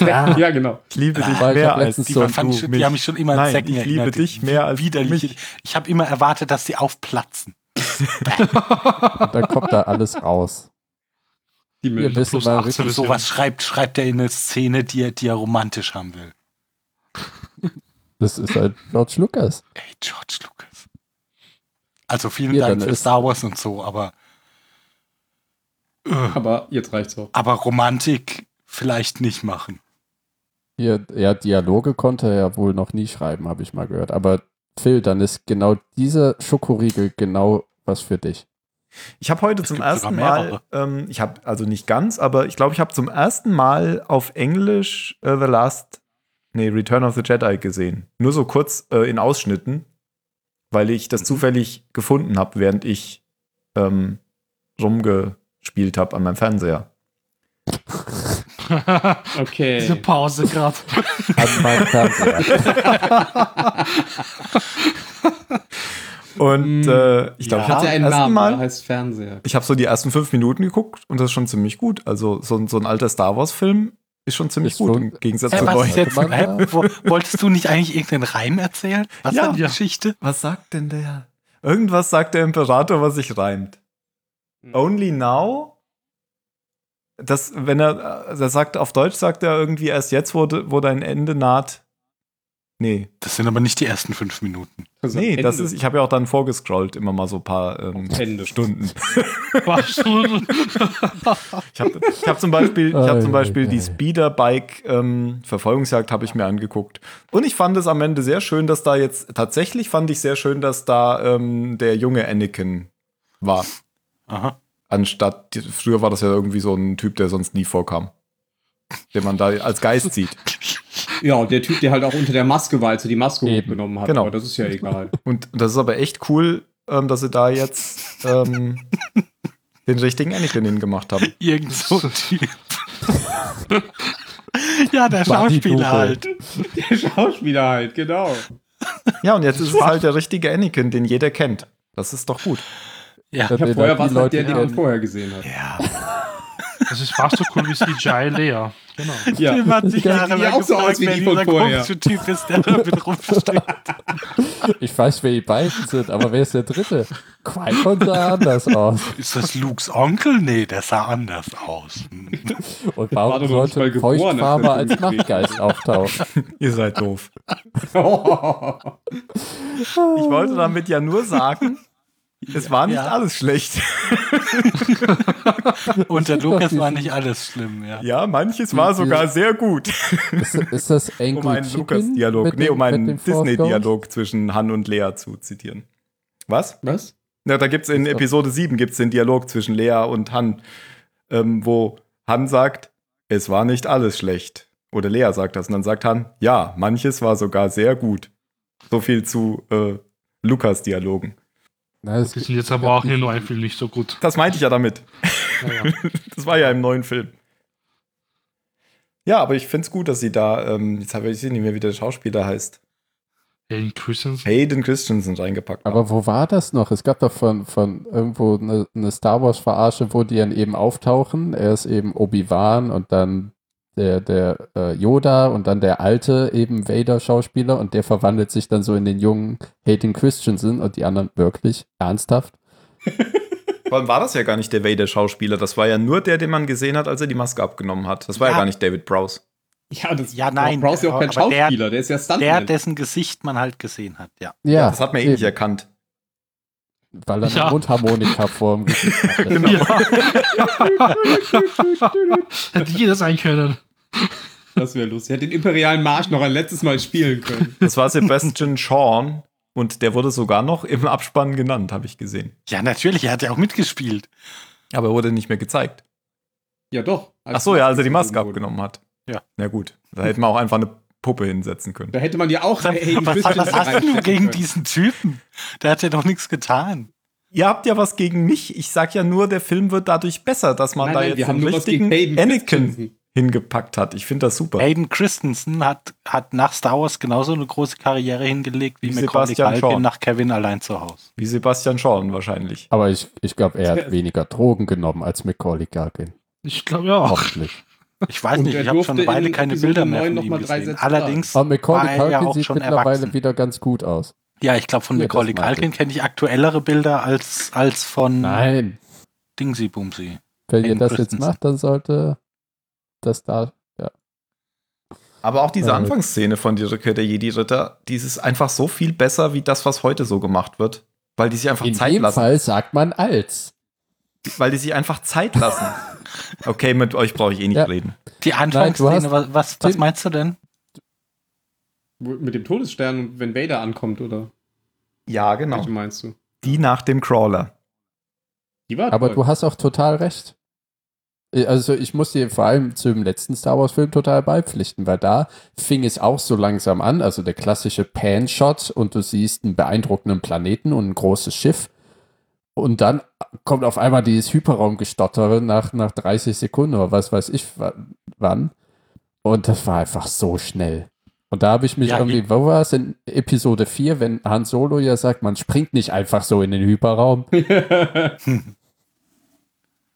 B: Ja. ja, genau.
C: ich liebe dich
E: Weil ich
C: mehr
E: hab
C: als
E: letztens
A: die,
C: die
E: so-
C: so
A: man fand ich schon,
C: mich.
A: die haben mich schon immer an
C: Nein,
A: Zecken
C: ich liebe
A: erinnert, die
C: dich mehr als
A: widerliche.
C: mich.
A: Ich habe immer erwartet, dass die aufplatzen.
E: Und dann kommt da alles raus.
B: Die
E: Wir
B: Müll.
E: wissen
D: plus
E: mal
D: 18
E: richtig.
A: Und
D: Bisschen.
A: sowas schreibt, schreibt er in eine Szene, die er, die er romantisch haben will.
E: Das ist halt George Lucas.
A: Ey, George Lucas. Also vielen
E: Ja,
A: Dank
E: dann
A: für
E: ist-
A: Star Wars und so, aber,
B: Aber jetzt reicht's auch.
A: aber Romantik vielleicht nicht machen.
E: Hier, ja, Dialoge konnte er ja wohl noch nie schreiben, habe ich mal gehört. Aber Phil, dann ist genau dieser Schokoriegel genau was für dich.
C: Ich habe heute zum
A: gibt
C: ersten
A: sogar
C: Mal,
A: mehrere.
C: ähm, ich habe also nicht ganz, aber ich glaube, ich habe zum ersten Mal auf Englisch äh, The Last, nee, Return of the Jedi gesehen. Nur so kurz äh, in Ausschnitten, weil ich
A: Mhm.
C: das zufällig gefunden habe, während ich ähm, rumgespielt habe an meinem Fernseher.
D: Diese
B: Okay.
D: Pause gerade.
E: An meinem Fernseher.
C: Und
B: Mm,
C: äh,
A: Mhm. ja. ne?
C: ich glaube, ich habe
B: Hat
C: zum
B: ja einen
C: ersten
B: Namen, der
C: Mal,
B: heißt Fernseher.
C: ich habe so die ersten fünf Minuten geguckt und das ist schon ziemlich gut. Also so, ein- so ein alter Star Wars-Film ist schon ziemlich
E: Ist
C: gut
E: schon-
C: im Gegensatz
A: Hä,
C: zu
A: was
C: euch.
A: ist jetzt, hä, wo, wolltest du nicht eigentlich irgendeinen Reim erzählen? Was
C: Ja.
A: war die Geschichte?
C: Was sagt denn der? Irgendwas sagt der Imperator, was sich reimt.
B: Hm.
C: Only now? Das, wenn er, äh, das sagt, auf Deutsch sagt er irgendwie erst jetzt, wo, de- wo dein Ende naht. Nee,
A: Das sind aber nicht die ersten fünf Minuten.
B: Also
C: nee, das
B: Ende.
C: ist, ich habe ja auch dann vorgescrollt, immer mal so ein paar ähm,
B: Ende.
C: Stunden.
D: War schon.
C: Ich habe ich hab zum Beispiel, ich hab zum
E: Ei,
C: Beispiel
E: ei,
C: die
E: ei.
C: Speederbike-Verfolgungsjagd habe ich mir angeguckt. Und ich fand es am Ende sehr schön, dass da jetzt, tatsächlich fand ich sehr schön, dass da ähm, der junge Anakin war.
A: Aha.
C: anstatt früher war das ja irgendwie so ein Typ, der sonst nie vorkam, den man da als Geist sieht.
B: Ja, und der Typ, der halt auch unter der Maske war, als er die Maske
E: Eben.
B: hochgenommen hat.
C: Genau.
B: Aber das ist ja egal.
C: Und das ist aber echt cool, ähm, dass sie da jetzt ähm, den richtigen Anakin hingemacht haben.
A: Irgend so ein Typ. ja, der
E: War die
A: Schauspieler
E: Doku.
A: halt.
B: Der Schauspieler halt, genau.
C: Ja, und jetzt ist es halt der richtige Anakin, den jeder kennt. Das ist doch gut.
A: Ja.
E: Dann
B: Ich habe vorher
E: werden die
B: was, halt der,
E: Leute,
B: den
E: die-
B: man vorher gesehen hat.
A: Ja.
D: Das ist fast so cool wie CGI Lea. Genau.
A: ja.
B: Ja.
A: hat sich
E: Ja,
A: Jahre
B: die
A: lang
B: auch so
A: gefragt,
B: aus wie
A: wer
B: die von
A: dieser
B: vorher.
A: komische Typ ist, der da mit rumsteht.
E: Ich weiß, wer die beiden sind, aber wer ist der dritte? Qui-Gon sah anders aus.
A: Ist das Lukes Onkel? Nee, der sah anders aus.
E: Und
B: war
E: warum
B: doch noch nicht mal
E: sollte
B: geboren,
E: Feuchtfarbe
B: als er
E: als Nachtgeist auftauchen?
C: Ihr seid doof.
B: Oh.
C: Ich wollte damit ja nur sagen, es war nicht
A: Ja.
C: alles schlecht.
A: Unter Lukas
E: diesen-
A: war nicht alles schlimm, ja.
C: Ja, manches war sogar sehr gut.
E: Ist, ist das Angry
C: Um einen
E: Chicken
C: Lukas-Dialog,
E: mit
C: nee,
E: dem-
C: um
E: mit
C: einen
E: dem Forrest
C: Disney-Dialog zwischen Han und Lea zu zitieren. Was?
B: Was?
C: Na, da gibt's in
E: Ist doch-
C: Episode 7 gibt's den Dialog zwischen Lea und Han, ähm, wo Han sagt, es war nicht alles schlecht. Oder Lea sagt das. Und dann sagt Han, ja, manches war sogar sehr gut. So viel zu äh, Lukas-Dialogen.
E: Gump? Na, es
D: Die sind jetzt aber auch in den neuen Film nicht so gut.
C: Das meinte ich ja damit.
D: Naja.
C: Das war ja im neuen Film. Ja, aber ich find's gut, dass sie da, ähm, jetzt habe ich nicht mehr, wie der Schauspieler heißt,
D: Alan Christensen.
C: Hayden Christensen reingepackt. haben.
E: Aber wo war das noch? Es gab doch von, von irgendwo eine, eine Star Wars Verarsche, wo die dann eben auftauchen. Er ist eben Obi-Wan und dann der, der äh, Yoda und dann der alte eben Vader-Schauspieler und der verwandelt sich dann so in den jungen Hayden Christensen und die anderen wirklich ernsthaft.
C: Vor allem war das ja gar nicht der Vader-Schauspieler. Das war ja nur der, den man gesehen hat, als er die Maske abgenommen hat. Das war ja,
A: Ja.
C: gar nicht David Prowse.
B: Ja, das
A: Ja, nein,
B: brauchst du ja auch keinen
A: aber der-
B: Schauspieler, der, ist ja
A: Der,
B: Stuntman.
A: dessen Gesicht man halt gesehen hat, ja.
E: Ja,
C: das hat man eh
E: eben,
C: nicht erkannt.
E: Weil er eine
D: Ja.
E: Mundharmonika vor dem Gesicht hatte.
A: Genau.
D: Hätte jeder sein können.
B: das wäre lustig. Er hätte den imperialen Marsch noch ein letztes Mal spielen können.
C: Das war Sebastian Shawn und der wurde sogar noch im Abspann genannt, habe ich gesehen.
A: Ja, natürlich, er hat ja auch mitgespielt.
C: Aber er wurde nicht mehr gezeigt.
B: Ja, doch.
C: Ach so, ja, als er die Maske abgenommen hat.
A: Ja.
C: Na gut, da hätten wir auch einfach eine Puppe hinsetzen können.
B: Da hätte man ja auch
A: Was, was, was, hast du
B: reinstecken
A: gegen
B: können.
A: diesen Typen? Der hat ja doch nichts getan.
C: Ihr habt ja was gegen mich. Ich sag ja nur, der Film wird dadurch besser, dass man
B: Nein,
C: da
B: nein,
C: jetzt
B: wir haben
C: einen
B: nur was gegen
C: richtigen
B: Hayden
C: Anakin
B: Christensen.
C: hingepackt hat. Ich finde das super.
A: Hayden Christensen hat, hat nach Star Wars genauso eine große Karriere hingelegt wie,
C: Wie
A: Macaulay
C: Sebastian
A: Culkin
C: Shaw.
A: nach Kevin allein zu Hause.
C: Wie Sebastian Shawn wahrscheinlich.
E: Aber ich, ich glaube, er hat weniger Drogen genommen als Macaulay Culkin.
D: Ich glaube ja auch.
E: Hoffentlich.
A: Ich weiß
B: Und
A: nicht,
B: er
A: ich habe schon
B: durfte
A: beide
B: in
A: keine
B: Episode
A: Bilder mehr
B: 9
A: von
B: noch
A: ihm
B: mal drei
A: gesehen.
B: Sätze
A: Allerdings,
E: Aber
A: War er ja
E: Macaulay Culkin
A: auch
E: sieht
A: schon
E: mittlerweile
A: erwachsen.
E: wieder ganz gut aus.
A: ja, ich glaube, von
E: Ja, das
A: Macaulay
E: meinte
A: Culkin kenne ich aktuellere Bilder als, als von
E: Nein,
A: Dingsy Boomsy.
E: Wenn ihr
A: Hayden
E: das jetzt
A: Christensen.
E: macht, dann sollte das da.
C: Aber auch diese
E: Ja.
C: Anfangsszene von Die Rückkehr der Jedi-Ritter, die ist einfach so viel besser wie das, was heute so gemacht wird. Weil die sich einfach
E: In
C: Zeit
E: jedem
C: lassen.
E: Fall sagt man als.
C: Weil die sich einfach Zeit lassen. okay, mit euch brauche ich eh nicht
E: Ja.
C: reden.
A: Die
E: Nein,
A: Anfangsszene,
E: du
A: was, was, was
E: Tim-
A: meinst du denn?
B: Mit dem Todesstern, und wenn Vader ankommt, oder?
C: Ja, genau.
B: Welche meinst du?
C: Die nach dem Crawler.
B: Die war
E: Aber
B: toll.
E: du hast auch total recht. Äh, Also ich muss dir vor allem zum letzten Star Wars Film total beipflichten, weil da fing es auch so langsam an, also der klassische Pan-Shot und du siehst einen beeindruckenden Planeten und ein großes Schiff und dann kommt auf einmal dieses Hyperraumgestottere nach, nach 30 Sekunden oder was weiß ich wa- wann und das war einfach so schnell. Und da habe ich mich
A: Ja,
E: irgendwie, wo war es in Episode 4, wenn Han Solo ja sagt, man springt nicht einfach so in den Hyperraum.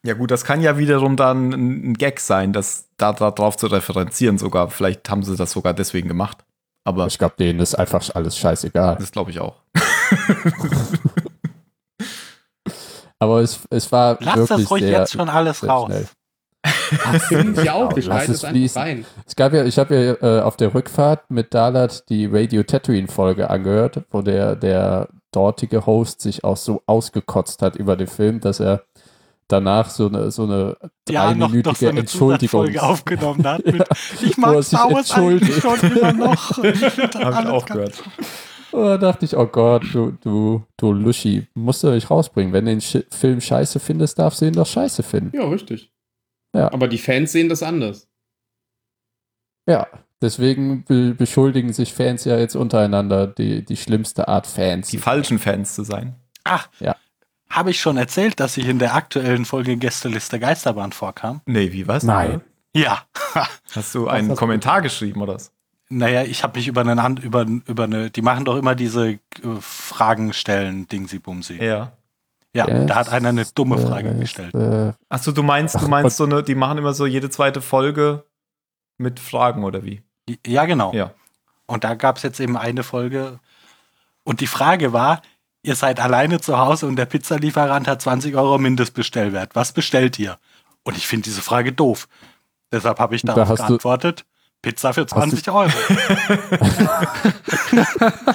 C: Ja, gut, das kann ja wiederum dann ein ein Gag sein, das da, da drauf zu referenzieren sogar. Vielleicht haben sie das sogar deswegen gemacht. Aber
E: Ich glaube, denen ist einfach alles scheißegal.
C: das glaube ich auch.
E: Aber es, es war
A: Lass
E: wirklich
A: das ruhig
E: sehr,
A: jetzt schon alles
E: sehr
A: raus.
E: schnell.
B: Finde ich auch.
E: Genau,
B: Ich
E: Lass
B: schneide
E: es
B: es einfach
E: fließen.
B: rein.
E: Es gab ja, ich habe ja äh, auf der Rückfahrt mit Dalat die Radio Tatooine Folge angehört, wo der, der dortige Host sich auch so ausgekotzt hat über den Film, dass er danach so eine, so eine
A: Ja, noch, noch so
E: dreiminütige
A: eine
E: Entschuldigung.
A: Zusatzfolge aufgenommen hat. Mit, Ich
E: Wo
A: mag
E: er sich
A: Star Wars eigentlich
E: entschuldigt.
A: schon immer noch. Ich find
C: Habe ich
A: alles
C: auch
A: ganz-
C: gehört.
E: Und da dachte ich, oh Gott, du, du, du Luschi, musst du dich rausbringen. Wenn du den Sch Film scheiße findest, darfst du ihn doch scheiße finden.
B: Ja, richtig.
E: Ja.
B: Aber die Fans sehen das anders.
E: Ja, deswegen be beschuldigen sich Fans ja jetzt untereinander, die, die schlimmste Art Fans.
C: Die falschen Fans zu sein.
A: Ach,
E: Ja.
A: habe ich schon erzählt, dass ich in der aktuellen Folge Gästeliste Geisterbahn vorkam?
C: Nee, wie was?
E: Nein.
A: Ja.
C: Hast du einen Kommentar geschrieben oder was?
A: Naja, ich habe mich über einen Hand, über, über eine, die machen doch immer diese äh, Fragen stellen, Dingsi Bumsi.
C: Ja.
A: Ja, da hat einer eine dumme Frage gestellt.
E: Äh,
C: Achso, du meinst,
E: Ach
C: du meinst
E: Gott.
C: so eine, die machen immer so jede zweite Folge mit Fragen oder wie?
A: Ja, genau.
C: Ja.
A: Und da gab es jetzt eben eine Folge. Und die Frage war, ihr seid alleine zu Hause und der Pizzalieferant hat 20 Euro Mindestbestellwert. Was bestellt ihr? Und ich finde diese Frage doof. Deshalb habe ich
E: Da
A: darauf
E: hast du-
A: geantwortet, Pizza für 20 Euro.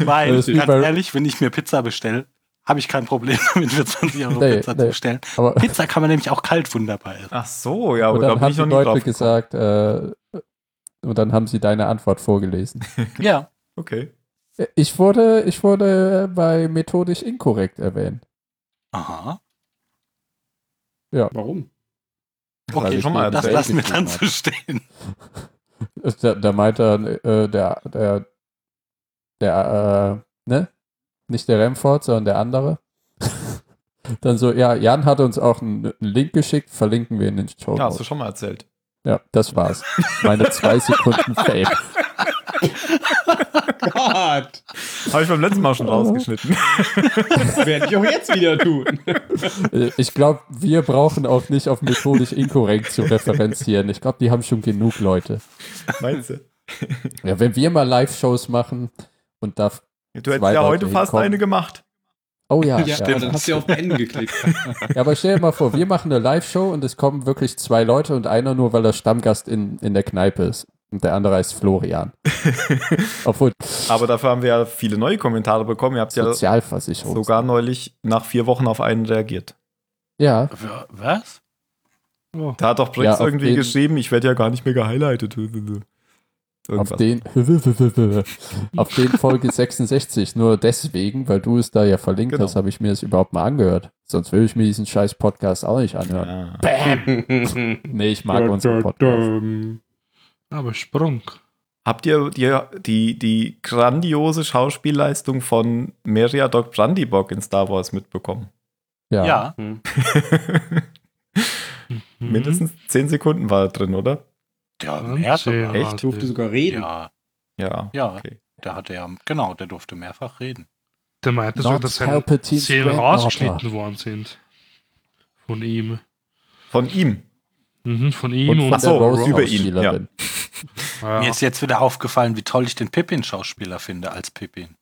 A: Weil,
E: Das ist wie
A: ganz
E: bei-
A: ehrlich, wenn ich mir Pizza bestelle, habe ich kein Problem damit, für 20 Euro
E: Nee,
A: Pizza
E: nee.
A: zu bestellen.
E: aber
A: Pizza kann man nämlich auch kalt wunderbar essen.
C: Ach so, ja, aber
E: und
C: da
E: dann
C: bin
E: haben
C: ich noch
E: die
C: nie drauf.
E: Leute
C: gekommen.
E: gesagt, äh, und dann haben sie deine Antwort vorgelesen.
A: Ja.
C: Okay.
E: Ich wurde, ich wurde bei methodisch inkorrekt erwähnt.
A: Aha.
B: Warum?
C: hab
A: Okay,
C: ich schon mal
A: das
C: erzählt.
A: lassen wir dann so stehen.
E: Äh, Da, da meinte dann, äh, der, der, der, äh, ne? Nicht der Remford, sondern der andere. dann so, ja, Jan hat uns auch einen einen Link geschickt, verlinken wir in den Show
C: Ja, hast du
E: Notes.
C: schon mal erzählt.
E: Ja, das war's. Meine zwei Sekunden Fake.
B: Gott,
C: Habe ich beim letzten Mal
A: Oh.
C: schon rausgeschnitten.
B: das werde ich auch jetzt wieder tun.
E: Äh, Ich glaube, wir brauchen auch nicht auf methodisch inkorrekt zu referenzieren. Ich glaube, die haben schon genug Leute.
C: Meinst du?
E: Ja, wenn wir mal Live-Shows machen und da.
C: Du hättest
E: Zwei
C: ja heute
E: Leute
C: fast
E: hinkommen.
C: eine gemacht.
E: Oh ja,
B: ja,
E: ja,
B: aber dann hast du ja auf Beenden geklickt.
E: Ja, aber stell dir mal vor, wir machen eine Live-Show und es kommen wirklich zwei Leute und einer nur, weil er Stammgast in, in der Kneipe ist. Und der andere heißt Florian. Obwohl,
C: Aber dafür haben wir ja viele neue Kommentare bekommen. Ihr habt ja
E: Sozialversicherung.
C: sogar neulich nach vier Wochen auf einen reagiert.
E: Ja,
A: Was?
D: Oh.
C: Da hat doch Brix
E: Ja, auf
C: irgendwie
E: den-
C: geschrieben, ich werde ja gar nicht mehr gehighlightet. Irgendwas.
E: auf den, auf den Folge 66. Nur deswegen, weil du es da ja verlinkt
C: Genau.
E: hast, habe ich mir das überhaupt mal angehört. Sonst würde ich mir diesen scheiß Podcast auch nicht anhören.
C: Ah.
E: Nee, ich mag unseren Podcast.
D: Aber Sprung.
C: Habt ihr die, die, die grandiose Schauspielleistung von Meriadoc Brandybock in Star Wars mitbekommen?
E: Ja.
A: Ja.
D: Mhm.
C: Mindestens zehn Sekunden war da drin, oder?
A: Ja,
D: Und
A: mehrfach.
D: sehr
A: Echt?
B: Ich durfte
D: warte.
B: sogar reden.
A: Ja,
C: Ja.
A: ja.
C: Okay.
A: Der hatte ja, genau, der durfte mehrfach reden.
D: Der meinte sogar,
E: Lord
D: dass seine
E: Palpatine's
D: Szenen
E: Granddaughter.
D: rausgeschnitten worden sind. Von ihm.
C: Von ihm.
D: Mhm, von
E: Und
D: ihm
E: von
D: und,
E: der
C: so,
E: Rose
C: über ihn,
E: Schauspielerin.
D: ja.
A: Mir ist jetzt wieder aufgefallen, wie toll ich den Pippin-Schauspieler finde als Pippin.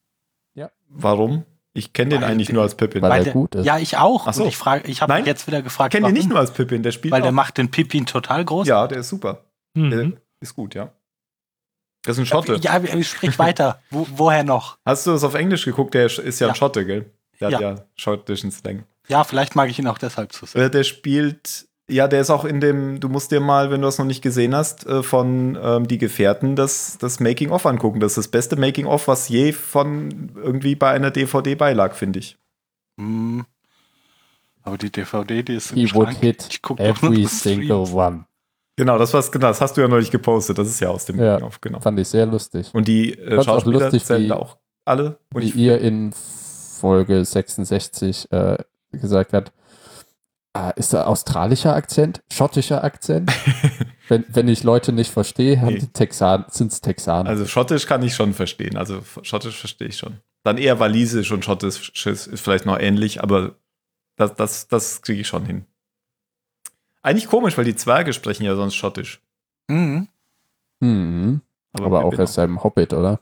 C: Warum? Ich kenne den
A: Weil
C: eigentlich
A: der-
C: nur als Pippin.
E: Weil
A: Weil
E: er
A: der-
E: gut ist.
A: Ja, ich auch.
C: Ach so.
A: Und ich frage, ich habe
C: Nein.
A: mich jetzt wieder
C: Ich
A: gefragt,
C: kenne den nicht
A: warum,
C: nur als Pippin, der spielt
A: weil der
C: auch-
A: macht den Pippin total groß.
C: Ja, der ist super. Der
D: Mhm.
C: ist gut, ja. Das ist
E: Äh,
C: ein Schotte.
A: Ja, aber sprich weiter. Wo, woher noch?
C: Hast du das auf Englisch geguckt? Der ist ja ein
A: Ja.
C: Schotte, gell? Der
A: Ja.
C: hat ja schottischen Slang.
A: Ja, vielleicht mag ich ihn auch deshalb zu sehen.
C: Äh, Der spielt, ja, der ist auch in dem, du musst dir mal, wenn du das noch nicht gesehen hast, äh, von ähm, Die Gefährten das, das Making-of angucken. Das ist das beste Making-of, was je von irgendwie bei einer DVD beilag, finde ich. Äh.
A: Hm. Aber die DVD, die ist
E: He
A: im
E: would
A: Schrank.
E: hit
A: Ich guck doch nur
E: every
A: auf Streams.
E: single one.
C: Genau, das war's, genau, das hast du ja neulich gepostet. Das ist ja aus dem
E: Ja.
C: Making-of, genau.
E: Fand ich sehr lustig.
C: Und die äh,
E: Fand's auch
C: Schauspieler
E: lustig,
C: zählen
E: wie-
C: da auch alle. Und
E: wie
C: ich,
E: ihr in Folge 66 äh, gesagt habt, ah, ist da australischer Akzent, schottischer Akzent? wenn, wenn ich Leute nicht verstehe, haben
C: Nee.
E: die Texan, sind es Texaner.
C: also Schottisch kann ich schon verstehen. Also Schottisch verstehe ich schon. Dann eher Walisisch und Schottisch ist vielleicht noch ähnlich, aber das, das, das kriege ich schon hin. Eigentlich komisch, weil die Zwerge sprechen ja sonst Schottisch.
A: Mhm.
E: mhm. Aber,
C: wir
E: auch
C: bin
E: erst einem Hobbit, oder?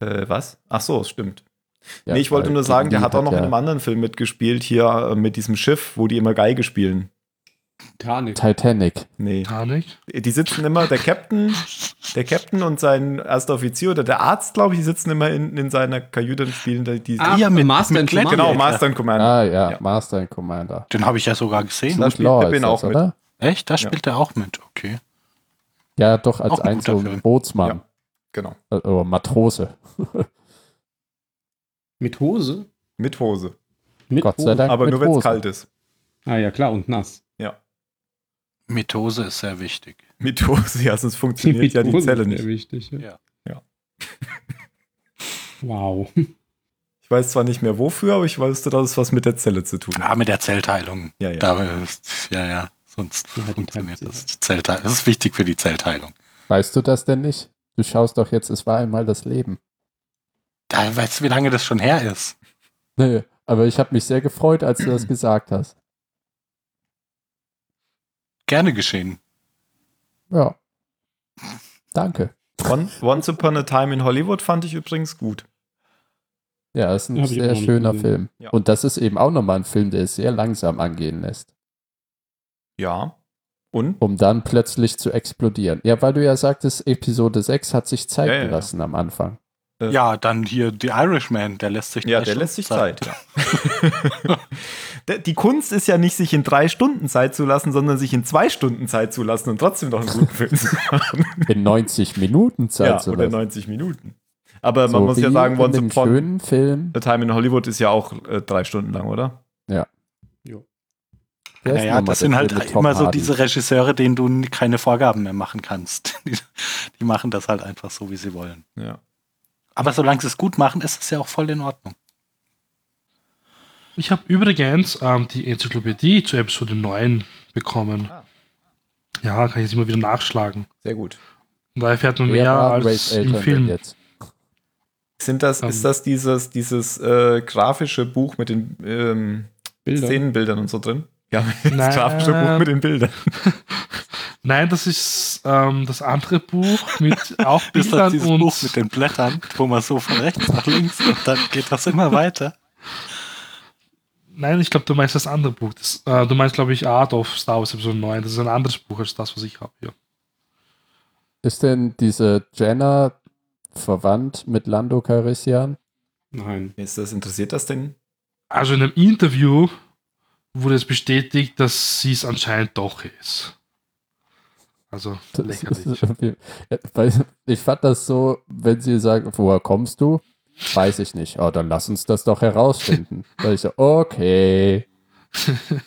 C: Äh, was? Ach so, stimmt.
E: Ja,
C: nee, ich wollte
E: weil
C: nur sagen, der
E: Gimli
C: hat auch noch
E: ja
C: in einem anderen Film mitgespielt, hier äh, mit diesem Schiff, wo die immer Geige spielen.
B: Titanic.
E: Titanic.
C: Nee.
D: Titanic?
C: Die sitzen immer, der Captain, der Captain und sein erster Offizier oder der Arzt, glaube ich, die sitzen immer in, in seiner Kajüte und spielen da die.
B: Ah,
A: Ja, mit-
B: Master
A: mit
B: and
A: Klett-
B: Commander.
C: genau, Master and Commander.
E: Ah ja,
C: Ja.
E: Master and Commander.
A: Den habe ich ja sogar gesehen.
C: Da
E: Jude
C: spielt
E: Law
C: Pippin
E: ist das,
C: auch mit.
E: oder?
A: Echt? Da
C: Ja.
A: spielt er auch mit. Okay.
E: Ja, doch, als
A: Auch ein guter
E: einzelner
A: Film.
E: Bootsmann.
C: Genau.
E: Äh, Oder Matrose.
B: Mit Hose?
C: Mit Hose.
B: Mit
E: Gott sei
B: Hose.
E: Dank.
C: Aber
E: mit
C: nur wenn
E: Hose.
C: es kalt ist.
B: Ah ja, klar, und nass.
A: Mitose ist sehr wichtig.
C: Mit Hose, ja, sonst funktioniert ja die
B: Hose
C: Zelle
B: ist
C: nicht.
B: sehr wichtig.
A: Ja.
C: Ja.
B: wow.
C: Ich weiß zwar nicht mehr wofür, aber ich wusste, dass es was mit der Zelle zu tun hat.
A: Ja, mit der Zellteilung.
C: Ja, ja.
A: Da ist, ja, ja. Sonst
B: Ja, die
A: funktioniert
B: Teilung.
A: das. Die Zellteilung. Das ist wichtig für die Zellteilung.
E: Weißt du das denn nicht? Du schaust doch jetzt, es war einmal das Leben.
A: Da weißt du, wie lange das schon her ist.
E: Nee, aber ich habe mich sehr gefreut, als du das gesagt hast.
A: Gerne geschehen.
E: Ja. Danke.
C: One, Once Upon a Time in Hollywood fand ich übrigens gut.
E: Ja, ist ein
B: Hab ich auch noch
E: sehr
B: nicht
E: schöner
B: gesehen.
E: Film.
C: Ja.
E: Und das ist eben auch nochmal ein Film, der es sehr langsam angehen lässt,
C: Ja. Und?
E: um dann plötzlich zu explodieren. Ja, weil du ja sagtest, Episode 6 hat sich Zeit
C: Ja, ja, ja.
E: gelassen am Anfang.
C: Äh.
A: Ja, dann hier The Irishman, der lässt sich drei
C: Ja, der
A: Stunden
C: lässt sich Zeit. ja. Der- Die Kunst ist ja nicht, sich in drei Stunden Zeit zu lassen, sondern sich in zwei Stunden Zeit zu lassen und trotzdem noch einen guten Film zu machen.
E: In 90 Minuten Zeit
C: ja,
E: zu
C: oder
E: lassen.
C: 90 Minuten. Aber man
E: So
C: muss ja
E: wie
C: sagen,
E: in
C: Once
E: dem
C: Upon
E: schönen Film.
C: a Time in Hollywood ist ja auch äh, drei Stunden lang, oder?
E: Der ist
A: Naja,
E: nun mal
A: das
E: der
A: sind
E: Film
A: halt
E: mit Tom
A: immer so
E: Hardy.
A: diese Regisseure, denen du n- keine Vorgaben mehr machen kannst. Die, die machen das halt einfach so, wie sie wollen.
C: Ja.
A: Aber solange sie es gut machen, ist es ja auch voll in Ordnung.
D: Ich habe übrigens ähm, die Enzyklopädie zu Episode 9 bekommen.
C: Ah.
D: Ja, kann ich jetzt immer wieder nachschlagen.
C: Sehr gut.
D: Und da erfährt man
E: Wer
D: mehr
E: war
D: als
E: Rays
D: im
E: Eltern denn
D: Film.
E: Jetzt.
C: Sind das,
D: Ähm.
C: ist das dieses, dieses äh, grafische Buch mit den ähm,
B: Bilder.
C: Szenenbildern und so drin? Ja,
D: Nein.
C: das grafische Buch mit den Bildern.
D: Nein, das ist ähm, das andere Buch mit auch
A: Bis das
D: Bildern
A: dieses
D: und
A: Buch mit den Blättern, wo man so von rechts nach links und dann geht das immer weiter.
D: Nein, ich glaube, du meinst das andere Buch. Das, äh, du meinst, glaube ich, Art of Star Wars Episode 9. Das ist ein anderes Buch als das, was ich habe hier.
E: Ist denn diese Jenna verwandt mit Lando Calrissian?
B: Nein.
C: Ist das, interessiert das denn?
D: Also in einem Interview wurde es bestätigt, dass sie es anscheinend doch ist. Also
E: Das ist
D: lächerlich.
E: irgendwie- Ja, weil- Ich fand das so, wenn sie sagen, woher kommst du? Weiß ich nicht. Oh, dann lass uns das doch herausfinden. Weil ich so, okay.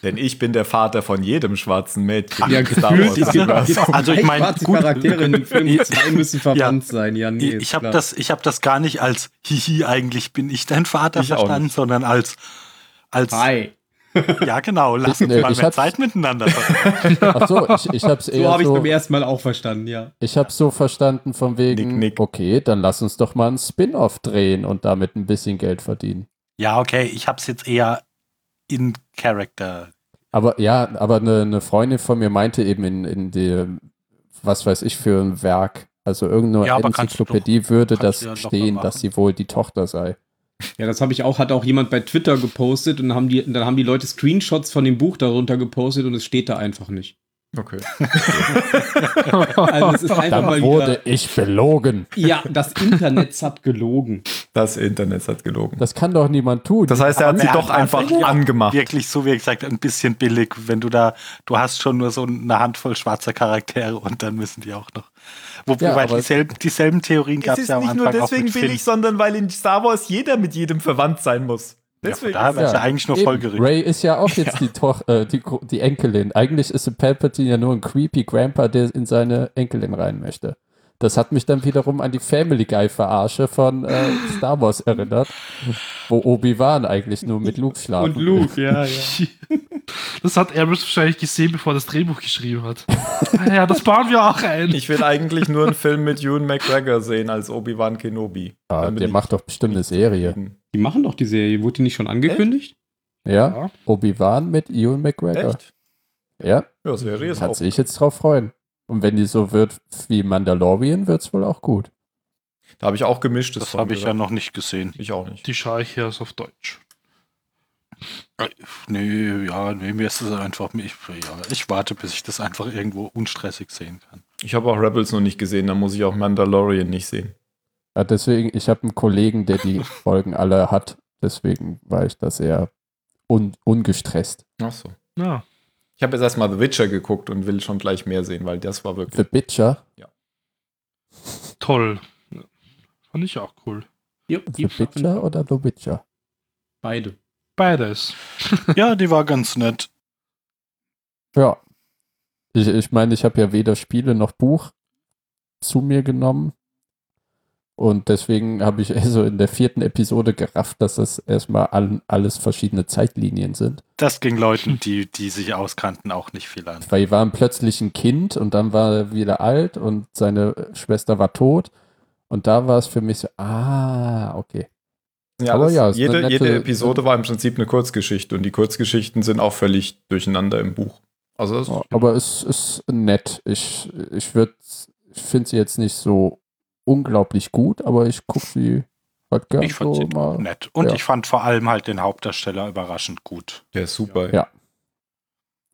C: Denn ich bin der Vater von jedem schwarzen Mädchen.
B: Ja,
C: in Star
B: gefühlt
C: Wars
B: ist die-
C: Universum.
B: die-
A: Also ich meine,
B: schwarze
A: gut-
B: Charaktere in dem Film
A: Ja.
B: 2 müssen verwandt sein. Ja, nee,
A: ich
B: ist
A: habe
B: klar.
A: das, ich hab das gar nicht als Hihi, eigentlich bin ich dein Vater
C: Ich auch
A: verstanden,
C: nicht.
A: sondern als, als
B: Hi.
A: ja genau, lass uns
E: Nee,
A: mal
E: ich
A: mehr
E: hab's-
A: Zeit miteinander verbringen.
E: Ach so, ich, ich hab's
B: So
E: eher
B: habe ich es
E: so,
B: beim ersten Mal auch verstanden, ja.
E: ich hab's so verstanden von wegen,
C: Nick, nick.
E: okay, dann lass uns doch mal einen Spin-Off drehen und damit ein bisschen Geld verdienen.
A: Ja, okay, ich habe es jetzt eher in Character.
E: Aber ja, aber eine, eine Freundin von mir meinte eben in, in dem, was weiß ich für ein Werk, also irgendeine
A: Ja, aber kannst du doch-
E: Enzyklopädie würde
A: kannst
E: das
A: du ja locker
E: stehen,
A: machen.
E: dass sie wohl die Tochter sei.
B: Ja, das habe ich auch, hat auch jemand bei Twitter gepostet und haben die, dann haben die Leute Screenshots von dem Buch darunter gepostet und es steht da einfach nicht.
C: Okay.
B: Also es ist einfach mal
E: Dann
B: wieder,
E: wurde ich belogen.
B: Ja, das Internet hat gelogen.
C: Das Internet hat gelogen.
E: Das kann doch niemand tun.
C: Das heißt, er hat
A: Aber
C: sie
A: wer
C: doch
A: hat
C: einfach
A: tatsächlich auch
C: angemacht.
A: Wirklich, so wie gesagt, ein bisschen billig, wenn du da, du hast schon nur so eine Handvoll schwarzer Charaktere und dann müssen die auch noch. Wo,
E: Ja,
A: wobei
E: aber-
A: dieselben, dieselben Theorien gab es ja am Anfang auch mit Finn.
C: sondern weil in Star Wars jeder mit jedem verwandt sein muss.
A: Ja, von daher war es ja eigentlich nur
E: eben.
A: folgerichtig.
E: Ray ist ja auch jetzt die, Toch äh, die, Gro- die Enkelin. Eigentlich ist Palpatine ja nur ein creepy Grandpa, der in seine Enkelin rein möchte. Das hat mich dann wiederum an die Family Guy Verarsche von äh, Star Wars erinnert, wo Obi-Wan eigentlich nur mit Luke schlafen.
B: Und Luke, ja, ja.
D: Das hat Abrams wahrscheinlich gesehen, bevor er das Drehbuch geschrieben hat. Ah ja, das bauen wir auch ein.
C: ich will eigentlich nur einen Film mit Ewan McGregor sehen als Obi-Wan Kenobi.
E: ja,
C: Dann bin
E: der
C: ich
E: macht doch bestimmt eine Serie.
C: zufrieden.
B: Die machen doch die Serie, wurde die nicht schon angekündigt?
E: Ja?
D: Ja.
E: Obi-Wan mit Ewan McGregor.
C: Echt?
E: Ja,
C: Ja, Serie ist auch.
E: kannst du dich jetzt drauf freuen. Und wenn die so wird wie Mandalorian, wird's wohl auch gut.
C: Da habe ich auch gemischtes
A: Das
C: von
A: habe ich ja
C: gehört.
A: noch nicht gesehen.
C: Ich auch nicht.
D: Die schaue ich erst auf Deutsch.
A: Nee, ja, nee, mir ist es einfach, ich, ja, ich warte, bis ich das einfach irgendwo unstressig sehen kann.
C: Ich habe auch Rebels noch nicht gesehen, dann muss ich auch Mandalorian nicht sehen.
E: Ja, Ah, deswegen, ich habe einen Kollegen, der die Folgen alle hat. Deswegen war ich da sehr un ungestresst.
C: Ach so.
D: Ja.
C: Ich habe jetzt erstmal The Witcher geguckt und will schon gleich mehr sehen, weil das war
E: The
C: wirklich.
E: Bitcher,
D: Toll. Ja. Fand ich auch cool.
B: Ja,
E: The Bitcher oder The Witcher?
B: Beide.
D: Beides.
A: Ja, die war ganz nett.
E: Ja. Ich meine, ich, meine, ich habe ja weder Spiele noch Buch zu mir genommen. Und deswegen habe ich also in der vierten Episode gerafft, dass das erstmal all, alles verschiedene Zeitlinien sind.
A: Das ging Leuten, die, die sich auskannten, auch nicht viel an.
E: Weil wir waren plötzlich ein Kind und dann war er wieder alt und seine Schwester war tot. Und da war es für mich so, ah, okay.
C: Ja,
E: Aber
C: das,
E: ja, ist
C: jede,
E: eine nette-
C: jede Episode war im Prinzip eine Kurzgeschichte und die Kurzgeschichten sind auch völlig durcheinander im Buch. Also das,
E: Ja, Aber es ist nett. Ich, ich, würd- ich finde sie jetzt nicht so unglaublich gut, aber ich gucke sie halt gerne
A: Ich fand
E: so
A: sie
E: mal.
A: nett. Und
E: Ja.
A: ich fand vor allem halt den Hauptdarsteller überraschend gut.
C: der ist super.
E: Ja.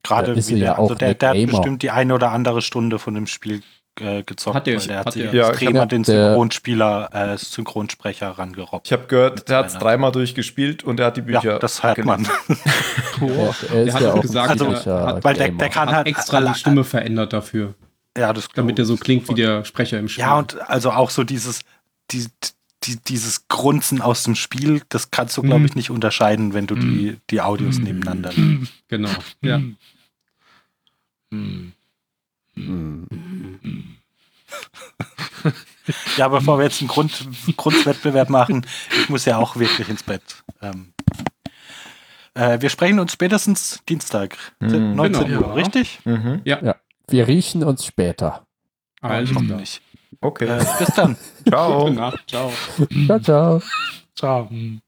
A: Gerade
E: Ja, ist
A: wie
E: er
A: der,
E: ja
A: also
E: auch
A: der,
E: Nick
A: der hat
E: Gamer.
A: bestimmt die eine oder andere Stunde von dem Spiel äh, gezockt.
B: Hat der-
A: weil der
B: hat
A: hat sich
B: der-
C: Ja,
A: extrem
E: ich hab-
A: an den
E: der-
A: Synchronspieler, äh, Synchronsprecher rangerobbt.
C: Ich habe gehört, der hat es
A: Mit
C: dreimal durchgespielt und er hat die Bücher.
A: Ja, das hört man.
E: Er, er ist
B: hat
E: ja
B: auch
E: auch
B: gesagt,
E: ein
A: also,
E: ziemlicher
B: hat-
A: Weil der,
E: Gamer.
A: der kann
B: Hat
A: halt
B: extra
A: alle-
B: die Stimme verändert dafür,
A: Ja, das
B: damit der so klingt wie der Sprecher im Spiel.
A: Ja, und also auch so dieses, die, die, dieses Grunzen aus dem Spiel, das kannst du,
B: Mhm.
A: glaube ich, nicht unterscheiden, wenn du die, die Audios
B: Mhm.
A: nebeneinander nimmst.
B: genau. Ja.
D: Hm.
E: Hm.
A: Ja, bevor wir jetzt einen Grund, Grundwettbewerb machen, ich muss ja auch wirklich ins Bett. Ähm, äh, wir sprechen uns spätestens Dienstag,
C: Hm.
A: 19
B: Genau.
A: Uhr, richtig?
C: Mhm.
E: Wir riechen uns später.
B: Also,
A: Warum nicht?
C: Okay.
A: Äh, bis dann.
C: Ciao.
B: Gute Nacht. Ciao.
E: Ciao, ciao.
D: Ciao.